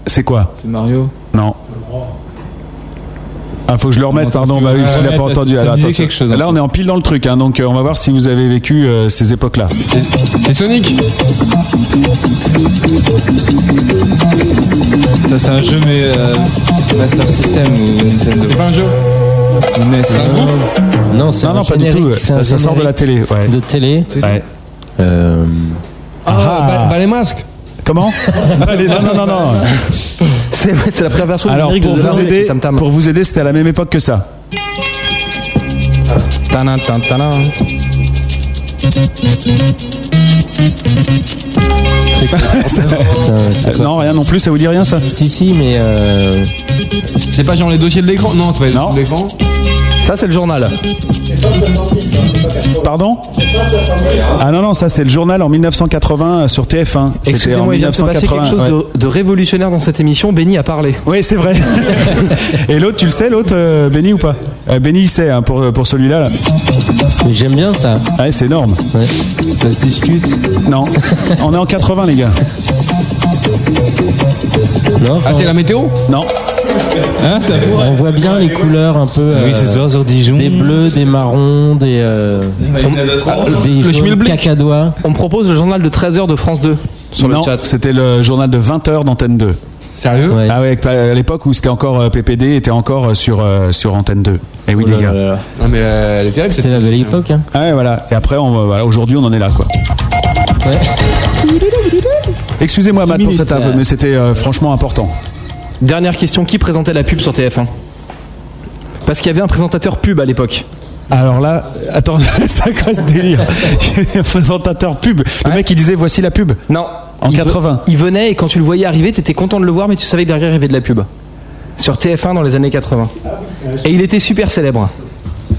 Speaker 4: C'est quoi
Speaker 20: C'est Mario.
Speaker 4: Non. Ah, faut que je le remette, pardon, bah oui, parce qu'il a pas
Speaker 20: Ouais, ça-
Speaker 4: entendu.
Speaker 20: ça
Speaker 4: Alors,
Speaker 20: me disait
Speaker 4: attention.
Speaker 20: quelque chose, hein.
Speaker 4: là, on est en pile dans le truc, hein, donc euh, on va voir si vous avez vécu euh, ces époques-là.
Speaker 6: C'est Sonic
Speaker 20: Ça, c'est un jeu, mais euh, Master System ou Nintendo. C'est pas un jeu
Speaker 7: C'est un groupe Non, c'est
Speaker 4: Non,
Speaker 7: un
Speaker 4: non, pas du
Speaker 7: générique,
Speaker 4: tout.
Speaker 7: c'est
Speaker 4: Ça-
Speaker 7: un
Speaker 4: ça sort de la télé.
Speaker 7: générique De télé. Euh,
Speaker 21: Ah, bah les masques
Speaker 4: Comment Allez, non, non, non, non.
Speaker 5: C'est c'est la première version du
Speaker 4: Alors,
Speaker 5: générique
Speaker 4: pour
Speaker 5: de
Speaker 4: vous,
Speaker 5: Dolan et
Speaker 4: aider,
Speaker 5: Tam Tam.
Speaker 4: pour vous aider, c'était à la même époque que ça.
Speaker 5: Tanan, tan, tanan.
Speaker 4: non, rien non plus, ça vous dit rien ça
Speaker 7: Si, si, mais.
Speaker 5: euh,
Speaker 6: C'est pas genre les dossiers de l'écran Non, c'est pas les dossiers de l'écran
Speaker 5: Ça, c'est le journal.
Speaker 4: Pardon Ah non, non, ça c'est le journal en 1980 euh, sur TF1. C'était en
Speaker 5: Excusez-moi, il vient de se passer quelque chose
Speaker 4: ouais.
Speaker 5: de, de révolutionnaire dans cette émission. Benny a parlé.
Speaker 4: Oui, c'est vrai. Et l'autre, tu le sais, l'autre, euh, Benny ou pas Euh, Benny, il sait hein, pour, euh, pour celui-là. Là.
Speaker 7: J'aime bien ça.
Speaker 4: Ouais, c'est énorme.
Speaker 20: Ça se discute
Speaker 4: Non. On est en 80, les gars.
Speaker 6: Ah, c'est la météo
Speaker 4: Non.
Speaker 7: on voit bien les couleurs un peu.
Speaker 6: Oui, c'est ça,
Speaker 7: sur Dijon. Des bleus, des marrons, des. euh, des jaunes cacadois.
Speaker 5: On me propose le journal de 13h de France 2 sur
Speaker 4: non,
Speaker 5: le chat.
Speaker 4: C'était le journal de 20h d'Antenne 2.
Speaker 6: Sérieux
Speaker 4: Ah ouais, à l'époque où c'était encore euh, PPD était encore euh, sur, euh, sur Antenne 2. Et Eh
Speaker 7: Oh
Speaker 4: oui, les gars.
Speaker 6: Non, mais euh, elle est terrible.
Speaker 7: C'était la belle époque. Hein.
Speaker 4: Ah ouais, voilà. Et après, on, va- voilà, aujourd'hui, on en est là, quoi. Excusez-moi, Matt, pour
Speaker 5: minutes,
Speaker 4: cette
Speaker 5: là.
Speaker 4: mais c'était euh, franchement important.
Speaker 5: Dernière question qui présentait la pub sur TF1 Parce qu'il y avait un présentateur pub à l'époque.
Speaker 4: Alors là, attends, c'est quoi ce délire Un présentateur pub. Le mec, il disait voici la pub.
Speaker 5: Non.
Speaker 4: En
Speaker 5: Il ve-
Speaker 4: 80.
Speaker 5: il venait et quand tu le voyais arriver, t'étais content de le voir, mais tu savais que derrière il y avait de la pub. Sur TF1 dans les années 80. Et il était super célèbre.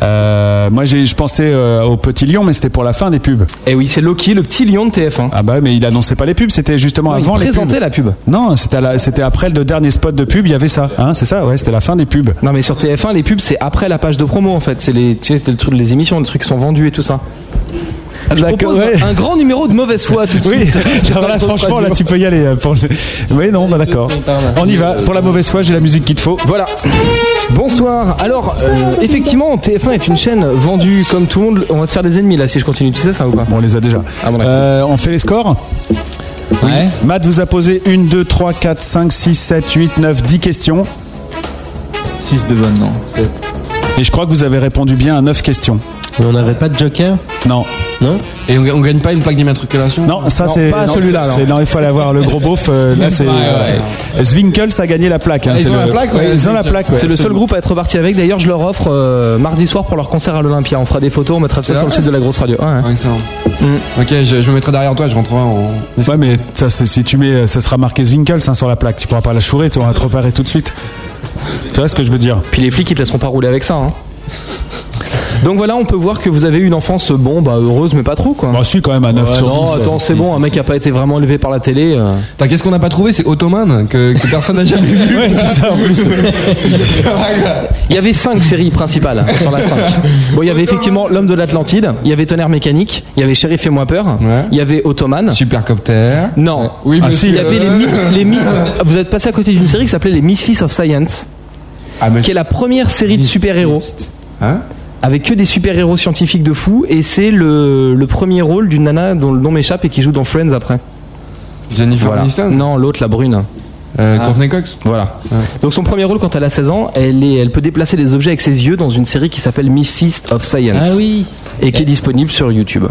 Speaker 4: Euh, moi, j'ai- je pensais euh, au petit lion, mais c'était pour la fin des pubs.
Speaker 5: Et Eh oui, c'est Loki, le petit lion de TF1.
Speaker 4: Ah bah, mais il annonçait pas les pubs, c'était justement
Speaker 5: Non, il
Speaker 4: avant les
Speaker 5: présentait
Speaker 4: pubs.
Speaker 5: la pub.
Speaker 4: Non, c'était à la- c'était après le dernier spot de pub, il y avait ça. Hein, c'est ça, ouais, c'était la fin des pubs.
Speaker 5: Non mais sur TF1 les pubs c'est après la page de promo en fait, c'est les tu sais, c'est le truc les émissions, les trucs qui sont vendus et tout ça. Je propose
Speaker 4: Ah, ouais.
Speaker 5: un grand numéro de mauvaise foi tout de
Speaker 4: Oui,
Speaker 5: suite.
Speaker 4: alors là, franchement, là, tu peux y aller. euh, Pour le- Oui, non, bah d'accord.
Speaker 5: hein,
Speaker 4: On y va. Pour la mauvaise foi, j'ai la musique qu'il te faut.
Speaker 5: Voilà. Bonsoir. Alors, euh, effectivement, TF1 est une chaîne vendue comme tout le monde. On va se faire des ennemis là si je continue. Tu sais ça ou pas
Speaker 4: Bon, on les a déjà. Euh, on fait les scores
Speaker 5: Ouais.
Speaker 4: Matt vous a posé 1, 2, 3, 4, 5, 6, 7, 8, 9, 10 questions.
Speaker 20: 6 de bonne, non 7.
Speaker 4: Et je crois que vous avez répondu bien à 9 questions.
Speaker 7: Mais on n'avait pas de joker
Speaker 4: Non.
Speaker 7: Non
Speaker 6: Et on, on gagne pas une plaque d'immatriculation
Speaker 4: Non, ça c'est.
Speaker 6: pas
Speaker 4: non,
Speaker 6: celui-là,
Speaker 4: c'est-
Speaker 6: alors.
Speaker 4: c'est- Non, il fallait avoir le gros beauf. euh, là, c'est.
Speaker 6: Ouais, ouais.
Speaker 4: euh, Zwinkels a gagné la plaque. hein,
Speaker 5: Ah, ils
Speaker 4: c'est
Speaker 5: ont
Speaker 4: le-
Speaker 5: la plaque, ouais,
Speaker 4: Ouais, Ils ont la plaque. ouais,
Speaker 5: C'est le seul
Speaker 4: absolument.
Speaker 5: groupe à être reparti avec. D'ailleurs, je leur offre euh, mardi soir pour leur concert à l'Olympia. On fera des photos, on mettra ça
Speaker 6: C'est
Speaker 5: sur le
Speaker 6: vrai
Speaker 5: site de la grosse radio. Ouais, hein.
Speaker 6: Ouais, excellent.
Speaker 5: Hmm.
Speaker 6: Ok, je, je me mettrai derrière toi, je rentrerai en.
Speaker 4: Ouais, mais ça, c'est- si tu mets, euh, ça sera marqué Zwinkels hein, sur la plaque. Tu pourras pas la chourer, tu vas te repérer tout de suite. Tu vois ce que je veux dire
Speaker 5: Puis les flics, ils te laisseront pas rouler avec ça. hein. Donc voilà, on peut voir que vous avez eu une enfance bon, bah heureuse, mais pas trop quoi.
Speaker 4: Bah si, quand même, à 9 sur 10,
Speaker 5: attends,
Speaker 4: euh,
Speaker 5: c'est bon, un mec qui a pas été vraiment élevé par la télé. euh.
Speaker 6: Attends, qu'est-ce qu'on n'a pas trouvé C'est Ottoman, que, que personne n'a jamais vu.
Speaker 4: Ouais, c'est ça en plus.
Speaker 5: Il y avait cinq séries principales sur la 5. Bon, il y avait effectivement L'homme de l'Atlantide, il y avait Tonnerre mécanique, il y avait Shérif et moi peur, il y avait Ottoman.
Speaker 6: Supercopter.
Speaker 5: Non.
Speaker 6: Eh Oui,
Speaker 5: Ah,
Speaker 6: monsieur.
Speaker 5: si, il y avait les, mi- les mi- Vous êtes passé à côté d'une série qui s'appelait Les Misfits of Science, qui est la première série de super-héros.
Speaker 6: Ah, Hein
Speaker 5: avec que des super-héros scientifiques de fou, et c'est le, le premier rôle d'une nana dont le nom m'échappe et qui joue dans Friends après.
Speaker 6: Jennifer Aniston Ah.
Speaker 5: Non, l'autre, la brune.
Speaker 6: Euh, Courtney Cox
Speaker 5: Ah. Voilà. Donc son premier rôle quand elle a 16 ans, elle, est- elle peut déplacer des objets avec ses yeux dans une série qui s'appelle Misfits of Science.
Speaker 7: Ah oui.
Speaker 5: Et qui est disponible sur YouTube.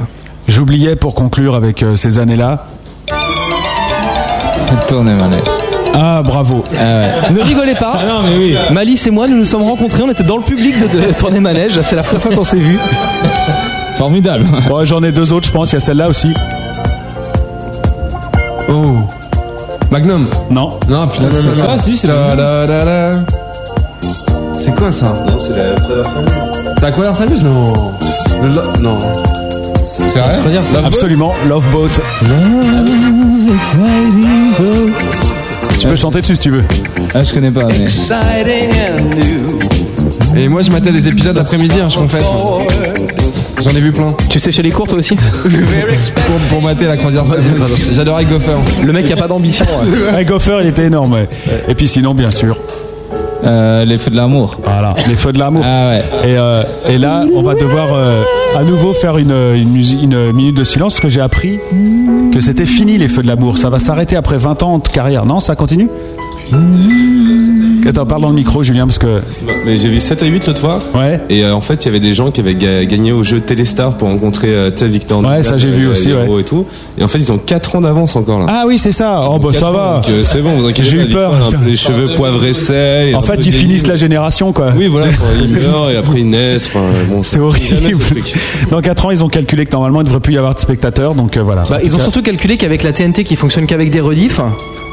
Speaker 4: J'oubliais pour conclure avec euh, ces années-là.
Speaker 20: Tournez
Speaker 4: Ah bravo. Ah
Speaker 5: Ne rigolez pas. Malice et moi, nous nous sommes rencontrés, on était dans le public de, de Tournée Manège, c'est la première fois qu'on s'est vu.
Speaker 4: Formidable. Bon, j'en ai deux autres, je pense. Il y a celle-là aussi.
Speaker 21: Oh. Magnum
Speaker 4: Non.
Speaker 21: Ah, Non,
Speaker 4: putain, c'est ça, si, c'est
Speaker 21: la.
Speaker 4: Magnum.
Speaker 21: la- la- la- C'est quoi ça Non, c'est la C'est la traverse amuse, non Le lo- Non. C'est
Speaker 4: Sérieux Absolument, Love Boat. Tu peux chanter dessus si tu veux.
Speaker 20: Ah, je connais pas, mais.
Speaker 21: Et moi, je m'attelle les épisodes l'après-midi, hein, je confesse. J'en ai vu plein.
Speaker 5: Tu sais chez les cours, toi aussi
Speaker 21: pour, pour mater la grandiose. J'adorais Gopher.
Speaker 6: hein.
Speaker 5: Le mec qui a pas d'ambition.
Speaker 4: Ouais, Gopher, il était énorme. ouais. Et puis sinon, bien sûr.
Speaker 20: Euh, les feux de l'amour. Ah,
Speaker 4: Voilà, les feux de l'amour. et, euh, et là, on va devoir euh, à nouveau faire une, une musi- une minute de silence parce que j'ai appris que c'était fini les feux de l'amour. Ça va s'arrêter après 20 ans de carrière. Non, ça continue Attends, parle dans le micro, Julien, parce que.
Speaker 22: Mais j'ai vu 7 à 8 l'autre fois.
Speaker 4: Ouais.
Speaker 22: Et euh, en fait, il y avait des gens qui avaient ga- gagné au jeu Téléstar pour rencontrer euh, tu sais, Victor.
Speaker 4: Ouais,
Speaker 22: Andrade,
Speaker 4: ça, j'ai vu
Speaker 22: euh,
Speaker 4: aussi,
Speaker 22: Hiro Et, tout. et en fait, ils ont 4 ans d'avance encore là.
Speaker 4: Ah oui, c'est ça. Oh, bah
Speaker 22: Quatre
Speaker 4: ça
Speaker 22: ans,
Speaker 4: va.
Speaker 22: donc, euh, c'est bon, vous inquiétez
Speaker 4: J'ai
Speaker 22: pas,
Speaker 4: eu peur.
Speaker 22: Victor, il a un
Speaker 4: putain.
Speaker 22: peu les cheveux poivre et sel. il est
Speaker 4: En
Speaker 22: un
Speaker 4: fait,
Speaker 22: peu
Speaker 4: ils
Speaker 22: dénudé.
Speaker 4: finissent la génération, quoi.
Speaker 22: Oui, voilà, enfin, ils meurent et après ils naissent. Enfin, bon,
Speaker 4: C'est horrible. Dans 4 ans, ils ont calculé que normalement, il ne devrait plus y avoir de spectateurs. Donc euh, voilà.
Speaker 5: Bah,
Speaker 4: En
Speaker 5: ils
Speaker 4: tout
Speaker 5: ont
Speaker 4: cas-
Speaker 5: surtout calculé qu'avec la TNT qui fonctionne qu'avec des rediffs,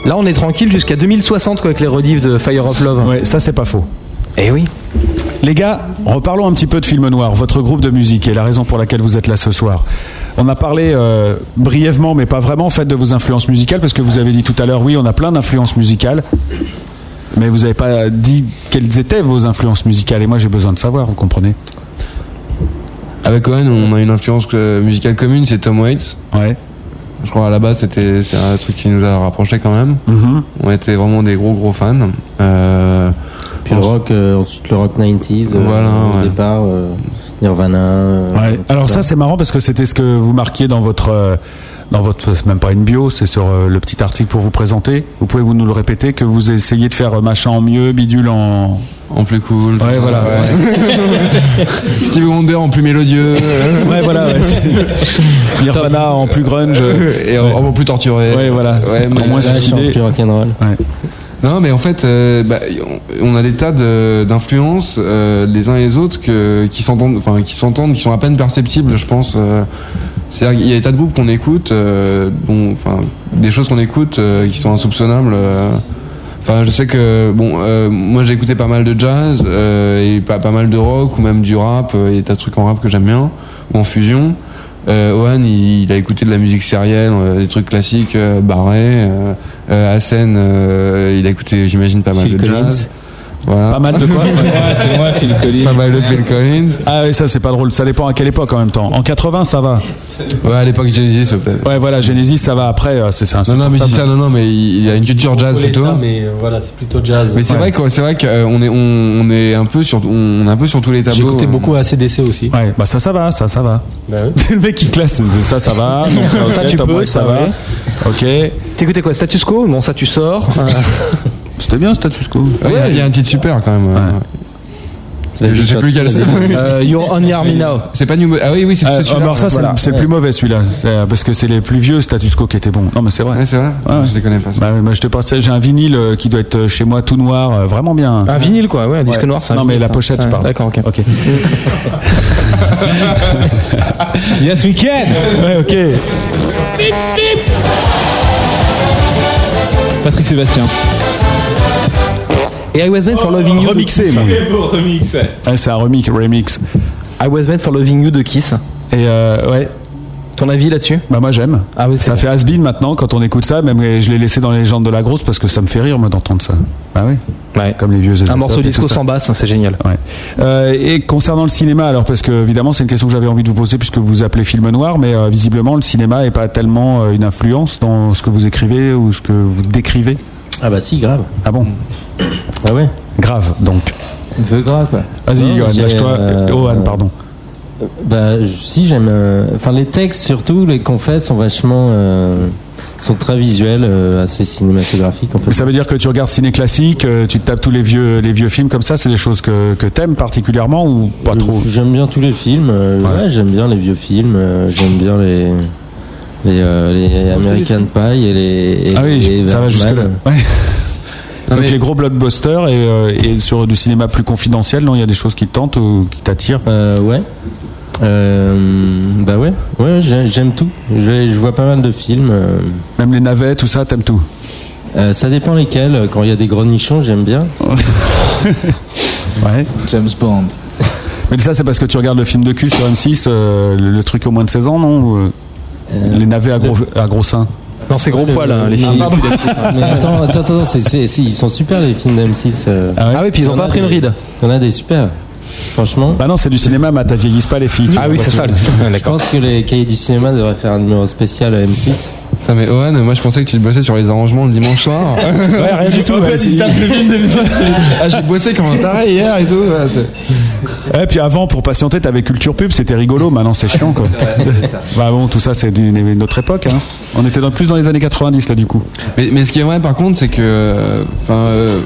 Speaker 5: là on est tranquille jusqu'à 2060 quoi, avec les rediffs de Fire of Love.
Speaker 4: Ouais, ça c'est pas faux.
Speaker 5: Eh oui.
Speaker 4: Les gars, reparlons un petit peu de Film Noir, votre groupe de musique et la raison pour laquelle vous êtes là ce soir. On a parlé euh, brièvement, mais pas vraiment, en fait, de vos influences musicales, parce que vous avez dit tout à l'heure, oui, on a plein d'influences musicales, mais vous n'avez pas dit quelles étaient vos influences musicales, et moi j'ai besoin de savoir, vous comprenez
Speaker 6: Avec Owen, on a une influence euh, musicale commune, c'est Tom Waits.
Speaker 4: Ouais.
Speaker 6: Je crois à la base, c'était c'est un truc qui nous a rapprochés quand même. On était vraiment des gros gros fans. Euh,
Speaker 7: Puis le rock, euh, ensuite le rock 90s, euh,
Speaker 6: Voilà,
Speaker 7: au
Speaker 6: ouais.
Speaker 7: départ, euh, Nirvana. euh,
Speaker 4: Ouais.
Speaker 7: tout
Speaker 4: Alors ça, c'est marrant parce que c'était ce que vous marquiez dans votre euh, dans votre c'est même pas une bio, c'est sur euh, le petit article pour vous présenter. Vous pouvez vous nous le répéter que vous essayez de faire euh, machin en mieux, bidule en
Speaker 6: en plus cool.
Speaker 4: Ouais, voilà.
Speaker 6: Steve Wonder en plus mélodieux.
Speaker 4: Ouais, voilà. ouais. Nirvana en plus grunge.
Speaker 6: Et en, en plus torturé.
Speaker 4: Ouais, voilà.
Speaker 6: mais-
Speaker 4: en moins
Speaker 6: Là,
Speaker 4: suicidé.
Speaker 6: ils sont
Speaker 4: Ouais.
Speaker 6: Non, mais en fait, euh, bah, on on a des tas de- d'influences euh, les uns et les autres que, qui s'entendent, enfin qui s'entendent, qui sont à peine perceptibles, je pense. euh. C'est-à-dire qu'il y a des tas de groupes qu'on écoute, euh, dont- enfin des choses qu'on écoute euh, qui sont insoupçonnables. euh. Enfin, je sais que bon, euh, moi j'ai écouté pas mal de jazz euh, et pas, pas mal de rock ou même du rap. euh, Il y a des tas de trucs en rap que j'aime bien ou en fusion. Euh, Ohan, il, il a écouté de la musique sérielle, euh, des trucs classiques, euh, Barré, euh, euh, Hassen, euh, il a écouté, j'imagine, pas mal
Speaker 4: Phil
Speaker 6: de
Speaker 4: Collins.
Speaker 6: jazz. Voilà.
Speaker 4: Pas mal de quoi
Speaker 6: c'est moi, Phil Collins. Pas mal de Phil Collins.
Speaker 4: Ah oui, ça c'est pas drôle. Ça dépend à quelle époque en même temps. En 80, ça va.
Speaker 6: Ouais, à l'époque Genesis, peut-être.
Speaker 4: Ouais, voilà, Genesis, ça va. Après, euh, c'est c'est
Speaker 6: Non, non, mais je dis ça,
Speaker 4: insupportable.
Speaker 6: non, non, mais il, il a une culture jazz
Speaker 10: Collez
Speaker 6: plutôt.
Speaker 10: ça, mais euh, voilà, c'est plutôt jazz.
Speaker 6: Mais c'est vrai que- c'est vrai qu'on est, on, on est un peu sur, on, on est un peu sur tous les tableaux.
Speaker 10: J'ai écouté
Speaker 6: hein.
Speaker 10: beaucoup ACDC aussi. Bah
Speaker 4: Ouais, bah ça, ça va, ça, ça va. C'est le mec qui classe. Ça, ça va. non, ça, ok, Tom Waits, ça va. Ok.
Speaker 5: T'écoutais quoi Status quo Bon, ça tu sors. euh.
Speaker 4: C'était bien Status quo.
Speaker 6: Ouais, il y a- il y, a un titre super quand même. euh. Je sais plus quel c'est.
Speaker 5: Euh, You're Only Army Now.
Speaker 6: C'est pas New. Ah oui, oui, c'est
Speaker 4: Euh,
Speaker 6: c'est celui-là.
Speaker 4: alors ça, c'est
Speaker 6: Voilà.
Speaker 4: c'est le plus mauvais celui-là, C'est- euh, parce que c'est les plus vieux status quo qui étaient bons. Non, mais c'est vrai. Bah,
Speaker 6: c'est vrai. Je les connais pas.
Speaker 4: je te passe, j'ai un vinyle euh, qui doit être euh, chez moi tout noir, euh, vraiment bien.
Speaker 5: Un vinyle quoi, ouais, un disque
Speaker 4: Ouais.
Speaker 5: noir ça.
Speaker 4: Non, mais la pochette, je parle.
Speaker 5: D'accord, ok.
Speaker 4: Yes Weekend. Ouais, ok.
Speaker 22: Patrick Sébastien.
Speaker 5: Et I was made for loving you. de
Speaker 4: Remixé,
Speaker 5: Kiss.
Speaker 4: même.
Speaker 22: remix,
Speaker 4: Ouais, c'est un remix, remix.
Speaker 5: I was made for loving you de Kiss.
Speaker 4: Et euh, ouais.
Speaker 5: Ton avis là-dessus Ah
Speaker 4: Bah moi j'aime. ça fait has maintenant quand on écoute ça, même euh, je l'ai laissé dans les légendes de la grosse parce que ça me fait rire moi d'entendre ça. Bah oui. Comme les vieux.
Speaker 5: Un morceau
Speaker 4: Top et
Speaker 5: disco
Speaker 4: tout ça.
Speaker 5: sans basse, hein, c'est génial.
Speaker 4: Ouais. Euh, et concernant le cinéma, alors parce que évidemment c'est une question que j'avais envie de vous poser puisque vous vous appelez film noir, mais euh, visiblement le cinéma est pas tellement euh, une influence dans ce que vous écrivez ou ce que vous décrivez.
Speaker 7: Ah bah si, grave.
Speaker 4: Ah bon
Speaker 7: Ah ouais
Speaker 4: Grave donc.
Speaker 7: Veux
Speaker 4: Ah,
Speaker 7: gras quoi.
Speaker 4: Vas-y,
Speaker 7: Non,
Speaker 4: Johan,
Speaker 7: j'ai,
Speaker 4: lâche-toi.
Speaker 7: euh,
Speaker 4: Johan,
Speaker 7: euh,
Speaker 4: pardon.
Speaker 7: euh, Bah j- si j'aime. euh, Enfin les textes surtout, les confesses sont vachement. euh, sont très visuels, euh, assez cinématographiques en fait.
Speaker 4: Mais ça veut dire que tu regardes ciné classique, euh, tu te tapes tous les vieux, les vieux films comme ça, c'est des choses que, que t'aimes particulièrement ou pas trop
Speaker 7: J'aime bien tous les films. euh, ouais, j'aime bien les vieux films. euh, j'aime bien les les, euh, les American Pie et les. et
Speaker 4: Ah oui,
Speaker 7: les
Speaker 4: ça va
Speaker 7: Batman.
Speaker 4: jusque-là. Ouais.
Speaker 6: Non,
Speaker 4: Donc
Speaker 6: mais-
Speaker 4: les gros blockbusters et, euh, et sur du cinéma plus confidentiel, non, il y a des choses qui te tentent ou qui t'attirent
Speaker 7: Ouais. Euh, bah ouais, ouais, j'ai- j'aime tout. Je, je vois pas mal de films. euh.
Speaker 4: Même les navets, tout ça, t'aimes tout
Speaker 7: Ça dépend lesquels. Quand il y a des grenichons, j'aime bien.
Speaker 4: ouais.
Speaker 7: James Bond.
Speaker 4: Mais ça, c'est parce que tu regardes le film de cul sur M6, euh, le, le truc au moins de 16 ans, non Ou, euh, Les navets à gros, à gros seins
Speaker 5: Non, c'est gros poil, hein, les
Speaker 7: Mais-
Speaker 4: Ah,
Speaker 5: films.
Speaker 7: Mais attends, attends, attends, c'est- c'est- c'est- ils sont super les films d'M6. euh.
Speaker 4: Ah, oui,
Speaker 7: puis ils ont pas pris une ride. Il y en a des super. Franchement.
Speaker 4: Bah non, c'est du cinéma, mais t'as vieillisse pas les filles. tu
Speaker 7: Ah
Speaker 4: vois,
Speaker 7: oui,
Speaker 4: parce
Speaker 7: c'est ça.
Speaker 4: que-
Speaker 7: Je pense que les cahiers du cinéma devraient faire un numéro spécial à M6.
Speaker 6: Putain, mais Owen, moi je pensais que tu bossais sur les arrangements le dimanche soir.
Speaker 4: ouais, rien du tout.
Speaker 6: En
Speaker 4: ouais,
Speaker 6: fait, il se tape le film de l'émission, c'est- Ah, j'ai bossé comme un taré hier et tout. ouais, c'est-
Speaker 4: Et puis avant, pour patienter, t'avais Culture Pub, c'était rigolo, maintenant c'est chiant quoi. bah bon, tout ça, c'est d'une notre époque. hein. On était dans- plus dans les années 90 là du coup.
Speaker 6: Mais, mais ce qui est vrai par contre, c'est que. euh, Enfin. euh,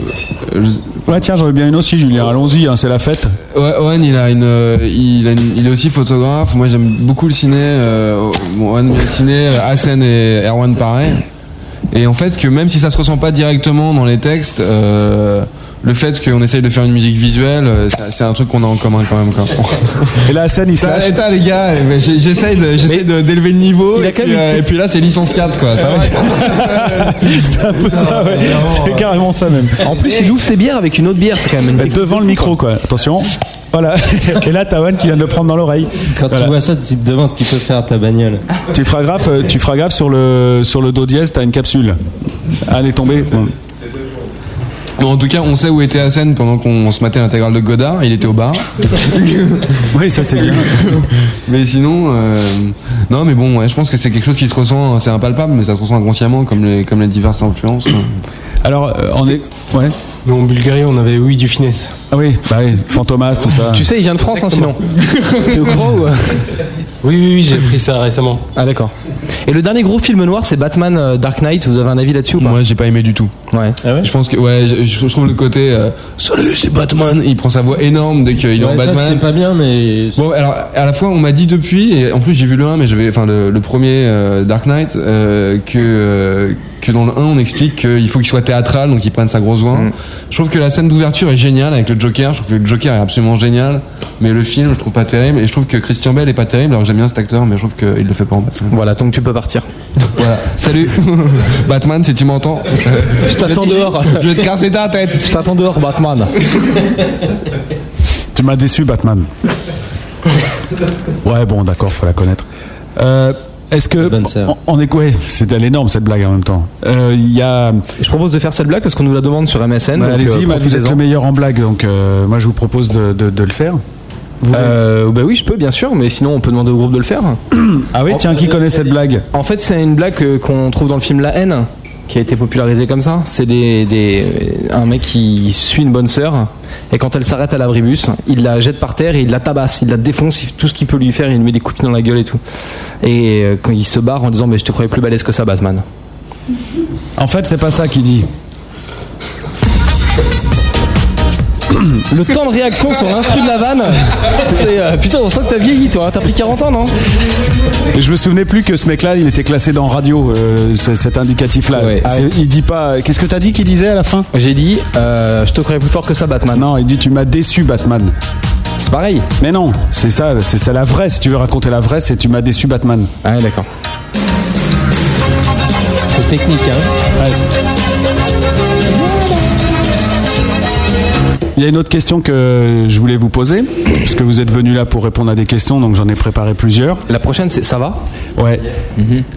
Speaker 6: je-
Speaker 4: Ouais, tiens, j'aurais bien une aussi, Julien, allons-y, hein, c'est la fête.
Speaker 6: Ouais, Owen, il a une, euh, il, a une- il est aussi photographe. Moi, j'aime beaucoup le ciné. euh, bon, Owen vient le ciné, euh, Hassan et Erwan pareil. Et en fait, que même si ça se ressent pas directement dans les textes, euh, le fait qu'on essaye de faire une musique visuelle, euh, c'est- c'est un truc qu'on a en commun quand même. Quoi.
Speaker 4: Et là, Hassan, il se
Speaker 6: Ça,
Speaker 4: lâche.
Speaker 6: attends, les gars, eh ben, j'ai- j'essaye de- j'essaye de- d'élever le niveau. Et puis, euh, et puis là, c'est licence 4, quoi. Ça va
Speaker 4: C'est un peu ça, ouais. C'est carrément ça même.
Speaker 5: En plus, il ouvre ses bières avec une autre bière, c'est quand même une
Speaker 4: Devant le micro quoi, attention. Voilà. Et là, t'as Owen qui vient de le prendre dans l'oreille.
Speaker 7: Quand tu vois ça, tu te demandes ce qu'il peut faire ta bagnole.
Speaker 4: Tu feras gaffe, euh, tu feras gaffe sur le sur le dos dièse, t'as une capsule. Allez tomber.
Speaker 6: Bon, en tout cas, on sait où était Hassan pendant qu'on se matait l'intégrale de Godard. Il était au bar.
Speaker 4: oui, ça c'est bien.
Speaker 6: mais sinon, euh, non, mais bon, ouais, je pense que c'est quelque chose qui se ressent, c'est impalpable, mais ça se ressent inconsciemment comme les, comme les diverses influences. quoi.
Speaker 4: Alors, euh, on est. Ouais.
Speaker 10: Nous en Bulgarie, on avait oui du finesse.
Speaker 4: Ah oui, bah oui, Fantomas, tout ça.
Speaker 10: Tu
Speaker 5: sais, il vient de France, hein, sinon.
Speaker 10: T'es
Speaker 5: au courant ou
Speaker 10: Oui, oui, oui, j'ai pris ça récemment.
Speaker 5: Ah d'accord. Et le dernier gros film noir, c'est Batman euh, Dark Knight. Vous avez un avis là-dessus ou pas
Speaker 6: Moi, j'ai pas aimé du tout.
Speaker 5: Ouais.
Speaker 4: Ah
Speaker 6: Je pense que, ouais, je, je trouve le côté euh, Salut, c'est Batman. Il prend sa voix énorme dès qu'il est en
Speaker 7: Ouais, ça,
Speaker 6: Batman.
Speaker 7: c'était pas bien, mais.
Speaker 6: Bon, alors à la fois on m'a dit depuis, et en plus j'ai vu le 1, mais j'avais, enfin le, le premier euh, Dark Knight, euh, que euh, que dans le 1 on explique qu'il faut qu'il soit théâtral, donc il prenne sa grosse
Speaker 5: Mm.
Speaker 6: voix. Je trouve que la scène d'ouverture est géniale avec le Joker. Je trouve que le Joker est absolument génial, mais le film je trouve pas terrible. Et je trouve que Christian Bale est pas terrible. Alors que j'aime bien cet acteur, mais je trouve qu'il le fait pas en Batman.
Speaker 5: Voilà, donc tu peux partir.
Speaker 6: Voilà. Salut, Batman, si tu m'entends. euh,
Speaker 5: Je t'attends dehors.
Speaker 6: Je vais te casser ta tête.
Speaker 5: Je t'attends dehors, Batman.
Speaker 4: Tu m'as déçu, Batman. Ouais, bon, d'accord, faut la connaître. Euh, Est-ce que on, on est ouais, C'est elle est énorme cette blague en même temps. Euh, Il y a.
Speaker 5: Je propose de faire cette blague parce qu'on nous la demande sur MSN.
Speaker 4: Bah,
Speaker 5: donc, euh,
Speaker 4: Allez-y, bah, vous êtes
Speaker 5: profitez-en.
Speaker 4: le meilleur en blague, donc euh, moi je vous propose de, de- de le faire.
Speaker 5: Euh, bah oui, je peux bien sûr, mais sinon on peut demander au groupe de le faire.
Speaker 4: ah oui, tiens, qui connaît cette blague
Speaker 5: En fait, c'est une blague euh, qu'on trouve dans le film La haine, qui a été popularisée comme ça. C'est des, des- euh, un mec qui suit une bonne sœur, et quand elle s'arrête à l'abribus, il la jette par terre et il la tabasse, il la défonce, il- tout ce qu'il peut lui faire, il lui met des coups de pied dans la gueule et tout. Et euh, quand il se barre en disant, mais je te croyais plus balèze que ça, Batman.
Speaker 4: En fait, c'est pas ça qu'il dit.
Speaker 5: Le temps de réaction sur l'instru de la vanne, c'est. euh, putain, on sent que t'as vieilli, toi. hein. T'as pris 40 ans, non
Speaker 4: Et Je me souvenais plus que ce mec-là, il était classé dans radio, euh, ce- cet indicatif-là. C'est- Il dit pas. Qu'est-ce que t'as dit qu'il disait à la fin
Speaker 5: Ah, J'ai dit, euh, je te croyais plus fort que ça, Batman.
Speaker 4: Non, il dit, tu m'as déçu, Batman.
Speaker 5: C'est pareil.
Speaker 4: Mais non, c'est ça, c'est ça la vraie. Si tu veux raconter la vraie, c'est tu m'as déçu, Batman.
Speaker 5: Ah, d'accord.
Speaker 4: C'est technique, hein Il y a une autre question que je voulais vous poser, parce que vous êtes venu là pour répondre à des questions, donc j'en ai préparé plusieurs.
Speaker 5: La prochaine, c'est Mhm. ça va
Speaker 4: Ouais.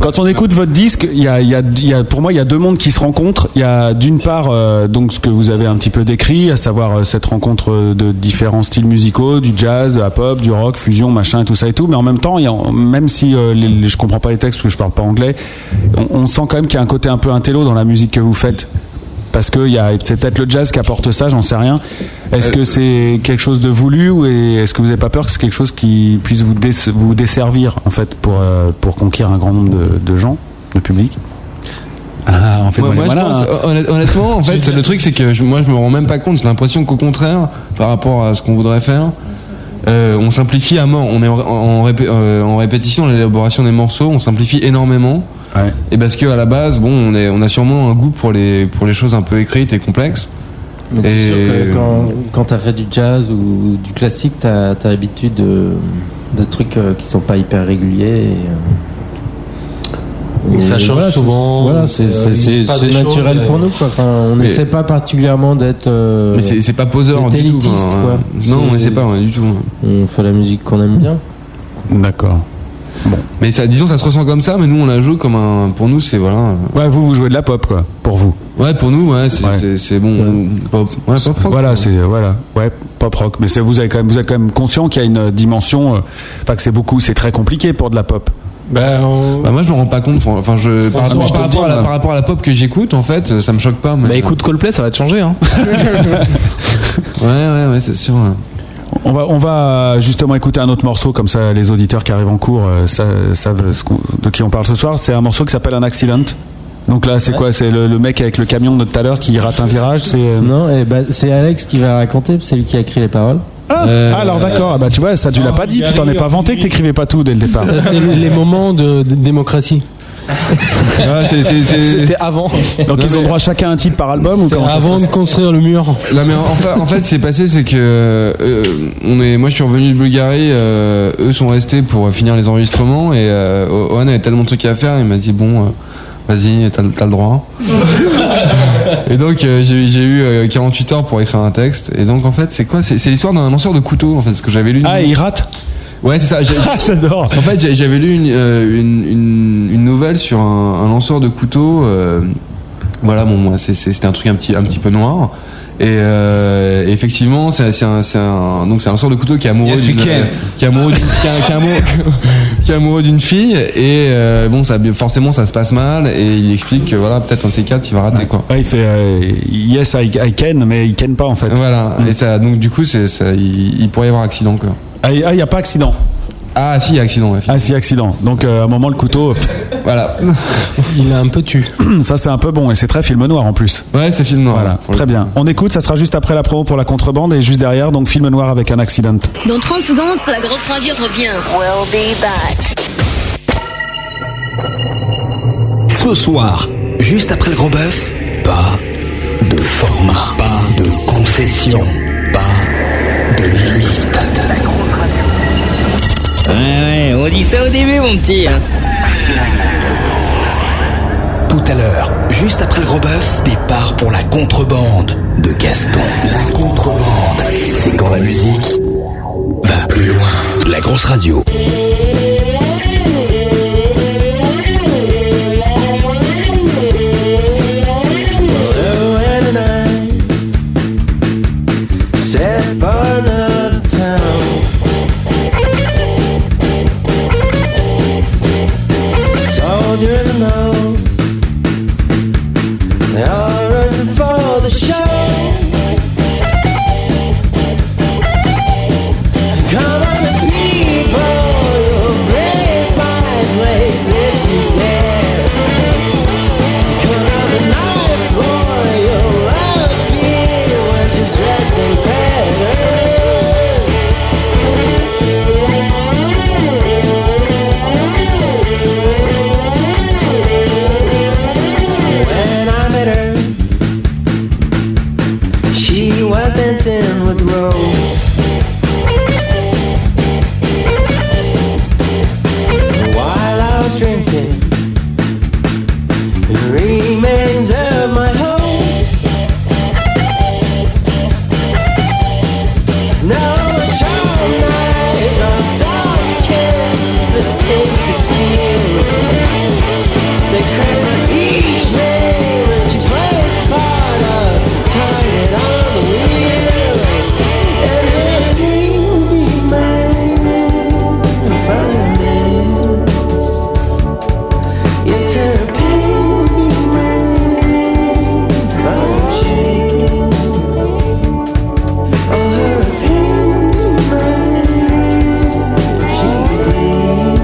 Speaker 4: Quand on écoute votre disque, il y a, il y a- il y a- pour moi, il y a deux mondes qui se rencontrent. Il y a d'une part euh, donc ce que vous avez un petit peu décrit, à savoir euh, cette rencontre euh, de différents styles musicaux, du jazz, de la pop, du rock, fusion, machin, et tout ça et tout. Mais en même temps, il y a- même si euh, les- les- je comprends pas les textes, parce que je parle pas anglais, on, on sent quand même qu'il y a un côté un peu intello dans la musique que vous faites. Parce que il y a- c'est peut-être le jazz qui apporte ça, j'en sais rien. Est-ce que c'est quelque chose de voulu ou est- est-ce que vous n'avez pas peur que c'est quelque chose qui puisse vous, dess- vous desservir en fait pour, euh, pour conquérir un grand nombre de, de gens, de public Ah, en fait,
Speaker 6: Moi,
Speaker 4: bon, les
Speaker 6: moi, je
Speaker 4: voilà,
Speaker 6: pense, oh,
Speaker 4: hein.
Speaker 6: hon- honnêt- honnêtement, en fait, le truc, c'est que je- moi, je me rends même pas compte. J'ai l'impression qu'au contraire, par rapport à ce qu'on voudrait faire, euh, on simplifie à mort. On est en, en répé- euh, en répétition, l'élaboration des morceaux, on simplifie énormément. Et parce que à la base, bon, on, est, on a sûrement un goût pour les pour les choses un peu écrites et complexes.
Speaker 7: Mais c'est
Speaker 6: Et-
Speaker 7: sûr que quand, quand t'as fait du jazz ou du classique, t'as as, l'habitude de,
Speaker 13: de trucs euh, qui sont pas hyper réguliers. et, euh,
Speaker 10: Ça
Speaker 13: et
Speaker 10: change
Speaker 13: voilà, c'est-
Speaker 10: souvent.
Speaker 13: Voilà, c'est-
Speaker 10: Euh,
Speaker 13: c'est
Speaker 10: il se
Speaker 13: c'est-
Speaker 10: passe
Speaker 13: c'est
Speaker 10: des choses,
Speaker 13: naturel
Speaker 10: et-
Speaker 13: pour nous. Quoi. Enfin, on
Speaker 10: Mais-
Speaker 13: n'essaie pas particulièrement d'être. euh,
Speaker 6: Mais c'est- c'est pas poseur
Speaker 13: d'être
Speaker 6: du tout,
Speaker 13: élitiste,
Speaker 6: hein.
Speaker 13: quoi.
Speaker 6: Non, on n'essaie pas, ouais, du tout.
Speaker 13: On fait la musique qu'on aime bien.
Speaker 4: D'accord.
Speaker 6: Mais ça, disons, ça se ressent comme ça, mais nous on la joue comme un. Pour nous, c'est voilà.
Speaker 4: Ouais, vous, vous jouez de la pop, quoi, pour vous.
Speaker 6: Ouais, pour nous, ouais, c'est c'est- c'est bon. euh, Pop- ouais, pop rock.
Speaker 4: Voilà, c'est voilà, ouais, pop rock. Mais c'est- vous avez quand même, vous êtes quand même conscient qu'il y a une dimension, euh, enfin que c'est beaucoup, c'est très compliqué pour de la pop.
Speaker 6: Bah, moi je me rends pas compte. Enfin je par
Speaker 4: Ah,
Speaker 6: rapport,
Speaker 4: mais je
Speaker 6: par
Speaker 4: peux le
Speaker 6: rapport à
Speaker 4: dire,
Speaker 6: la,
Speaker 4: moi.
Speaker 6: par rapport à la pop que j'écoute en fait, ça me choque pas. Mais... Bah écoute
Speaker 5: Coldplay, ça va te changer. Hein.
Speaker 6: ouais ouais ouais, c'est sûr. ouais.
Speaker 4: On va, on va justement écouter un autre morceau, comme ça les auditeurs qui arrivent en cours euh, sa- savent ce qu'on- de qui on parle ce soir. C'est un morceau qui s'appelle Un Accident. Donc là, c'est quoi C'est le, le mec avec le camion de tout à l'heure qui rate un virage c'est, euh,
Speaker 13: Non, et ben, c'est Alex qui va raconter, c'est lui qui a écrit les paroles.
Speaker 4: Ah,
Speaker 13: Euh,
Speaker 4: alors d'accord, Ah bah, tu vois, ça tu l'as pas dit, tu t'en es pas vanté que t'écrivais pas tout dès le départ.
Speaker 10: Ça, c'est les- les moments de, de démocratie.
Speaker 6: Ah,
Speaker 5: C'était avant.
Speaker 4: Donc
Speaker 6: Non,
Speaker 4: ils ont
Speaker 6: mais-
Speaker 4: droit chacun un titre par album ou comment ça se
Speaker 10: Avant de
Speaker 4: passe
Speaker 10: construire le mur.
Speaker 6: Non mais en fait, en fait c'est passé c'est que euh, on est moi je suis revenu de Bulgarie euh, eux sont restés pour finir les enregistrements et euh, Owen avait tellement de trucs à faire il m'a dit bon euh, vas-y t'as, le- t'as le droit et donc euh, j'ai, j'ai eu euh, 48 heures pour écrire un texte et donc en fait c'est quoi c'est, c'est l'histoire d'un lanceur de couteau en fait ce que j'avais lu
Speaker 4: Ah, il rate
Speaker 6: Ouais, c'est ça. j'ai- j'ai-
Speaker 4: J'adore.
Speaker 6: En fait, j'ai- j'avais lu une, euh, une, une- une nouvelle sur un, un lanceur de couteau. euh, voilà, bon, moi, c'est- c'est- c'était un truc un petit, un petit peu noir. Et euh, effectivement, c'est c'est un, c'est un, donc c'est un lanceur de couteau qui est amoureux
Speaker 22: Yes,
Speaker 6: d'une,
Speaker 22: we can.
Speaker 6: qui est amoureux d'une, qui est- qui est amoureux- qui est amoureux d'une fille. Et euh, bon, ça, forcément, ça se passe mal. Et il explique que voilà, peut-être un de ces quatre, il va rater quoi.
Speaker 4: Ouais, il fait euh, yes I, I can, mais il can pas en fait.
Speaker 6: Voilà. Et ça, donc du coup, c'est, ça, il, il pourrait y avoir accident quoi.
Speaker 4: Ah, il n'y a pas accident.
Speaker 6: Ah si, il y a accident. ouais.
Speaker 4: Ah si, accident. Donc euh, à un moment le couteau.
Speaker 6: voilà.
Speaker 10: Il a un peu tu.
Speaker 4: Ça c'est un peu bon et c'est très film noir en plus.
Speaker 6: Ouais, c'est film noir.
Speaker 4: Voilà, très bien. On écoute, ça sera juste après la promo pour la contrebande et juste derrière donc film noir avec un accident.
Speaker 19: Dans 30 secondes, la grosse radio revient. We'll be back.
Speaker 2: Ce soir, juste après le gros bœuf, pas de format, pas de concession, pas de limite.
Speaker 1: Ouais, ouais, on dit ça au début, mon petit. hein.
Speaker 2: Tout à l'heure, juste après le gros bœuf, départ pour la contrebande de Gaston. La contrebande, c'est quand la musique va plus loin. La grosse radio.
Speaker 8: and I set fun out of town. Soldiers and those they are running for the show. Come on, the people, you'll brave my place if you dare. When I met her, she was dancing with Rose. While I was drinking, the remains of my hopes. Now a sharp knife, a soft kiss, the taste of steel. They crack my peach vein when she plays part of target on the wheel. And her name will be mine if I miss. Yes, her pain will be mine if I'm shaking. Oh, her pain will be mine if she bleeds.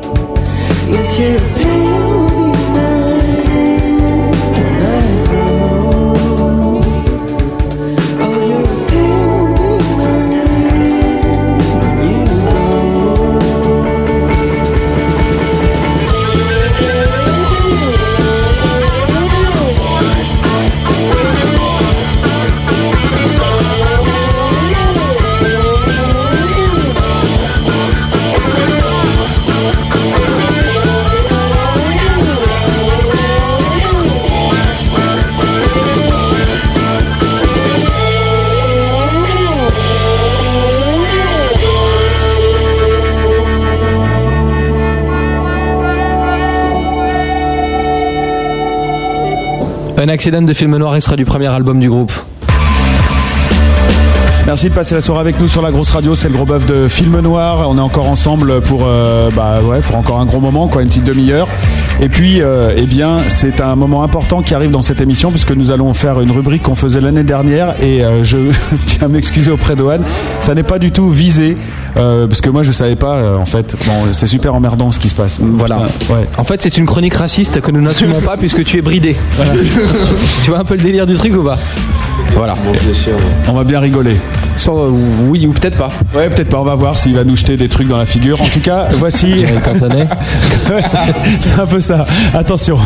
Speaker 8: Picture of pain behind the night road. Oh, you're a pain behind when you
Speaker 5: Un accident de film noir extrait du premier album du groupe.
Speaker 4: Merci de passer la soirée avec nous sur la grosse radio. C'est le gros bœuf de Film Noir. On est encore ensemble pour, euh, bah ouais, pour encore un gros moment, quoi, une petite demi-heure. Et puis, euh, eh bien, c'est un moment important qui arrive dans cette émission puisque nous allons faire une rubrique qu'on faisait l'année dernière. Et euh, je tiens à m'excuser auprès d'Ohan. Ça n'est pas du tout visé euh, parce que moi je savais pas euh, en fait. Bon, c'est super emmerdant ce qui se passe. Voilà. ouais.
Speaker 5: En fait, c'est une chronique raciste que nous n'assumons pas puisque tu es bridé.
Speaker 4: Voilà.
Speaker 5: tu vois un peu le délire du truc ou pas Voilà. euh,
Speaker 4: On va bien rigoler.
Speaker 5: oui ou peut-être pas.
Speaker 4: Ouais, peut-être pas. On va voir s'il va nous jeter des trucs dans la figure. En tout cas, voici. C'est un peu ça. Attention.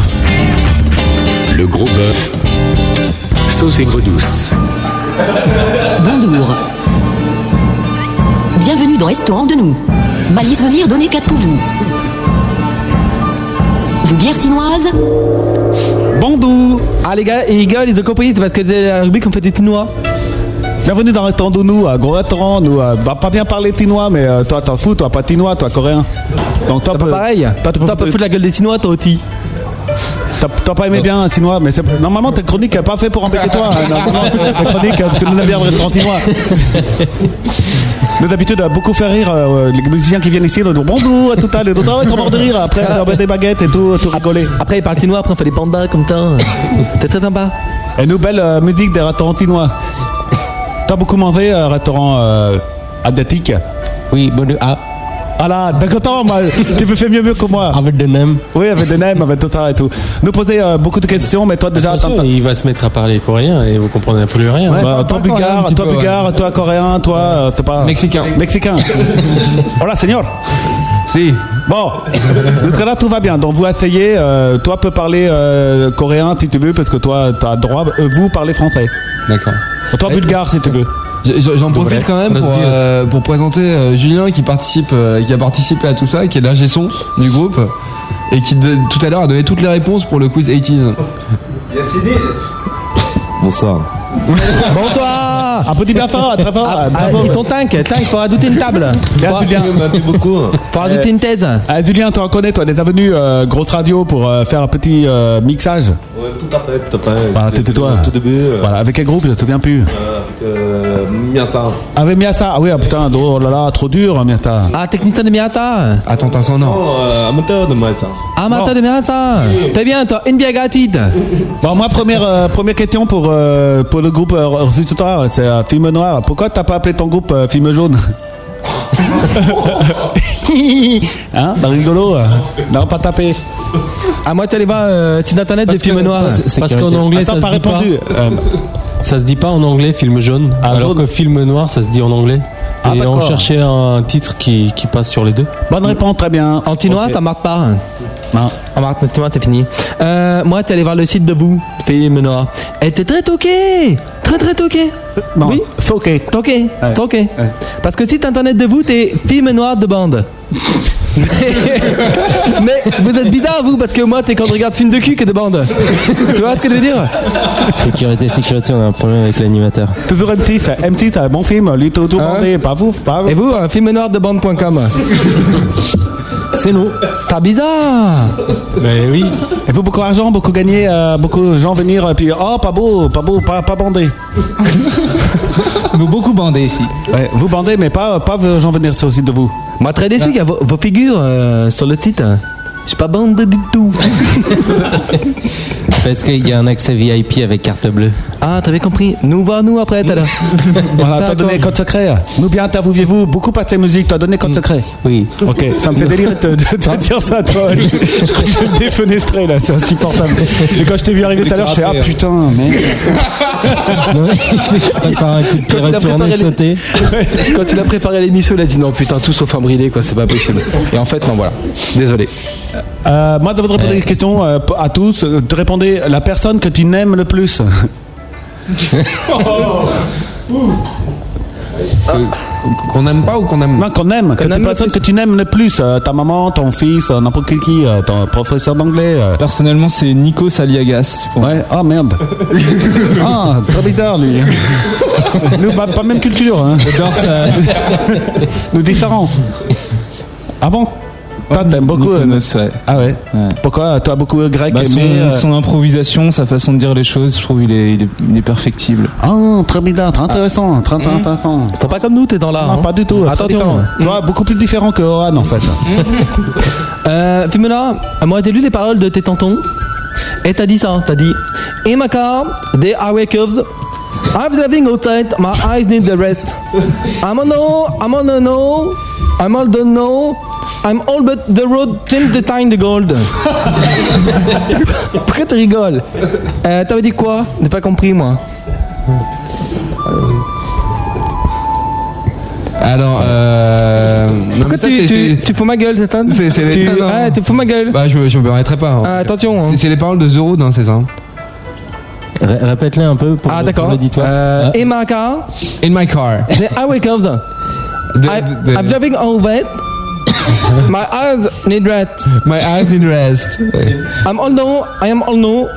Speaker 2: Le gros bœuf. Sauce aigre douce.
Speaker 19: Bonjour. Bienvenue dans Restaurant de nous. Malice venir donner 4 pour vous. Vous bière chinoise
Speaker 5: Bandou Ah les gars, les gars, ils ont compris, c'est parce que c'est la rubrique on fait des tinois.
Speaker 4: Bienvenue dans Restaurant de nous, à gros restaurant. Nous, euh, bah, pas bien parler tinois, mais euh, toi t'en fous, toi pas tinois, toi coréen. Donc toi, pas
Speaker 5: pareil.
Speaker 4: Toi, t'as pas foutu
Speaker 5: la gueule des tinois, toi aussi. Euh.
Speaker 4: T'as t'as pas aimé bien un Sinois, mais c'est- normalement ta chronique est pas fait pour embêter toi. hein. Normalement, ta chronique, euh, parce que nous on aime bien le restaurant Sinois. Nous d'habitude on a beaucoup fait rire euh, les musiciens qui viennent ici, ils nous disent bonjour, tout à l'heure, tout à l'heure, être mort de rire. Après, on a des baguettes et tout, tout rigoler.
Speaker 5: Après, il parle tinois, après on fait des pandas comme ça. T'es très sympa.
Speaker 4: Et nous, belle euh, musique des restaurants tinois. T'as beaucoup mangé euh, restaurant euh, asiatique
Speaker 13: Oui, bonjour. Ah.
Speaker 4: Ah là, d'accord, attends, moi, tu peux faire mieux mieux que moi.
Speaker 13: Avec des nems.
Speaker 4: Oui, avec des nems, avec tout ça et tout. Nous poser euh, beaucoup de questions, mais toi déjà, t'as-
Speaker 10: Attention, il va se mettre à parler coréen et vous comprenez plus rien.
Speaker 4: Ouais, euh, toi bulgare, toi bulgare, toi coréen, toi euh, t'es pas mexicain. Mexicain. Hola, señor. Si. Bon, jusque là tout va bien. Donc vous essayez. euh, toi peut parler euh, coréen si tu veux, parce que toi t'as droit. euh, vous parlez français.
Speaker 6: D'accord.
Speaker 4: Toi bulgare si tu veux.
Speaker 6: J'en profite quand même pour, euh, pour présenter euh, Julien qui participe, euh, qui a participé à tout ça, qui est l'ingé son du groupe et qui de- tout à l'heure a donné toutes les réponses pour le quiz 80s.
Speaker 22: Bonsoir.
Speaker 5: Bon toi
Speaker 4: Un petit bien fort, très fort. bravo.
Speaker 5: Ah, Ils t'ont tank, tank, faut rajouter une table.
Speaker 4: Bien, hein.
Speaker 5: Faut-
Speaker 4: Julien.
Speaker 5: Faut rajouter une thèse.
Speaker 4: Ah, Julien, tu en connais, toi, t'es venu euh, grosse radio pour euh, faire un petit euh, mixage.
Speaker 22: Ouais, tout à fait, tout à fait.
Speaker 4: Voilà, Bah, t'étais toi.
Speaker 22: Tout début. euh,
Speaker 4: Voilà, avec quel groupe, je te souviens plus.
Speaker 22: euh, avec euh, Miata.
Speaker 4: Avec Miasa, ah oui, ah, putain, oh là là, trop dur, Miasa.
Speaker 5: Ah, technicien de Miata.
Speaker 6: Attends, t'as son nom.
Speaker 4: Oh,
Speaker 22: Non, euh, amateur de Miata.
Speaker 5: Amateur de Miata. T'es bien, toi, une bière gratuite.
Speaker 4: Bon, moi, première, euh, première question pour, euh, pour le groupe euh, reçu tout à l'heure, c'est euh, Film Noir. Pourquoi t'as pas appelé ton groupe euh, Film Jaune Hein Bah, rigolo. euh. Non, pas tapé.
Speaker 5: À moi, tu allais voir euh, Tina Tanet des
Speaker 10: Parce
Speaker 5: films
Speaker 10: que-
Speaker 5: noirs.
Speaker 10: parce- parce qu'en anglais, ça se dit pas. Euh, Ça se dit pas en anglais film jaune, alors que film noir ça se dit en anglais.
Speaker 4: Ah,
Speaker 10: et on
Speaker 4: d'accord.
Speaker 10: cherchait un titre qui, qui passe sur les deux.
Speaker 4: Bonne réponse, très bien.
Speaker 5: En tinois,
Speaker 10: Ok.
Speaker 5: t'en marques pas.
Speaker 4: Non.
Speaker 5: En marque, tinois, t'es fini. Euh, moi, t'es allé voir le site de Boo, film noir. Et Eh, t'es très toqué. Très, très toqué.
Speaker 4: Non,
Speaker 5: oui
Speaker 4: toqué.
Speaker 5: Toqué,
Speaker 4: Ouais.
Speaker 5: toqué.
Speaker 4: Ouais.
Speaker 5: Parce que le site internet de vous, t'es film noir de bande. mais, mais vous êtes bidard, vous, parce que moi, t'es quand je regarde film de cul que de bande. tu vois ce que je veux dire
Speaker 7: Sécurité, sécurité, on a un problème avec l'animateur.
Speaker 4: Toujours M6, euh, M6, un bon film, lui tout tout
Speaker 6: Ah.
Speaker 4: bandé, pas vous, pas vous.
Speaker 5: Et vous, un film noir de bande.com
Speaker 10: C'est nous.
Speaker 5: C'est bizarre.
Speaker 10: Mais oui.
Speaker 4: Et vous, beaucoup d'argent, beaucoup gagné, euh, beaucoup de gens venir, et puis oh, pas beau, pas beau, pas, pas bandé.
Speaker 20: Vous beaucoup bandé ici.
Speaker 4: Ouais, vous bandez, mais pas, pas gens venir sur le site de vous.
Speaker 5: Moi, très déçu qu'il y a vos, vos figures euh, sur le titre. Je suis pas bande du tout.
Speaker 7: Parce qu'il y a un accès VIP avec carte bleue.
Speaker 5: Ah, t'avais compris. Nous voir nous après, t'as là.
Speaker 4: Voilà, Ah, t'as donné code secret. hein. Nous bien, t'as vous vous beaucoup à tes musiques, t'as donné code secret.
Speaker 7: Mm. Oui.
Speaker 4: Ok, ça me fait délire de te, de te dire ça, toi. Je, je, je vais me défenestrer là, c'est insupportable. Et quand je t'ai vu arriver tout à l'heure, je fais ah putain, mec.
Speaker 7: Non, je je prépare un coup de
Speaker 5: Quand il, a
Speaker 7: pied
Speaker 5: préparé
Speaker 7: tourné
Speaker 5: les-
Speaker 7: sauter.
Speaker 5: Quand il a préparé l'émission, il a dit non putain tout sauf un brilé quoi, c'est pas possible. Et en fait non voilà, désolé.
Speaker 4: Euh, moi, je voudrais poser une question euh, à tous. Euh, Te répondez la personne que tu n'aimes le plus.
Speaker 10: Bah,
Speaker 6: Qu'on n'aime pas ou qu'on aime
Speaker 4: Non, qu'on aime. Que
Speaker 6: aime
Speaker 4: la
Speaker 6: le
Speaker 4: personne que tu n'aimes le plus. euh, ta maman, ton fils, euh, n'importe qui, euh, ton professeur d'anglais. euh.
Speaker 10: Personnellement, c'est Nico Saliagas.
Speaker 4: Ouais, ah merde. ah, trop bizarre lui. Nous, pas, pas même culture. Hein.
Speaker 10: J'adore ça.
Speaker 4: Nous différents. Ah bon Toi, t'aimes beaucoup. euh, Ah ouais. Pourquoi Toi, beaucoup euh, grec,
Speaker 10: Bah, son,
Speaker 4: aimé, euh,
Speaker 10: son improvisation, sa façon de dire les choses, je trouve il est, il est, il est perfectible.
Speaker 4: Ah, très bizarre, très intéressant, hein, très
Speaker 10: Mmh.
Speaker 4: intéressant.
Speaker 5: C'est pas comme nous, t'es dans l'art.
Speaker 4: Non, pas du tout. très
Speaker 5: Attention.
Speaker 4: différent. Tu vois, beaucoup plus différent que Oran en fait.
Speaker 5: Euh, Fimela, moi t'as lu les paroles de tes tontons et t'as dit ça, t'as dit In my car, there are curves. I'm driving outside, my eyes need the rest. I'm on no, I'm on a no, I'm all the no, I'm all but the road till the time the gold. Après tu rigoles. Euh, T'avais dit quoi J'ai pas compris moi.
Speaker 6: Alors, euh.
Speaker 5: Pourquoi tu, tu, tu fous ma gueule, Satan
Speaker 6: C'est- c'est les-
Speaker 5: Tu,
Speaker 6: non, non.
Speaker 5: ouais, tu fous ma gueule.
Speaker 6: Bah, je me, je me permettrai pas. hein.
Speaker 5: Ah, attention.
Speaker 6: C'est- C'est les paroles de Zoro, non, c'est ça hein
Speaker 7: Ré- Répète-les un peu pour,
Speaker 5: Ah,
Speaker 7: pour
Speaker 5: d'accord.
Speaker 7: l'auditoire.
Speaker 5: Euh,
Speaker 7: Ah.
Speaker 5: In my car.
Speaker 6: In my car.
Speaker 5: The highway curves. I,
Speaker 6: the-
Speaker 5: I'm driving on red. my eyes need rest.
Speaker 6: My eyes need rest.
Speaker 5: I'm all no. I am all no.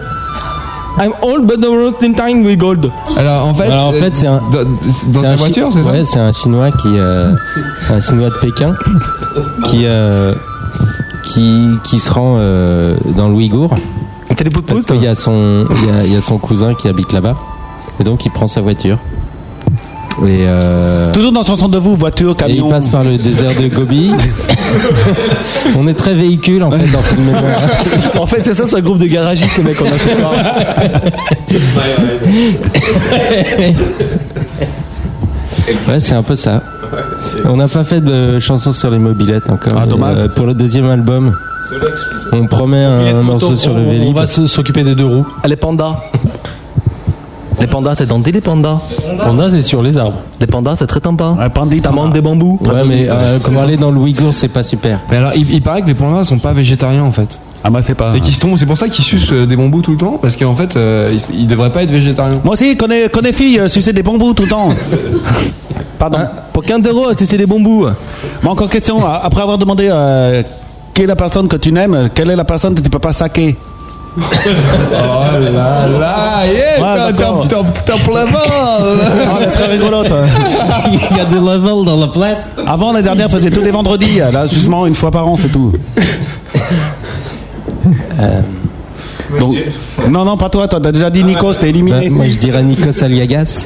Speaker 5: I'm all but the road in time with gold.
Speaker 6: Alors en fait, euh,
Speaker 7: Alors, en fait, c'est un-
Speaker 6: dans
Speaker 7: C'est
Speaker 6: ta
Speaker 7: un
Speaker 6: voiture,
Speaker 7: Chi-
Speaker 6: c'est ça
Speaker 7: Ouais, c'est un chinois qui, euh, un chinois de Pékin, qui, euh, qui, qui se rend euh, dans l'Ouïghour. Parce qu'il y
Speaker 4: hein.
Speaker 7: a son, il y a, il y a son cousin qui habite là-bas, et donc il prend sa voiture. Et euh,
Speaker 4: Toujours dans son sens de vous, voiture,
Speaker 7: et
Speaker 4: camion.
Speaker 7: il passe par le désert de Gobi. On est très véhicule en fait dans Film et Noir.
Speaker 5: en fait, c'est ça, c'est un groupe de garagistes, les mecs, qu'on a ce soir.
Speaker 7: Ouais, c'est un peu ça. On n'a pas fait de chanson sur les mobilettes encore.
Speaker 4: Ah,
Speaker 7: mais,
Speaker 4: dommage.
Speaker 7: euh, pour le deuxième album, on promet un morceau sur le Vélib.
Speaker 5: va s'occuper des deux roues. Les pandas. Les pandas, t'es dans des les pandas.
Speaker 23: Panda, c'est sur les arbres.
Speaker 5: Les pandas, c'est très sympa.
Speaker 4: Un panda,
Speaker 5: T'as des bambous.
Speaker 7: Ouais, mais euh, comment aller dans le Ouïghour, c'est pas super.
Speaker 6: Mais alors, il, il paraît que les pandas sont pas végétariens en fait.
Speaker 4: Ah bah c'est pas.
Speaker 6: Et qu'ils se tombent, c'est pour ça qu'ils sucent euh, des bambous tout le temps, parce qu'en fait, euh, ils, ils devraient pas être végétariens.
Speaker 4: Moi aussi, connais, connais fille, euh, sucer des bambous tout le temps. Pardon.
Speaker 5: Pour Candero, sucer des bambous.
Speaker 4: Bon, encore question. euh, Après avoir demandé euh, qui est la personne que tu n'aimes, euh, quelle est la personne que tu peux pas saquer
Speaker 6: Oh là là, yes,
Speaker 4: Ouais,
Speaker 6: t'as-
Speaker 4: d'accord.
Speaker 6: t'as- t'as- t'as plein de balles.
Speaker 4: Ah, elle est très rigolote.
Speaker 7: Il y a des levels dans la place.
Speaker 4: Avant, la dernière, faisait tous les vendredis. Là, justement, une fois par an, c'est tout. Donc- non, non, pas toi. Toi, t'as déjà dit Nico, t'es éliminé.
Speaker 7: moi je dirais Nikos Aliagas.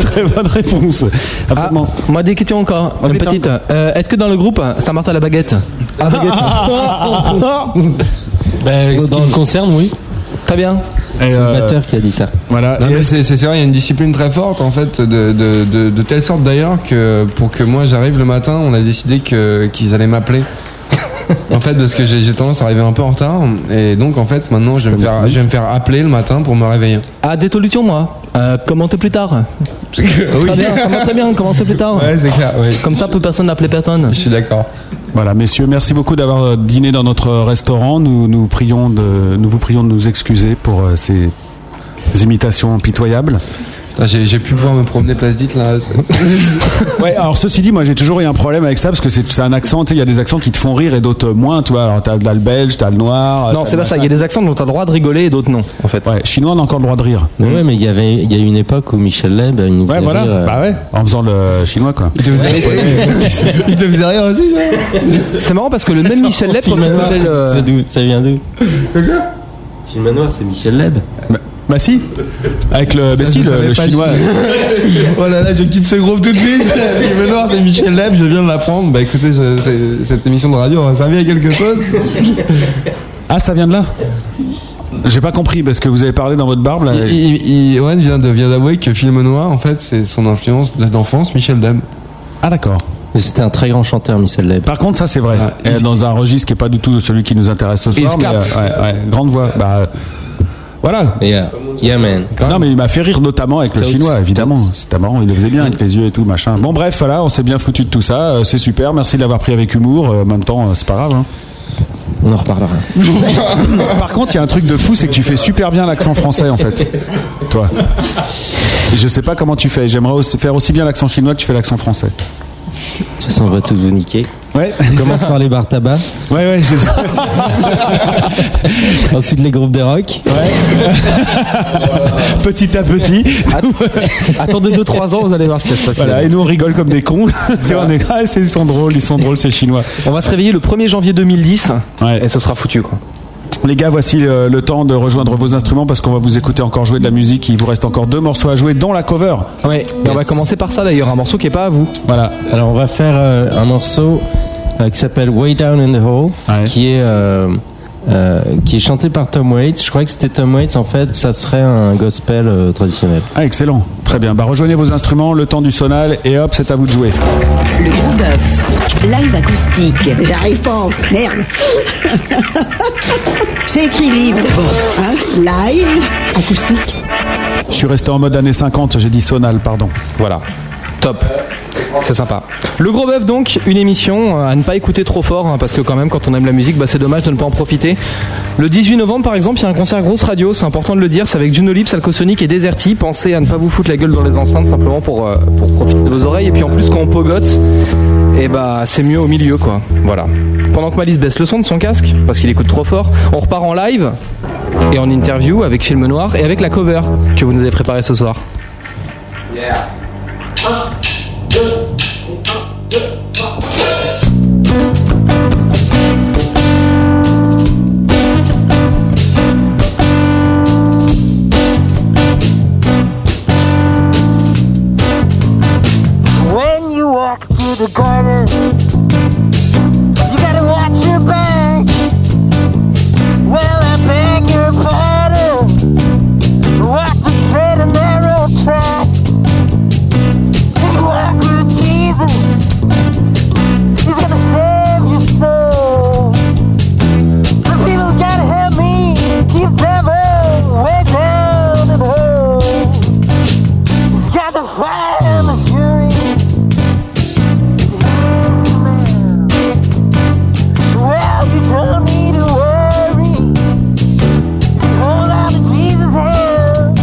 Speaker 4: Très bonne réponse. Absolument.
Speaker 5: Ah, Moi, des questions encore. Une
Speaker 4: Vas-y, t'en-
Speaker 5: petite. Euh, Est-ce que dans le groupe, ça marche à la baguette À la baguette.
Speaker 23: Ben, ce qui me concerne, oui.
Speaker 5: Très bien.
Speaker 7: C'est
Speaker 4: euh,
Speaker 7: le batteur qui a dit ça.
Speaker 4: Voilà.
Speaker 6: Ah, Non,
Speaker 4: Et
Speaker 6: mais
Speaker 4: est-ce-
Speaker 6: c'est c'est- c'est vrai, il y a une discipline très forte en fait, de, de, de, de telle sorte d'ailleurs que pour que moi j'arrive le matin, on a décidé que- qu'ils allaient m'appeler. en fait, parce que j'ai j'ai tendance à arriver un peu en retard, et donc en fait maintenant je vais me faire, je vais me faire appeler le matin pour me réveiller.
Speaker 5: Ah, détolution, moi. Euh, commentez plus tard. Très bien, ça marche très bien, commentez plus tard.
Speaker 6: Ouais, c'est clair, ouais.
Speaker 5: Comme ça, plus personne n'appelait personne.
Speaker 6: Je suis d'accord.
Speaker 4: Voilà, messieurs, merci beaucoup d'avoir euh, dîné dans notre restaurant. Nous, nous, prions de, nous vous prions de nous excuser pour euh, ces imitations pitoyables.
Speaker 6: Putain, j'ai j'ai pu pouvoir me promener place dite là.
Speaker 4: Ouais, alors ceci dit, moi j'ai toujours eu un problème avec ça parce que c'est c'est un accent, tu sais, il y a des accents qui te font rire et d'autres euh, moins, tu vois. Alors t'as t'as le belge, t'as le noir.
Speaker 5: Non, c'est pas ça. Il y a des accents dont t'as le droit de rigoler et d'autres non, en fait.
Speaker 4: Ouais, chinois, on a encore le droit de rire.
Speaker 7: Mais ouais, mais il y avait, il y a eu une époque où Michel Leb, il nous
Speaker 4: Ouais,
Speaker 7: faisait
Speaker 4: voilà,
Speaker 7: rire, euh,
Speaker 4: bah ouais, en faisant le chinois quoi.
Speaker 6: Il te faisait rire. Il te faisait rire aussi, là
Speaker 5: C'est marrant parce que le même Michel Leb, quand il faisait
Speaker 7: hein. c'est
Speaker 5: le.
Speaker 7: d'où- ça vient d'où Film Noir, c'est Michel Leb.
Speaker 4: Bah si, Avec le, bah si,
Speaker 6: Ah, Je savais
Speaker 4: le- le
Speaker 6: pas
Speaker 4: chinois.
Speaker 6: qui- oh là là, je quitte ce groupe tout de suite. Je me lance, c'est Michel Lab, je viens de l'apprendre. Bah écoutez, je- c'est- cette émission de radio a servi à quelque chose.
Speaker 4: Ah, ça vient de là J'ai pas compris parce que vous avez parlé dans votre barbe là.
Speaker 6: Bah,
Speaker 24: Il, il- il- Owen vient de- vient d'avouer que Film Noir, en fait, c'est son influence de- d'enfance, Michel Dame.
Speaker 4: Ah d'accord.
Speaker 24: Mais c'était un très grand chanteur, Michel Dame.
Speaker 4: Par contre, ça c'est vrai.
Speaker 6: Ah,
Speaker 24: il-
Speaker 4: Eh, dans un registre qui est pas du tout celui qui nous intéresse ce soir.
Speaker 24: Il
Speaker 4: mais,
Speaker 24: scatte.
Speaker 4: euh, ouais, ouais, grande voix. Bah, euh, voilà.
Speaker 7: Yeah. Yeah, man.
Speaker 4: Non mais il m'a fait rire notamment avec le
Speaker 7: Totes.
Speaker 4: chinois évidemment. C'était marrant, il le faisait bien avec les yeux et tout machin. Bon bref, voilà, on s'est bien foutu de tout ça. Euh, C'est super, merci de l'avoir pris avec humour. Euh, En même temps, euh, c'est pas grave.
Speaker 7: On en reparlera.
Speaker 4: Par contre, il y a un truc de fou, c'est que tu fais super bien l'accent français en fait. Toi. Et je sais pas comment tu fais. J'aimerais aussi faire aussi bien l'accent chinois que tu fais l'accent français.
Speaker 7: De toute façon, on va tous vous niquer.
Speaker 4: Ouais.
Speaker 15: On commence par les bars tabac.
Speaker 4: Ouais, ouais, j'ai
Speaker 15: Ensuite, les groupes de rock.
Speaker 4: petit à petit.
Speaker 5: Euh, Attendez 2-3 ans, vous allez voir ce qui va se passer.
Speaker 4: Voilà, et nous on rigole comme des cons. Tu vois, on est, ah, c'est- ils sont drôles, ils sont drôles ces Chinois.
Speaker 5: On va se réveiller le 1er janvier 2010
Speaker 4: et
Speaker 5: ce sera foutu quoi.
Speaker 4: Les gars, voici euh, le temps de rejoindre vos instruments parce qu'on va vous écouter encore jouer de la musique. Il vous reste encore deux morceaux à jouer, dont la cover.
Speaker 5: Ouais, et on va commencer par ça d'ailleurs, un morceau qui est pas à vous.
Speaker 4: Voilà.
Speaker 7: Alors, on va faire euh, un morceau euh, qui s'appelle Way Down in the Hole, qui est. euh, euh, qui est chanté par Tom Waits. Je crois que c'était Tom Waits. En fait, ça serait un gospel euh, traditionnel.
Speaker 4: Ah, excellent. Très bien. Bah, rejoignez vos instruments, le temps du sonal, et hop, c'est à vous de jouer.
Speaker 19: Le gros bœuf. Live acoustique.
Speaker 3: J'arrive pas, merde. C'est écrit livre d'abord. Hein Live, acoustique.
Speaker 4: Je suis resté en mode années 50, j'ai dit sonal, pardon.
Speaker 5: Voilà. Top. C'est sympa. Le gros bœuf donc, une émission euh, à ne pas écouter trop fort hein, parce que quand même quand on aime la musique, bah, c'est dommage de ne pas en profiter. Le 18 novembre par exemple, il y a un concert à grosse radio, c'est important de le dire, c'est avec Juno Lips, Alcosonic et Deserti. Pensez à ne pas vous foutre la gueule dans les enceintes simplement pour, euh, pour profiter de vos oreilles et puis en plus quand on pogote, et bah c'est mieux au milieu quoi. Voilà. Pendant que Malice baisse le son de son casque parce qu'il écoute trop fort, on repart en live et en interview avec Film Noir et avec la cover que vous nous avez préparée ce soir.
Speaker 13: When you walk through the garden, you gotta watch your back. Well, I beg your pardon. Walk the straight and narrow track. You walk with Jesus. He's gonna save your soul. The people gotta help me keep them all way down and home. He's got the fire and the fury. Well, you don't need to worry. Hold on to Jesus' hand.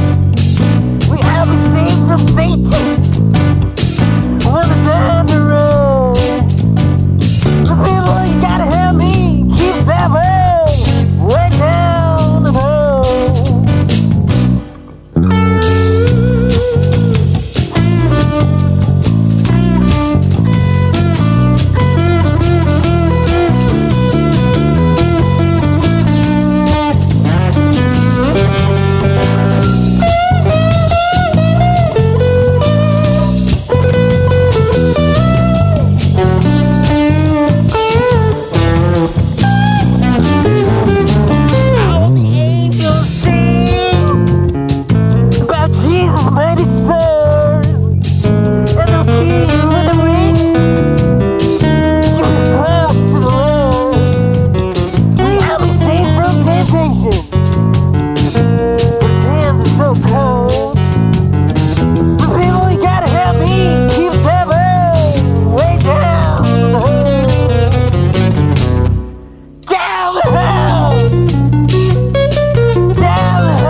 Speaker 13: We have a safe from Satan. We're the down the road. The people, you gotta help me keep that way. Way down the road. about Jesus' mighty son. And they'll keep you in the ring. You can cross to the Lord. We have been saved from temptation. His hands are so cold. The people you gotta help me keep them away, way down the hole. Down the hole. Down the hole.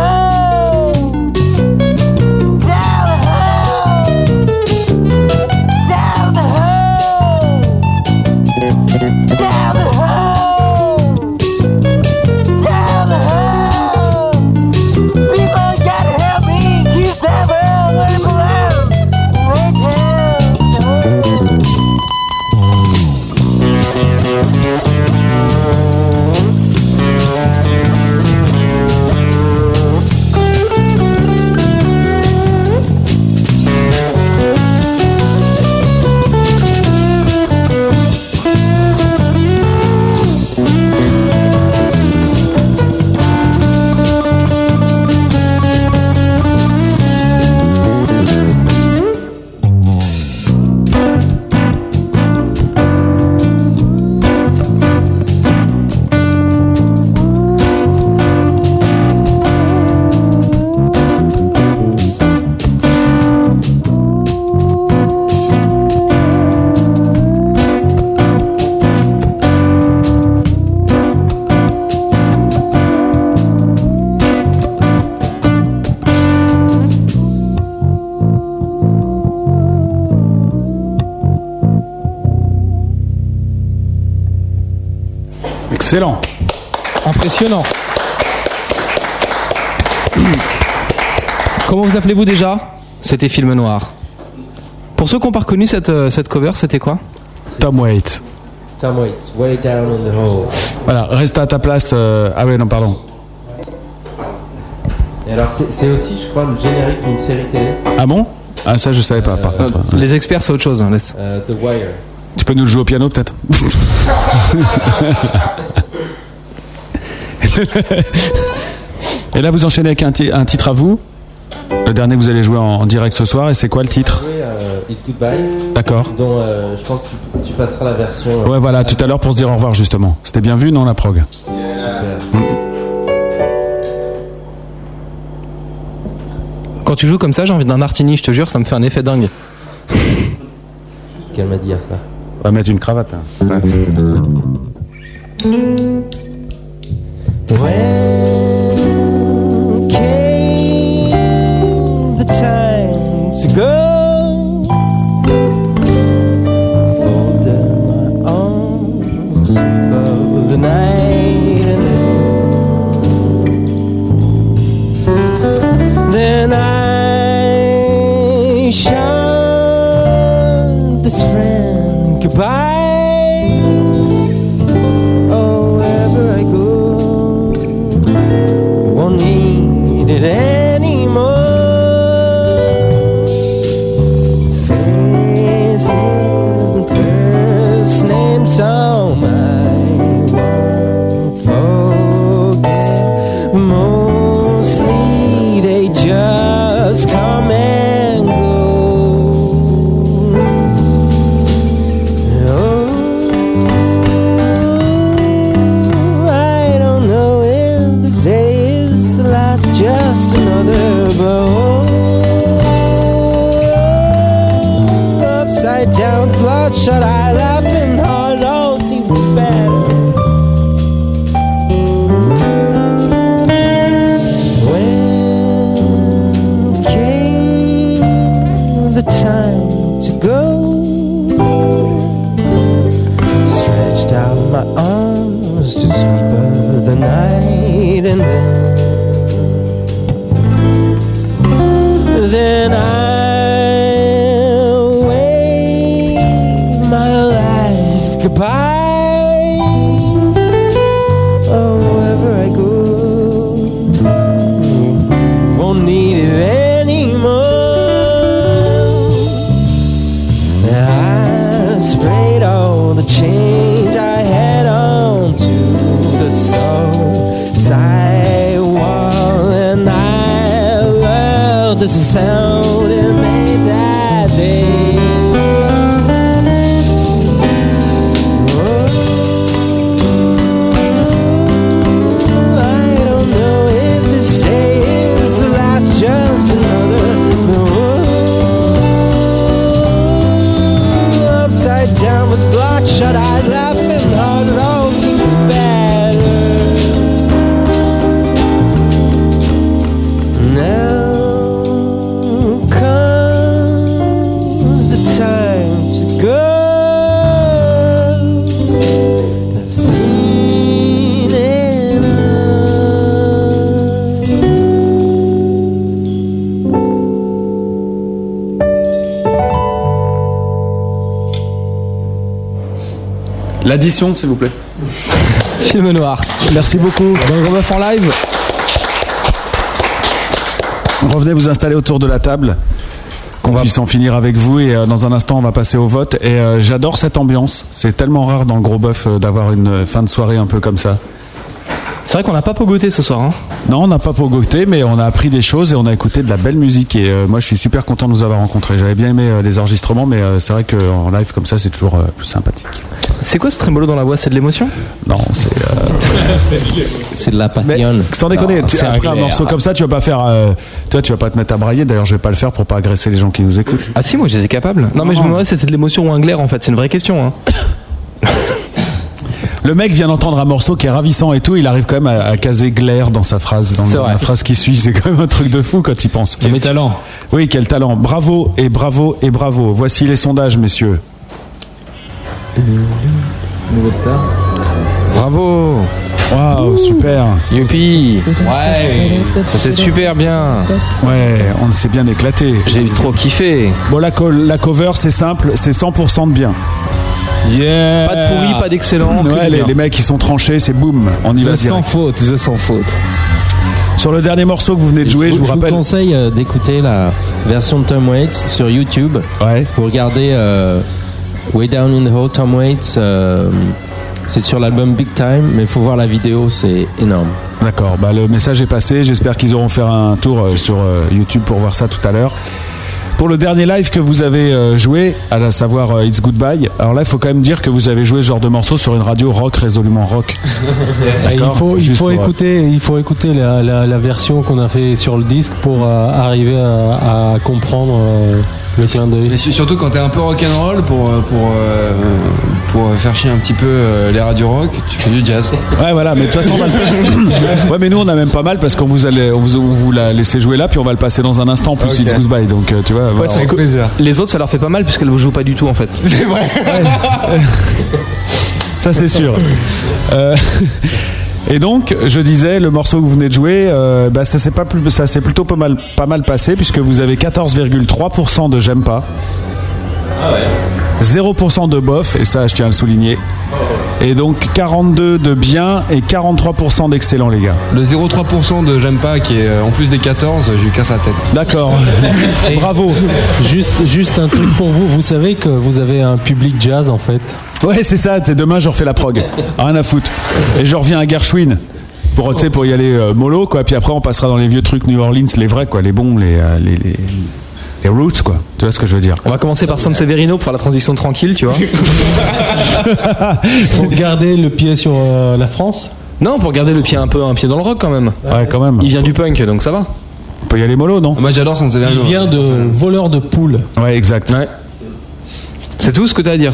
Speaker 13: Thank you.
Speaker 4: Excellent.
Speaker 5: Impressionnant. Comment vous appelez-vous déjà C'était Film Noir. Pour ceux qui n'ont pas reconnu cette, euh, cette cover, c'était quoi
Speaker 4: Tom Waits.
Speaker 11: Tom Waits, way down in the hole.
Speaker 4: Voilà, reste à ta place. euh, Ah ouais, non, pardon.
Speaker 11: Et alors, c'est c'est aussi, je crois, le générique d'une série télé.
Speaker 4: Ah bon Ah ça, je savais pas, par contre.
Speaker 5: Euh, Les experts, c'est autre chose, hein, laisse.
Speaker 11: euh, The Wire.
Speaker 4: Tu peux nous le jouer au piano, peut-être Et là, vous enchaînez avec un, ti- un titre à vous. Le dernier que vous allez jouer en, en direct ce soir. Et c'est quoi le titre
Speaker 11: Oui, euh, It's Goodbye.
Speaker 4: D'accord.
Speaker 11: Dont euh, je pense que tu, tu passeras la version. euh,
Speaker 4: Ouais, voilà, tout à l'heure pour se dire au revoir, justement. C'était bien vu, non, la prog
Speaker 5: Quand tu joues comme ça, j'ai envie d'un martini, je te jure, ça me fait un effet dingue.
Speaker 11: Qu'elle m'a dit hier soir.
Speaker 4: On va mettre une cravate. hein.
Speaker 8: the time to go. Folded my arms of the night, and then I shot this friend goodbye. Oh, wherever I go, won't need it anymore. Faces and first names on my won't forget. Mostly they just come and go. Oh, I don't know if this day is the last, just another bow. Upside down, bloodshot eye, laughing hard, all seems better. When came the time to go? stretched out my arms to sweep up the night and then then I waved my life goodbye oh wherever I go won't need it anymore I sprayed all the change I had on to the soul sidewall, and I loved the sound it made that day. Oh, I don't know if this day is the last, Just another upside down with bloodshot eyes, laughing hard. It all seems better now. Comes the time to go. I've seen it
Speaker 4: L'addition, s'il vous plaît.
Speaker 5: Film Noir. Merci beaucoup. Bon gros bœuf en live.
Speaker 4: Revenez vous installer autour de la table. Qu'on puisse en finir avec vous et euh, dans un instant on va passer au vote et euh, j'adore cette ambiance. C'est tellement rare dans le gros bœuf euh, d'avoir une euh, fin de soirée un peu comme ça.
Speaker 5: C'est vrai qu'on n'a pas pogoté ce soir. hein.
Speaker 4: Non, on n'a pas pogoté mais on a appris des choses et on a écouté de la belle musique et euh, moi je suis super content de vous avoir rencontré. J'avais bien aimé euh, les enregistrements mais euh, c'est vrai qu'en live comme ça c'est toujours euh, plus sympathique.
Speaker 5: C'est quoi ce trémolo dans la voix C'est de l'émotion
Speaker 4: Non, c'est. euh,
Speaker 5: c'est de la
Speaker 4: pagnonne. Sans
Speaker 13: Ah,
Speaker 4: déconner, tu- après un morceau comme ça, tu vas pas faire. euh, toi, tu vas pas te mettre à brailler. D'ailleurs, je vais pas le faire pour pas agresser les gens qui nous écoutent.
Speaker 5: Ah si, moi j'étais capable. Non, mais je me demandais si c'était de l'émotion ou un glaire en fait. C'est une vraie question. hein.
Speaker 4: Le mec vient d'entendre un morceau qui est ravissant et tout. Il arrive quand même à, à caser glaire dans sa phrase, dans le- la phrase qui suit. C'est quand même un truc de fou quand il pense. Quel talent Oui, quel talent. Bravo et bravo et bravo. Voici les sondages, messieurs.
Speaker 11: Nouvelle star.
Speaker 5: Bravo
Speaker 4: Waouh, super
Speaker 5: Youpi Ouais Ça c'est super bien
Speaker 4: Ouais, on s'est bien éclaté.
Speaker 5: J'ai trop kiffé
Speaker 4: Bon, la, co- la cover, c'est simple, c'est 100% de bien.
Speaker 5: Yeah Pas de pourri, pas d'excellent. que
Speaker 4: Ouais,
Speaker 5: du
Speaker 4: les,
Speaker 5: bien.
Speaker 4: les mecs, ils sont tranchés, c'est boum, on y
Speaker 5: The
Speaker 4: va
Speaker 5: sans
Speaker 13: Oh,
Speaker 4: faute, the sans faute. Sur le dernier morceau que vous venez de jouer, je vous rappelle.
Speaker 13: conseille euh, d'écouter la version de Tom Waits sur YouTube. Vous regardez euh, Way Down in the Hole, Tom Waits. euh, c'est sur l'album Big Time, mais il faut voir la vidéo, c'est énorme.
Speaker 4: D'accord, bah, le message est passé. J'espère qu'ils auront fait un tour euh, sur euh, YouTube pour voir ça tout à l'heure. Pour le dernier live que vous avez euh, joué, à la savoir euh, It's Goodbye, alors là, il faut quand même dire que vous avez joué ce genre de morceau sur une radio rock, résolument rock.
Speaker 5: Bah,
Speaker 10: Et Bah, il
Speaker 4: D'accord,
Speaker 10: faut, il
Speaker 4: juste
Speaker 10: faut
Speaker 4: pour, euh,
Speaker 10: écouter, il faut écouter la, la- la version qu'on a fait sur le disque pour euh, arriver à, à comprendre euh, le clin d'œil.
Speaker 6: Et su- surtout quand t'es un peu rock'n'roll pour, euh, pour, euh, pour faire chier un petit peu euh, les radios rock, tu fais du jazz.
Speaker 4: Ouais, voilà, Ah, mais de toute façon, on va le- ouais, mais nous, on a même pas mal parce qu'on vous, allez, on vous, on vous la laissez jouer là, puis on va le passer dans un instant, plus
Speaker 5: Ok.
Speaker 4: It's Goodbye. Donc, euh, tu vois,
Speaker 5: Ouais,
Speaker 4: voilà,
Speaker 5: ça
Speaker 4: on-
Speaker 5: écoute- Les autres, ça leur fait pas mal puisqu'elles vous jouent pas du tout en fait. C'est vrai.
Speaker 4: Ça c'est sûr. Euh, et donc, je disais, le morceau que vous venez de jouer, euh, bah, ça s'est pas plus, ça s'est plutôt pas mal, pas mal passé puisque vous avez 14,3% de j'aime pas, 0% de bof, et ça, je tiens à le souligner. Et donc 42 de bien et 43% d'excellent, les gars.
Speaker 6: Le 0,3% de j'aime pas qui est euh, en plus des 14, je lui casse la tête.
Speaker 4: D'accord. Bravo.
Speaker 10: Juste, juste un truc pour vous. Vous savez que vous avez un public jazz en fait.
Speaker 4: Ouais, c'est ça. t'es- Demain, je refais la prog. Rien à foutre. Et je reviens à Gershwin. Pour, tu sais, pour y aller euh, mollo, quoi. Puis après, on passera dans les vieux trucs New Orleans, les vrais, quoi. Les bons, les, euh, les, les, les roots, quoi. Tu vois ce que je veux dire
Speaker 5: On va commencer par Sam Severino pour faire la transition tranquille, tu vois.
Speaker 10: pour garder le pied sur euh, la France.
Speaker 5: Non, pour garder le pied un peu un pied dans le rock quand même.
Speaker 4: Ouais, quand même.
Speaker 5: Il vient du punk, donc ça va.
Speaker 4: On peut y aller mollo, non
Speaker 6: Ah, Moi, j'adore Sam
Speaker 10: Il vient de voleur de poules.
Speaker 4: Ouais, exact.
Speaker 5: C'est tout ce que t'as à dire.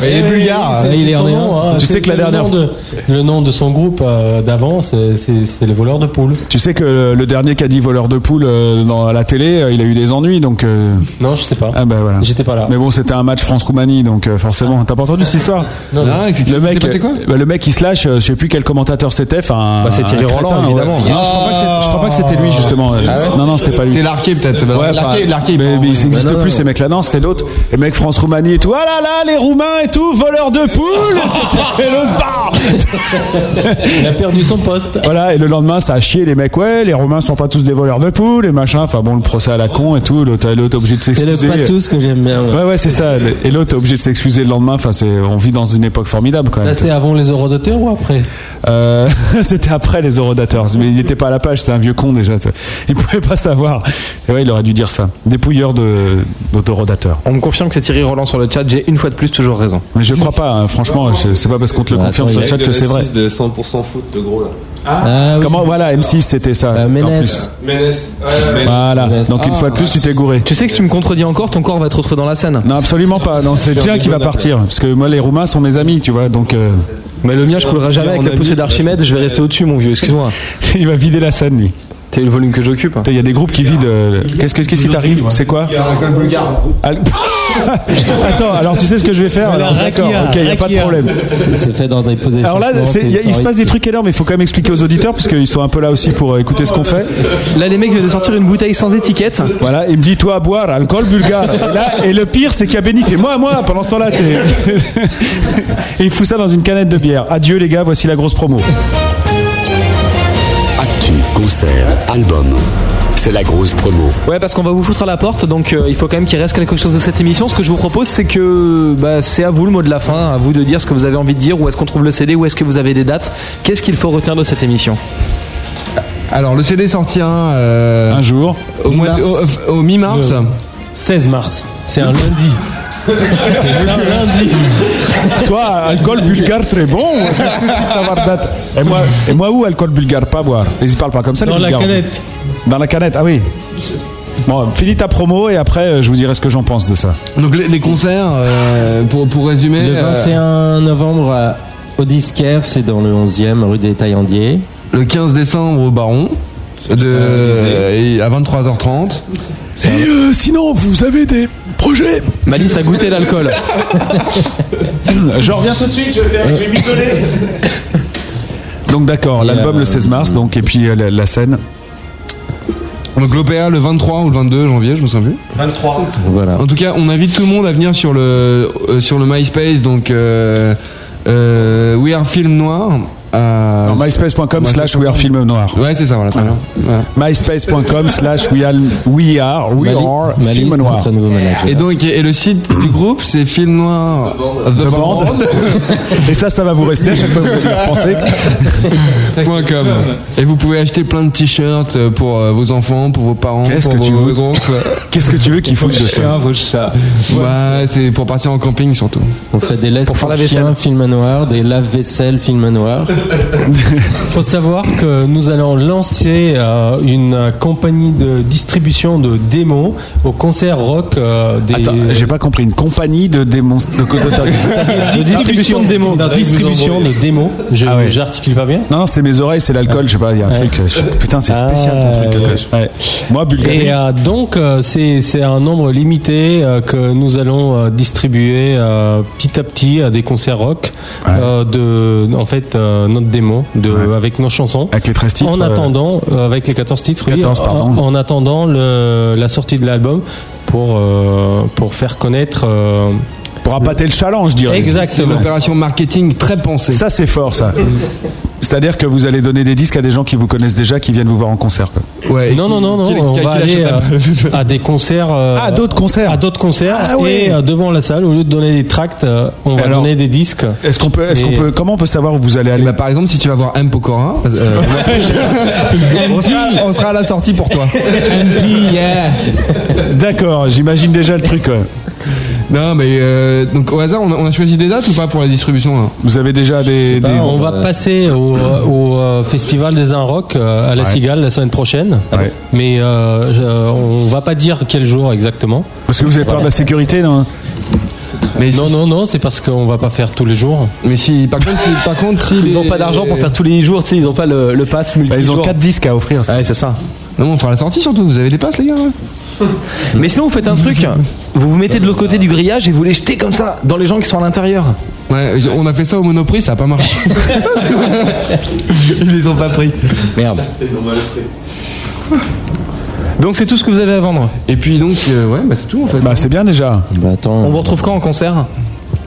Speaker 10: Et
Speaker 5: les Bulgares,
Speaker 10: il est
Speaker 5: son
Speaker 10: en-
Speaker 5: nom, hein.
Speaker 10: c'est-
Speaker 5: Tu sais
Speaker 10: c'est
Speaker 5: que la
Speaker 10: le
Speaker 5: dernière
Speaker 10: nom
Speaker 5: fois-
Speaker 10: de- le nom de son groupe euh, d'avant, c'est c'est- c'est les voleurs de poules.
Speaker 4: Tu sais que euh, le dernier qui a dit voleur de poule euh, dans, à la télé, euh, il a eu des ennuis, donc. euh,
Speaker 10: Non, je sais pas.
Speaker 4: Ah, bah voilà.
Speaker 10: J'étais pas là.
Speaker 4: Mais bon, c'était un match France-Roumanie, donc euh, forcément. T'as pas entendu cette histoire
Speaker 10: Non, non. Ah, c'est-
Speaker 4: Le mec,
Speaker 10: c'est passé quoi
Speaker 4: euh, bah, le mec, il se lâche. euh, Je sais plus quel commentateur c'était. Enfin,
Speaker 5: Bah, c'est Thierry
Speaker 4: un
Speaker 5: Roland,
Speaker 4: crétin, ouais.
Speaker 5: évidemment.
Speaker 4: Et non, je crois pas que c'est- je crois pas que c'était lui justement. euh,
Speaker 5: Ah ouais
Speaker 4: Non, non, c'était pas lui.
Speaker 5: C'est Larquet, peut-être.
Speaker 4: Ouais,
Speaker 5: Larquet-
Speaker 4: enfin,
Speaker 5: Larquet,
Speaker 4: mais, mais ils n'existent
Speaker 5: Bah, non,
Speaker 4: plus
Speaker 5: non.
Speaker 4: ces mecs-là. Non, c'était l'autre. Les mecs France-Roumanie et tout. Ah là là, les Roumains et tout, voleurs de poules. Et le bar.
Speaker 10: Il a perdu son poste.
Speaker 4: Voilà, et le lendemain, ça a chié les mecs. Ouais, les Romains sont pas tous des voleurs de poules et machin. Enfin bon, le procès à la con et tout. L'autre, l'autre obligé de
Speaker 13: C'est
Speaker 4: s'excuser.
Speaker 13: le pas tous que j'aime bien.
Speaker 4: Ouais, ouais, c'est ça. Et l'autre est obligé de s'excuser le lendemain. Enfin, c'est, on vit dans une époque formidable quand
Speaker 10: Ça
Speaker 4: même.
Speaker 10: c'était avant les euros de terre ou après
Speaker 4: Euh, c'était après les Eurodators, mais il n'était pas à la page, c'était un vieux con déjà. tu vois. Il pouvait pas savoir. Et ouais, il aurait dû dire ça. Dépouilleur de d'autorodateur.
Speaker 5: On me confirme que c'est Thierry Roland sur le chat. J'ai une fois de plus toujours raison.
Speaker 4: Mais je crois pas, hein, franchement, je- c'est pas parce qu'on te le confirme sur le chat que c'est vrai.
Speaker 22: de 100% foot, le gros là.
Speaker 4: Comment voilà, M6 c'était ça. en plus.
Speaker 22: Ménès.
Speaker 4: Voilà. Ah, Donc
Speaker 10: Ah.
Speaker 4: une fois de plus, tu t'es gouré.
Speaker 5: Tu sais que si tu me contredis encore, ton corps va te retrouver dans la scène.
Speaker 4: Non, absolument pas. Non, c'est
Speaker 5: Sur
Speaker 4: bien
Speaker 5: du
Speaker 4: qui va
Speaker 5: bon
Speaker 4: partir, parce que moi les Roumains sont mes amis, tu vois. Donc. euh,
Speaker 5: Mais le mien, je coulerai jamais avec la poussée d'Archimède. Je vais rester au-dessus, mon vieux. Excuse-moi.
Speaker 4: Il va vider la scène, lui.
Speaker 5: T'as eu le volume que j'occupe. hein.
Speaker 4: Il y a des groupes qui vident. euh, Qu'est-ce que- qu'est-ce qui t'arrive C'est quoi Al- Attends, alors tu sais ce que je vais faire
Speaker 13: Voilà,
Speaker 4: alors, D'accord,
Speaker 13: rakia,
Speaker 4: ok, il n'y a pas de
Speaker 13: rakia.
Speaker 4: problème.
Speaker 13: C'est c'est fait dans des positions.
Speaker 4: Alors là, c'est- il y a- il se passe des trucs énormes, mais il faut quand même expliquer aux auditeurs, parce qu'ils sont un peu là aussi pour euh, écouter ce qu'on fait.
Speaker 5: Là, les mecs viennent de sortir une bouteille sans étiquette.
Speaker 4: Voilà, il me dit, toi, à boire, alcool bulgare. Et, là, et le pire, c'est qu'il y a Benny fait, moi, moi, pendant ce temps-là. tu sais. et il fout ça dans une canette de bière. Adieu, les gars, voici la grosse promo.
Speaker 2: Actu, concert, album. C'est la grosse promo.
Speaker 5: Ouais, parce qu'on va vous foutre à la porte, donc euh, il faut quand même qu'il reste quelque chose de cette émission. Ce que je vous propose, c'est que bah, c'est à vous le mot de la fin, à vous de dire ce que vous avez envie de dire, où est-ce qu'on trouve le CD, où est-ce que vous avez des dates, qu'est-ce qu'il faut retenir de cette émission
Speaker 6: Alors le CD sortira euh,
Speaker 4: un jour
Speaker 6: au, mois de-
Speaker 10: Mi-mars.
Speaker 6: au- au mi-mars.
Speaker 10: Le 16 Euh, mars. C'est un lundi. C'est un lundi.
Speaker 4: Toi, alcool bulgare très bon. On va tout de suite savoir date. Et moi, et moi où alcool bulgare Pas boire. Ils y parlent pas comme ça. les
Speaker 10: Dans la
Speaker 4: Bulgares.
Speaker 10: canette.
Speaker 4: Dans la canette, ah oui. Bon, finis ta promo et après, euh, je vous dirai ce que j'en pense de ça.
Speaker 6: Donc les, les concerts, euh, pour, pour résumer.
Speaker 13: Le
Speaker 6: euh,
Speaker 13: 21 novembre à- au Disquaire, c'est dans le 11e rue des Taillandiers.
Speaker 6: le 15 décembre au Baron de, et à 23h30.
Speaker 4: sinon, euh, vous avez des
Speaker 2: projet
Speaker 5: Malice a goûté l'alcool.
Speaker 4: Je
Speaker 5: reviens
Speaker 15: tout de suite, je
Speaker 4: Euh,
Speaker 15: vais, je vais m'isoler.
Speaker 4: Donc d'accord, l'album le 16 mars, donc et puis euh, la, la scène.
Speaker 6: Donc l'OPA le 23 ou le 22 janvier, je me souviens plus.
Speaker 15: 23.
Speaker 6: Voilà. En tout cas, on invite tout le monde à venir sur le euh, sur le MySpace. Donc euh, euh, We Are Film Noir. à-
Speaker 4: myspace.com slash we are film noir.
Speaker 6: Ouais, c'est ça, voilà, très bien. Voilà.
Speaker 4: myspace.com slash we are we are, we
Speaker 6: Mali-
Speaker 4: are
Speaker 6: Malice,
Speaker 4: film noir.
Speaker 6: notre nouveau manager. Et donc, et le site du groupe, c'est film noir The Band.
Speaker 4: Et ça, ça va vous rester à chaque fois que vous allez y repenser.
Speaker 6: Point com. Et vous pouvez acheter plein de t-shirts euh, pour euh, vos enfants, pour vos parents,
Speaker 4: Qu'est-ce
Speaker 6: pour
Speaker 4: que
Speaker 6: vos,
Speaker 4: tu veux-
Speaker 6: vos oncles.
Speaker 4: Qu'est-ce que tu veux qu'ils foutent de ça
Speaker 6: Vos chats, Bah, c'est pour partir en camping surtout.
Speaker 7: On fait des laisses pour,
Speaker 6: faire la
Speaker 7: chiens,
Speaker 6: vaisselle.
Speaker 7: film noir, des lave-vaisselle, film noir.
Speaker 10: faut savoir que nous allons lancer euh, une euh, compagnie de distribution de démos au concert rock euh, des.
Speaker 4: Attends, j'ai pas compris. Une compagnie de démons. De,
Speaker 10: de distribution de démos. Distribution de démos. Je- J'articule pas bien.
Speaker 4: Ah Non, non, c'est mes oreilles, c'est l'alcool, je sais pas, il y a un
Speaker 10: Ouais.
Speaker 4: truc. je- Putain, c'est spécial
Speaker 10: Ah,
Speaker 4: ton truc.
Speaker 10: ouais.
Speaker 4: l'alcool. Ouais. Moi, Bulgarie.
Speaker 10: Et euh, donc, euh, c'est c'est un nombre limité euh, que nous allons euh, distribuer euh, petit à petit à des concerts rock euh, de, en fait, euh, notre démo de, avec nos chansons.
Speaker 4: Avec les 13 titres,
Speaker 10: En
Speaker 4: euh,
Speaker 10: attendant, euh, avec les 14 titres, oui,
Speaker 4: 14,
Speaker 10: en-
Speaker 4: pardon.
Speaker 10: En, attendant le, la sortie de l'album pour, euh, pour faire connaître. euh,
Speaker 4: Pour appâter le challenge, je dirais.
Speaker 10: Exactement.
Speaker 4: C'est
Speaker 6: l'opération marketing très pensée.
Speaker 4: Ça, c'est fort, ça. C'est-à-dire que vous allez donner des disques à des gens qui vous connaissent déjà, qui viennent vous voir en concert. quoi.
Speaker 10: non, non, non, non, on va aller euh, à des concerts. à
Speaker 4: Ah, d'autres concerts.
Speaker 10: À d'autres concerts.
Speaker 4: Ah ouais.
Speaker 10: Et euh, devant la salle, au lieu de donner des tracts, euh, on va
Speaker 4: Alors,
Speaker 10: donner des disques.
Speaker 4: Est-ce qu'on peut, est-ce
Speaker 10: Et-
Speaker 4: qu'on peut, comment on peut savoir où vous allez aller
Speaker 6: Bah, Par exemple, si tu vas voir M. Pokora, euh, on, sera, on sera à la sortie pour toi.
Speaker 4: D'accord, j'imagine déjà le truc.
Speaker 6: Non, mais euh, donc au hasard, on a, on a choisi des dates ou pas pour la distribution là
Speaker 4: Vous avez déjà des.
Speaker 10: Ah, on va passer au, au, euh, festival des Un Rock euh, à la
Speaker 4: Ouais.
Speaker 10: Cigale la semaine prochaine.
Speaker 4: Ouais.
Speaker 10: Mais euh, je- on va pas dire quel jour exactement.
Speaker 4: Parce que vous avez peur de la sécurité, non
Speaker 10: Mais non, non, non, c'est parce qu'on va pas faire tous les jours.
Speaker 6: Mais si, par contre, si, par contre, si
Speaker 5: Ils ont pas d'argent pour faire tous les jours, tu sais, ils ont pas le, le pass multi
Speaker 6: ils ont quatre
Speaker 4: disques à offrir.
Speaker 5: Ouais, c'est ça.
Speaker 6: Non, mais on fera la sortie surtout. Vous avez les passes, les gars
Speaker 5: Mais sinon, vous faites un truc. Vous vous mettez de l'autre côté du grillage et vous les jetez comme ça dans les gens qui sont à l'intérieur.
Speaker 6: Ouais, on a fait ça au Monoprix, ça a pas marché. Ils les ont pas pris.
Speaker 5: Merde. Donc c'est tout ce que vous avez à vendre.
Speaker 6: Et puis donc, euh, ouais, bah c'est tout en fait.
Speaker 4: Bah c'est bien déjà.
Speaker 7: Bah attends.
Speaker 5: On vous retrouve quand en concert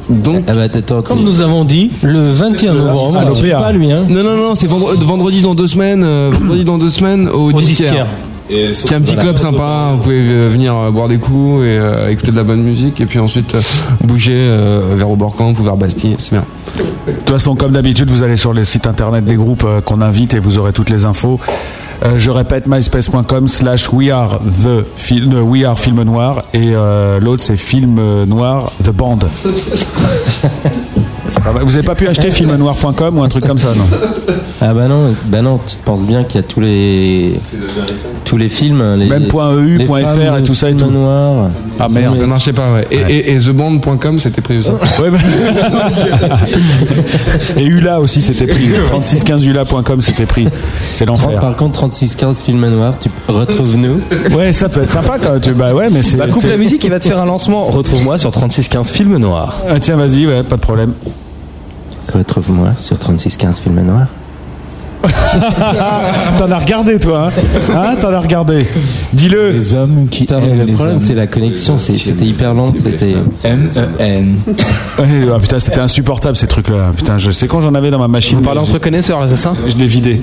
Speaker 6: Donc,
Speaker 10: Ah, bah, Comme nous avons dit, le 21 novembre,
Speaker 6: Ah,
Speaker 10: je suis
Speaker 6: l'opéra.
Speaker 10: pas lui. Hein.
Speaker 6: Non, non, non, c'est vendre- vendredi, dans deux semaines, euh, vendredi dans deux semaines au, disquaire.
Speaker 10: disquaire.
Speaker 6: Et c'est un petit club sympa, vous pouvez euh, venir euh, boire des coups et euh, écouter de la bonne musique et puis ensuite euh, bouger euh, vers Oberkampf ou vers Bastille, c'est bien.
Speaker 4: De toute façon, comme d'habitude, vous allez sur les sites internet des groupes euh, qu'on invite et vous aurez toutes les infos. Euh, je répète, myspace.com slash we are the film, euh, we are film noir et euh, l'autre c'est film euh, noir the band. C'est pas mal. Ah bah, Vous avez pas pu acheter filmnoir.com ou un truc comme ça, non
Speaker 7: Ah bah non, bah non, tu penses bien qu'il y a tous les tous les films, les,
Speaker 4: Même point .eu,
Speaker 7: les
Speaker 4: point
Speaker 7: femmes,
Speaker 4: .fr et
Speaker 7: les
Speaker 4: tout ça et
Speaker 7: films
Speaker 4: tout.
Speaker 7: noirs.
Speaker 4: Ah merde.
Speaker 6: Ça marchait pas, ouais. Et, et- et theband.com, c'était prévu ça.
Speaker 4: Ouais, bah- Et Ula aussi c'était pris. 3615ula.com c'était pris. C'est l'enfer.
Speaker 7: Par contre, 3615 films noirs, tu retrouves nous.
Speaker 4: Ouais, ça peut être sympa quand tu. Bah ouais, mais c'est.
Speaker 5: Bah coupe
Speaker 4: c'est-
Speaker 5: la musique et va te faire un lancement. Retrouve-moi sur 3615 Films Noirs.
Speaker 4: Ah, tiens, vas-y, ouais, pas de problème.
Speaker 7: Retrouve-moi sur 3615 films noirs.
Speaker 4: T'en as regardé, toi. Hein, Hein, T'en as regardé. Dis-le.
Speaker 7: Les hommes qui Le problème, c'est la connexion. c'est- C'était hyper lent. C'était. E
Speaker 4: M-E-N. Eh, ah, putain, c'était insupportable ces trucs-là. Putain, je sais quand j'en avais dans ma machine. Vous
Speaker 5: parlez entre connaisseurs, là, c'est ça
Speaker 4: Je l'ai vidé.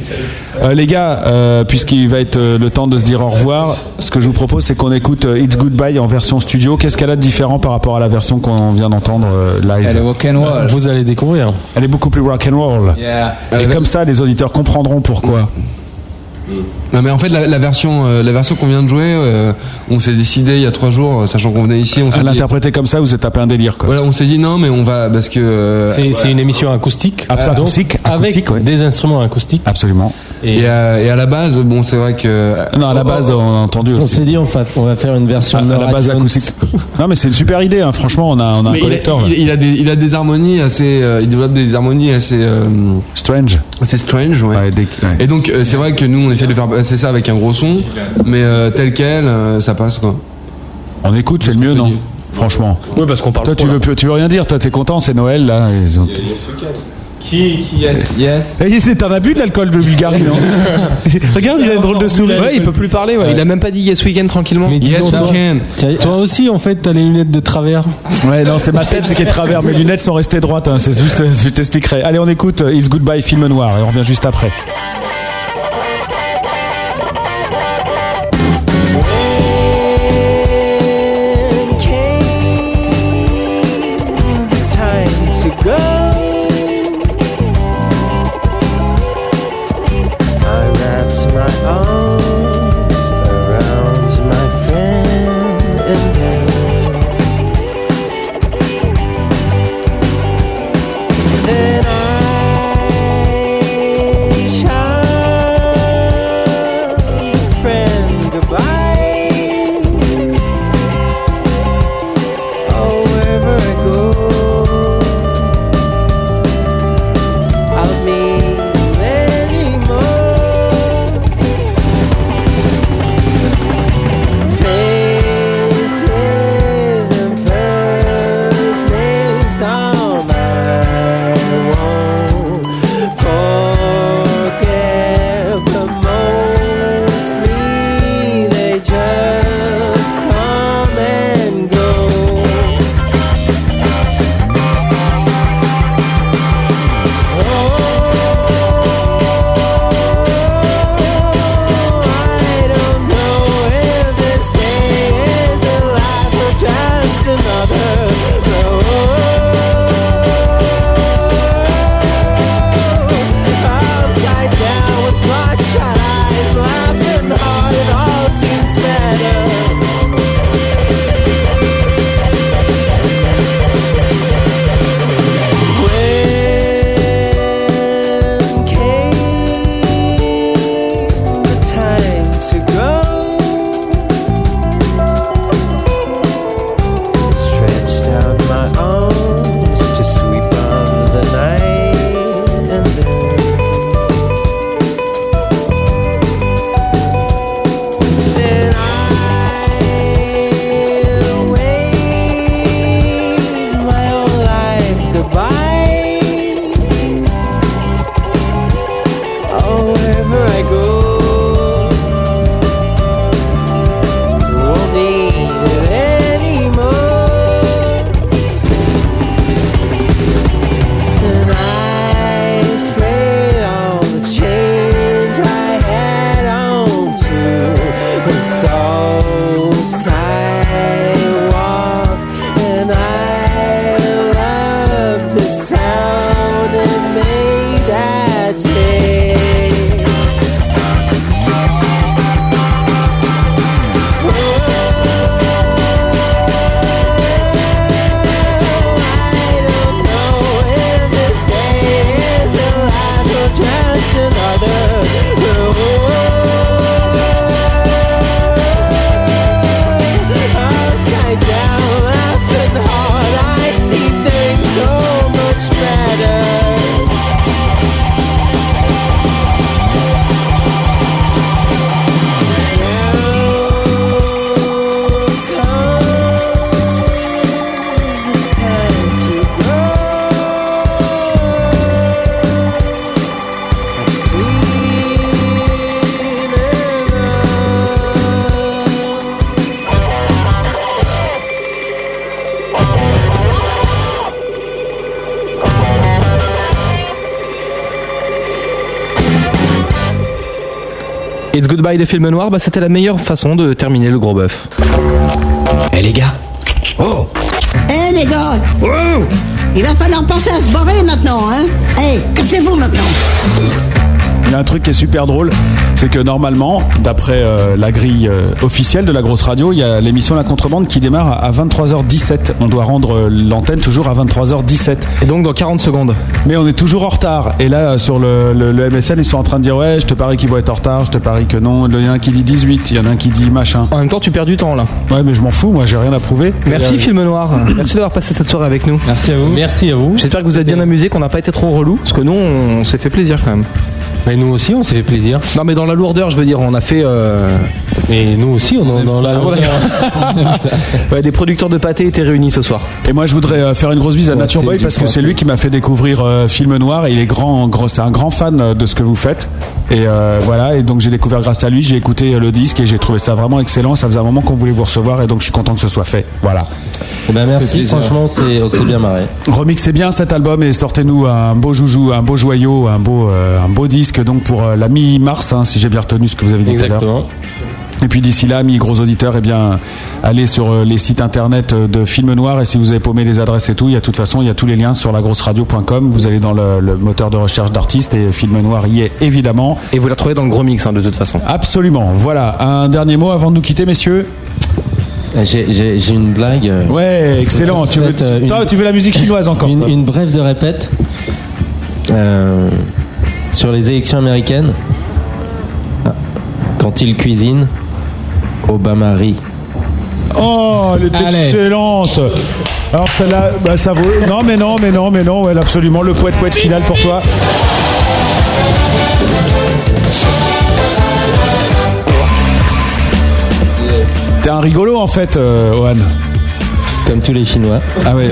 Speaker 4: Euh, les gars, euh, puisqu'il va être euh, le temps de se dire au revoir, ce que je vous propose, c'est qu'on écoute euh, It's Goodbye en version studio. Qu'est-ce qu'elle a de différent par rapport à la version qu'on vient d'entendre euh, live
Speaker 10: Elle est rock'n'roll. Vous allez découvrir.
Speaker 4: Elle est beaucoup plus rock'n'roll.
Speaker 6: Yeah.
Speaker 4: Et comme ça, les auditeurs comprendront pourquoi.
Speaker 6: Non mais en fait la, la version euh, la version qu'on vient de jouer, euh, on s'est décidé il y a trois jours, euh, sachant qu'on venait ici, on s'est
Speaker 4: À
Speaker 6: dit,
Speaker 4: l'interpréter comme ça, vous êtes tapé un délire. Quoi.
Speaker 6: voilà, on s'est dit non mais on va parce que euh,
Speaker 10: C'est c'est une émission acoustique.
Speaker 6: Ah,
Speaker 10: Euh, donc,
Speaker 6: acoustique,
Speaker 10: avec
Speaker 6: acoustique, ouais.
Speaker 10: des instruments acoustiques.
Speaker 4: Absolument.
Speaker 6: Et, à, et à la base, bon c'est vrai que
Speaker 4: Non, à la base, on a entendu.
Speaker 7: On s'est dit, on va, on va faire une version
Speaker 4: À la base acoustique. Non, mais c'est une super idée. hein. Franchement, on a, on a un
Speaker 6: Mais il,
Speaker 4: collector.
Speaker 6: a,
Speaker 4: là.
Speaker 6: il- il a des, il a des harmonies assez. euh, il développe des harmonies assez. euh,
Speaker 4: strange.
Speaker 6: Assez strange, ouais. Et donc, euh, c'est vrai que nous, on essaie de faire passer ça avec un gros son, mais euh, tel quel, euh, ça passe, quoi.
Speaker 4: On écoute, c'est le mieux, non Franchement.
Speaker 5: Oui, parce qu'on parle
Speaker 4: Toi, tu veux, plus- tu veux rien dire. Toi, t'es content, c'est Noël, là. Ils ont-
Speaker 25: Qui, qui, yes, yes.
Speaker 4: Eh, C'est un abus de l'alcool de Bulgarie, non Regarde, il a une
Speaker 6: Ah,
Speaker 4: drôle de souris.
Speaker 5: Ouais, il peut plus parler, ouais. Il a même pas dit Yes Weekend tranquillement.
Speaker 10: Mais dis donc, toi, t'as- toi aussi, en fait, t'as les lunettes de travers.
Speaker 4: Ouais, non, c'est ma tête qui est travers. Mes lunettes sont restées droites. hein, C'est juste, je t'expliquerai. Allez, on écoute euh, It's Goodbye, film noir, et on revient juste après.
Speaker 13: the time to go. I wrapped my arms around my friend and then then I shot this friend goodbye. Oh, wherever I go, I'll meet many more faces and first names on my wall. Forget, but mostly they just come and go. Just another upside down with bloodshot eyes, laughing hard. It all seems better. When came the time to go, stretched out my arms to sweep on the night, and then then I waved my whole life goodbye. Oh, wherever I go, you won't need it anymore. And I sprayed all the change I had on to the soul sidewalk, and I loved the sound it made that day. Just another Upside down, laughing hard, I see things so much better.
Speaker 5: It's Goodbye des films noirs, bah, c'était la meilleure façon de terminer le gros bœuf.
Speaker 26: Eh les gars
Speaker 5: Oh
Speaker 3: Eh les gars Il va falloir penser à se barrer maintenant, hein Eh, cassez-vous maintenant
Speaker 4: Il y a un truc qui est super drôle, c'est que normalement, d'après euh, la grille euh, officielle de la grosse radio, il y a l'émission La Contrebande qui démarre à, à 23h17. On doit rendre euh, l'antenne toujours à 23h17.
Speaker 5: Et donc dans 40 secondes.
Speaker 4: Mais on est toujours en retard. Et là, euh, sur le, le- le MSN, ils sont en train de dire ouais, je te parie qu'ils vont être en retard, je te parie que non. Il y en a un qui dit 18, il y en a un qui dit machin.
Speaker 5: En même temps, tu perds du temps là.
Speaker 4: Ouais, mais je m'en fous, moi j'ai rien à prouver.
Speaker 5: Merci
Speaker 4: Et, euh,
Speaker 5: Film Noir, merci d'avoir passé cette soirée avec nous. Merci à vous. Merci à vous. J'espère que vous êtes bien amusés, qu'on n'a pas été trop relou, parce que nous on s'est fait plaisir quand même. Mais nous aussi on s'est fait plaisir. Non mais dans la lourdeur je veux dire, on a fait euh, Ah,
Speaker 10: Et nous aussi, on, est dans la
Speaker 5: Ouais, des producteurs de pâté étaient réunis ce soir.
Speaker 4: Et moi, je voudrais euh, faire une grosse bise à Nature Boy parce que c'est lui qui m'a fait découvrir euh, Film Noir. Et il est grand, gros- c'est un grand fan euh, de ce que vous faites. Et euh, voilà. Et donc j'ai découvert grâce à lui, j'ai écouté euh, le disque et j'ai trouvé ça vraiment excellent. Ça faisait un moment qu'on voulait vous recevoir et donc je suis content que ce soit fait. Voilà.
Speaker 7: Eh ben, merci, franchement, c'est- on s'est bien marré.
Speaker 4: Remixez bien cet album et sortez-nous un beau joujou, un beau joyau, un beau, euh, un beau disque donc pour euh, la mi-mars, hein, si j'ai bien retenu ce que vous avez dit tout à l'heure.
Speaker 10: Exactement.
Speaker 4: Et puis d'ici là, mes gros auditeurs, eh bien, allez sur euh, les sites internet euh, de Films Noirs et si vous avez paumé les adresses et tout, il y a de toute façon, il y a tous les liens sur lagrosseradio.com. Vous allez dans le, le moteur de recherche d'artistes et Films Noirs y est évidemment.
Speaker 5: Et vous la retrouvez dans le gros mix hein, de toute façon.
Speaker 4: Absolument. Voilà. Un dernier mot avant de nous quitter, messieurs.
Speaker 7: Euh, J'ai- J'ai j'ai une blague. euh,
Speaker 4: Ouais, excellent. Tu veux,
Speaker 7: faite, euh, une-
Speaker 4: Toi, tu veux la musique chinoise encore
Speaker 7: Une,
Speaker 4: toi.
Speaker 7: une brève de répète euh, sur les élections américaines. Ah, Quand il cuisine, Obama rit.
Speaker 4: Oh, elle est
Speaker 7: Allez.
Speaker 4: excellente. Alors celle-là, bah, ça vaut. Non, mais non, mais non, mais non. Ouais, absolument. Le poète poète final pour toi. T'es un rigolo en fait, euh, Ohan.
Speaker 7: Comme tous les Chinois.
Speaker 4: Ah ouais.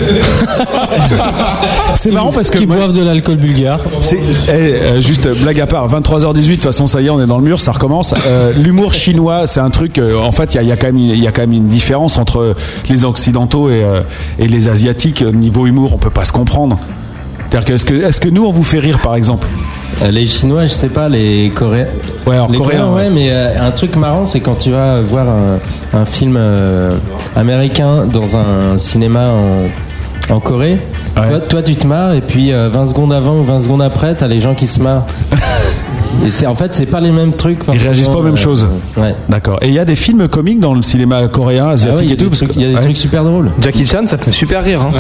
Speaker 4: C'est marrant parce que. Qui boivent
Speaker 10: de l'alcool bulgare.
Speaker 4: C'est, eh, euh, juste euh, blague à part, 23h18, de toute façon, ça y est, on est dans le mur, ça recommence. Euh, l'humour chinois, c'est un truc. euh, en fait, il y a, il y a quand même- il y a quand même une différence entre les Occidentaux et, euh, et les Asiatiques. Euh, Niveau humour, on peut pas se comprendre. C'est-à-dire que est-ce que, est-ce que nous, on vous fait rire, par exemple
Speaker 7: Euh, Les Chinois, je sais pas, les Coréens.
Speaker 4: Ouais, alors,
Speaker 7: les
Speaker 4: Coréens, ouais.
Speaker 7: mais euh, un truc marrant, c'est quand tu vas voir un, un film euh, américain dans un cinéma en, en Corée. Toi, toi, tu te marres, et puis euh, 20 secondes avant ou 20 secondes après, t'as les gens qui se marrent. et c'est, en fait, c'est pas les mêmes trucs.
Speaker 4: Ils réagissent pas aux mêmes
Speaker 7: euh,
Speaker 4: choses.
Speaker 7: Ouais.
Speaker 4: D'accord. Et il y a des films comiques dans le cinéma coréen, asiatique
Speaker 7: Ah ouais, il y a
Speaker 4: et tout.
Speaker 7: des
Speaker 4: parce
Speaker 7: trucs-
Speaker 4: que-
Speaker 7: il y a des
Speaker 4: ouais.
Speaker 7: trucs super drôles.
Speaker 5: Jackie Chan, ça fait super rire. Hein.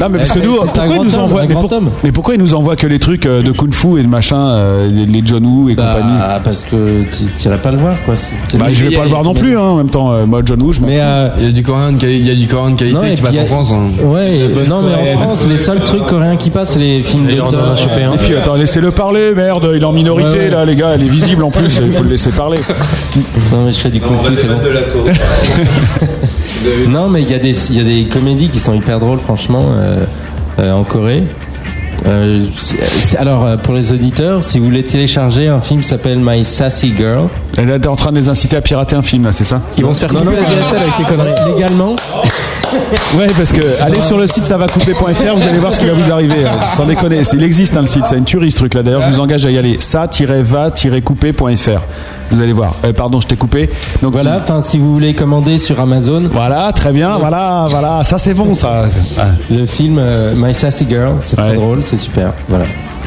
Speaker 4: Non, mais parce
Speaker 7: Eh,
Speaker 4: que
Speaker 5: C'est-
Speaker 4: nous,
Speaker 5: c'est un
Speaker 4: pourquoi
Speaker 5: grand
Speaker 4: ils nous
Speaker 5: homme, un
Speaker 4: envoient mais,
Speaker 5: grand
Speaker 4: pour- mais pourquoi ils nous envoient que les trucs euh, de kung-fu et de machin, euh, les- les John Woo et compagnie
Speaker 7: Ah, parce que tu- t'irais pas le voir, quoi. C'est- c'est-
Speaker 4: Bah, je
Speaker 7: Mais-
Speaker 4: vais pas le voir non plus, hein, en même temps. euh, moi, John Woo, je m'en fous.
Speaker 6: Il y a du coréen de, quali- il y a du coréen de qualité
Speaker 7: Non, et
Speaker 6: qui
Speaker 7: puis
Speaker 6: passe
Speaker 7: il y a-
Speaker 6: en France. hein.
Speaker 7: Ouais, et- non, mais en
Speaker 6: coréenne.
Speaker 7: France, les seuls trucs coréens qui passent, c'est les films d'auteur.
Speaker 6: hein.
Speaker 7: euh,
Speaker 4: Les filles, attends, laissez-le parler, merde, il est en minorité
Speaker 7: Ouais, ouais.
Speaker 4: là, les gars, elle est visible en plus, il faut le laisser parler.
Speaker 7: Non, mais je fais du
Speaker 4: Non, on va
Speaker 7: kung-fu, c'est bon.
Speaker 4: débattre de la
Speaker 7: non, mais il y, a des- il y a des comédies qui sont hyper drôles, franchement, euh, euh, en Corée. Euh, c'est- c'est- alors, euh, pour les auditeurs, si vous voulez télécharger un film qui s'appelle My Sassy Girl.
Speaker 4: Et là, t'es en train de les inciter à pirater un film, là, c'est ça
Speaker 7: Ils vont se faire
Speaker 4: Non,
Speaker 7: couper
Speaker 4: non,
Speaker 7: la DSL avec tes conneries. Légalement,
Speaker 4: Ouais, parce que allez sur le site ça va couper.fr, vous allez voir ce qui va vous arriver. euh, Sans déconner, il existe hein, le site, c'est une tuerie ce truc là. D'ailleurs, je vous engage à y aller. Ça-va-couper.fr. Vous allez voir. Euh, pardon, je t'ai coupé. Donc
Speaker 7: voilà, enfin, si vous voulez commander sur Amazon.
Speaker 4: Voilà, très bien, voilà, voilà, ça c'est bon, ça.
Speaker 7: Le film euh, My Sassy Girl, c'est très drôle, c'est super. Voilà.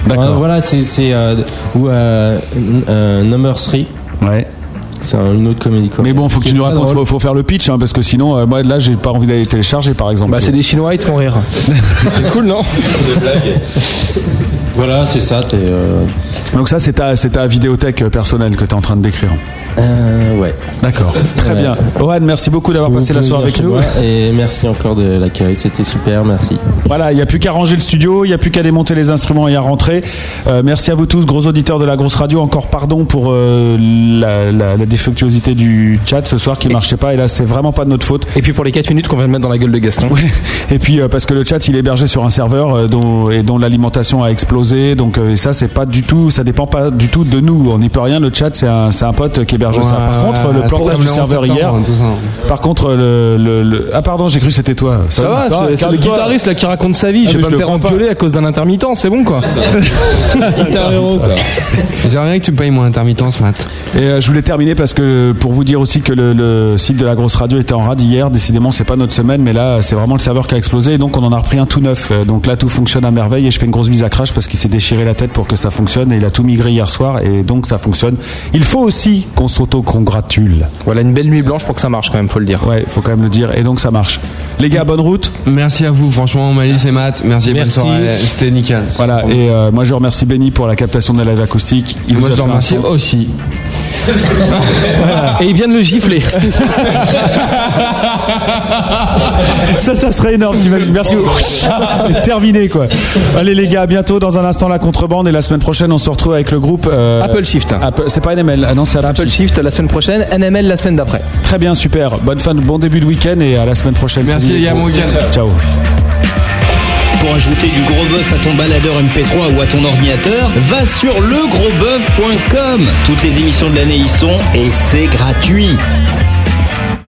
Speaker 4: D'accord.
Speaker 7: Euh, voilà, c'est c'est, euh, ou euh, n- euh, Number 3.
Speaker 4: Ouais.
Speaker 7: C'est un- une autre comédie.
Speaker 4: Mais bon, faut que tu nous racontes, faut, faut faire le pitch, hein, parce que sinon, euh, moi là, j'ai pas envie d'aller télécharger par exemple.
Speaker 5: Bah, c'est des Chinois, ils te font rire. c'est cool, non
Speaker 7: Voilà, c'est ça. t'es, euh,
Speaker 4: Donc ça, c'est ta, c'est ta vidéothèque euh, personnelle que tu es en train de décrire.
Speaker 7: euh, ouais.
Speaker 4: D'accord. Très
Speaker 7: Ouais.
Speaker 4: bien. Ohan, merci beaucoup d'avoir passé la
Speaker 7: Vous
Speaker 4: soirée
Speaker 7: pouvez
Speaker 4: avec
Speaker 7: venir
Speaker 4: nous.
Speaker 7: chez moi Et merci encore de l'accueil, c'était super, merci.
Speaker 4: Voilà, il n'y a plus qu'à ranger le studio, il n'y a plus qu'à démonter les instruments et à rentrer. Euh, merci à vous tous, gros auditeurs de la grosse radio. Encore pardon pour euh, la, la- la défectuosité du chat ce soir qui marchait pas. Et là, c'est vraiment pas de notre faute.
Speaker 5: Et puis pour les 4 minutes qu'on vient de mettre dans la gueule de Gaston.
Speaker 4: Et puis euh, parce que le chat il est hébergé sur un serveur euh, dont, et dont l'alimentation a explosé, donc euh, et ça c'est pas du tout, ça dépend pas du tout de nous. On n'y peut rien. Le chat c'est un, c'est un pote qui héberge ça. Par
Speaker 6: Ouais,
Speaker 4: contre le
Speaker 6: c'est
Speaker 4: plantage
Speaker 6: comme
Speaker 4: du
Speaker 6: le 11
Speaker 4: serveur
Speaker 6: septembre, hein,
Speaker 4: hier.
Speaker 6: tout ça.
Speaker 4: Par contre le, le- le- ah pardon j'ai cru que c'était toi.
Speaker 5: Ça, va, c'est- c'est le
Speaker 4: calme-toi.
Speaker 5: guitariste là qui raconte sa vie.
Speaker 4: Ah,
Speaker 5: je
Speaker 4: mais
Speaker 5: vais pas
Speaker 4: je
Speaker 5: me
Speaker 4: le
Speaker 5: faire
Speaker 4: prends pas.
Speaker 5: engueuler à cause d'un intermittent, c'est bon quoi.
Speaker 6: Guitar Hero, quoi. J'aimerais bien que tu me payes mon intermittence, Matt.
Speaker 4: Et euh, je voulais terminer parce que pour vous dire aussi que le, le site de la grosse radio était en rade hier. Décidément, c'est pas notre semaine, mais là, c'est vraiment le serveur qui a explosé. Et donc, on en a repris un tout neuf. Euh, Donc là, tout fonctionne à merveille. Et je fais une grosse mise à crash parce qu'il s'est déchiré la tête pour que ça fonctionne. Et il a tout migré hier soir. Et donc, ça fonctionne. Il faut aussi qu'on s'auto-congratule.
Speaker 5: Voilà, une belle nuit blanche pour que ça marche quand même, faut le dire.
Speaker 4: Ouais, faut quand même le dire. Et donc, ça marche. Les gars, bonne route.
Speaker 6: Merci à vous, franchement, Malice et Matt. Merci, et bonne
Speaker 4: Merci.
Speaker 6: soirée. C'était nickel.
Speaker 4: Voilà. Et euh, moi, je remercie Benny pour la captation de la live acoustique. Il
Speaker 6: Moi,
Speaker 4: vous a
Speaker 6: je le
Speaker 4: fait un
Speaker 6: remercie
Speaker 4: son.
Speaker 6: aussi.
Speaker 5: Et il vient de le gifler.
Speaker 4: Ça, ça serait énorme, t'imagines. Merci. Terminé, quoi. Allez, les gars, à bientôt. Dans un instant, la contrebande. Et la semaine prochaine, on se retrouve avec le groupe. euh,
Speaker 5: Apple Shift.
Speaker 4: Apple- c'est pas NML. Ah non, c'est Apple, Shift.
Speaker 5: la semaine prochaine, NML la semaine d'après.
Speaker 4: Très bien, super. Bonne fin, de- bon début de week-end et à la semaine prochaine.
Speaker 5: Merci,
Speaker 4: Salut.
Speaker 5: les gars, bon week-end.
Speaker 4: Ciao.
Speaker 2: Pour ajouter du gros bœuf à ton baladeur MP3 ou à ton ordinateur, va sur legrosboeuf.com. Toutes les émissions de l'année y sont et c'est gratuit.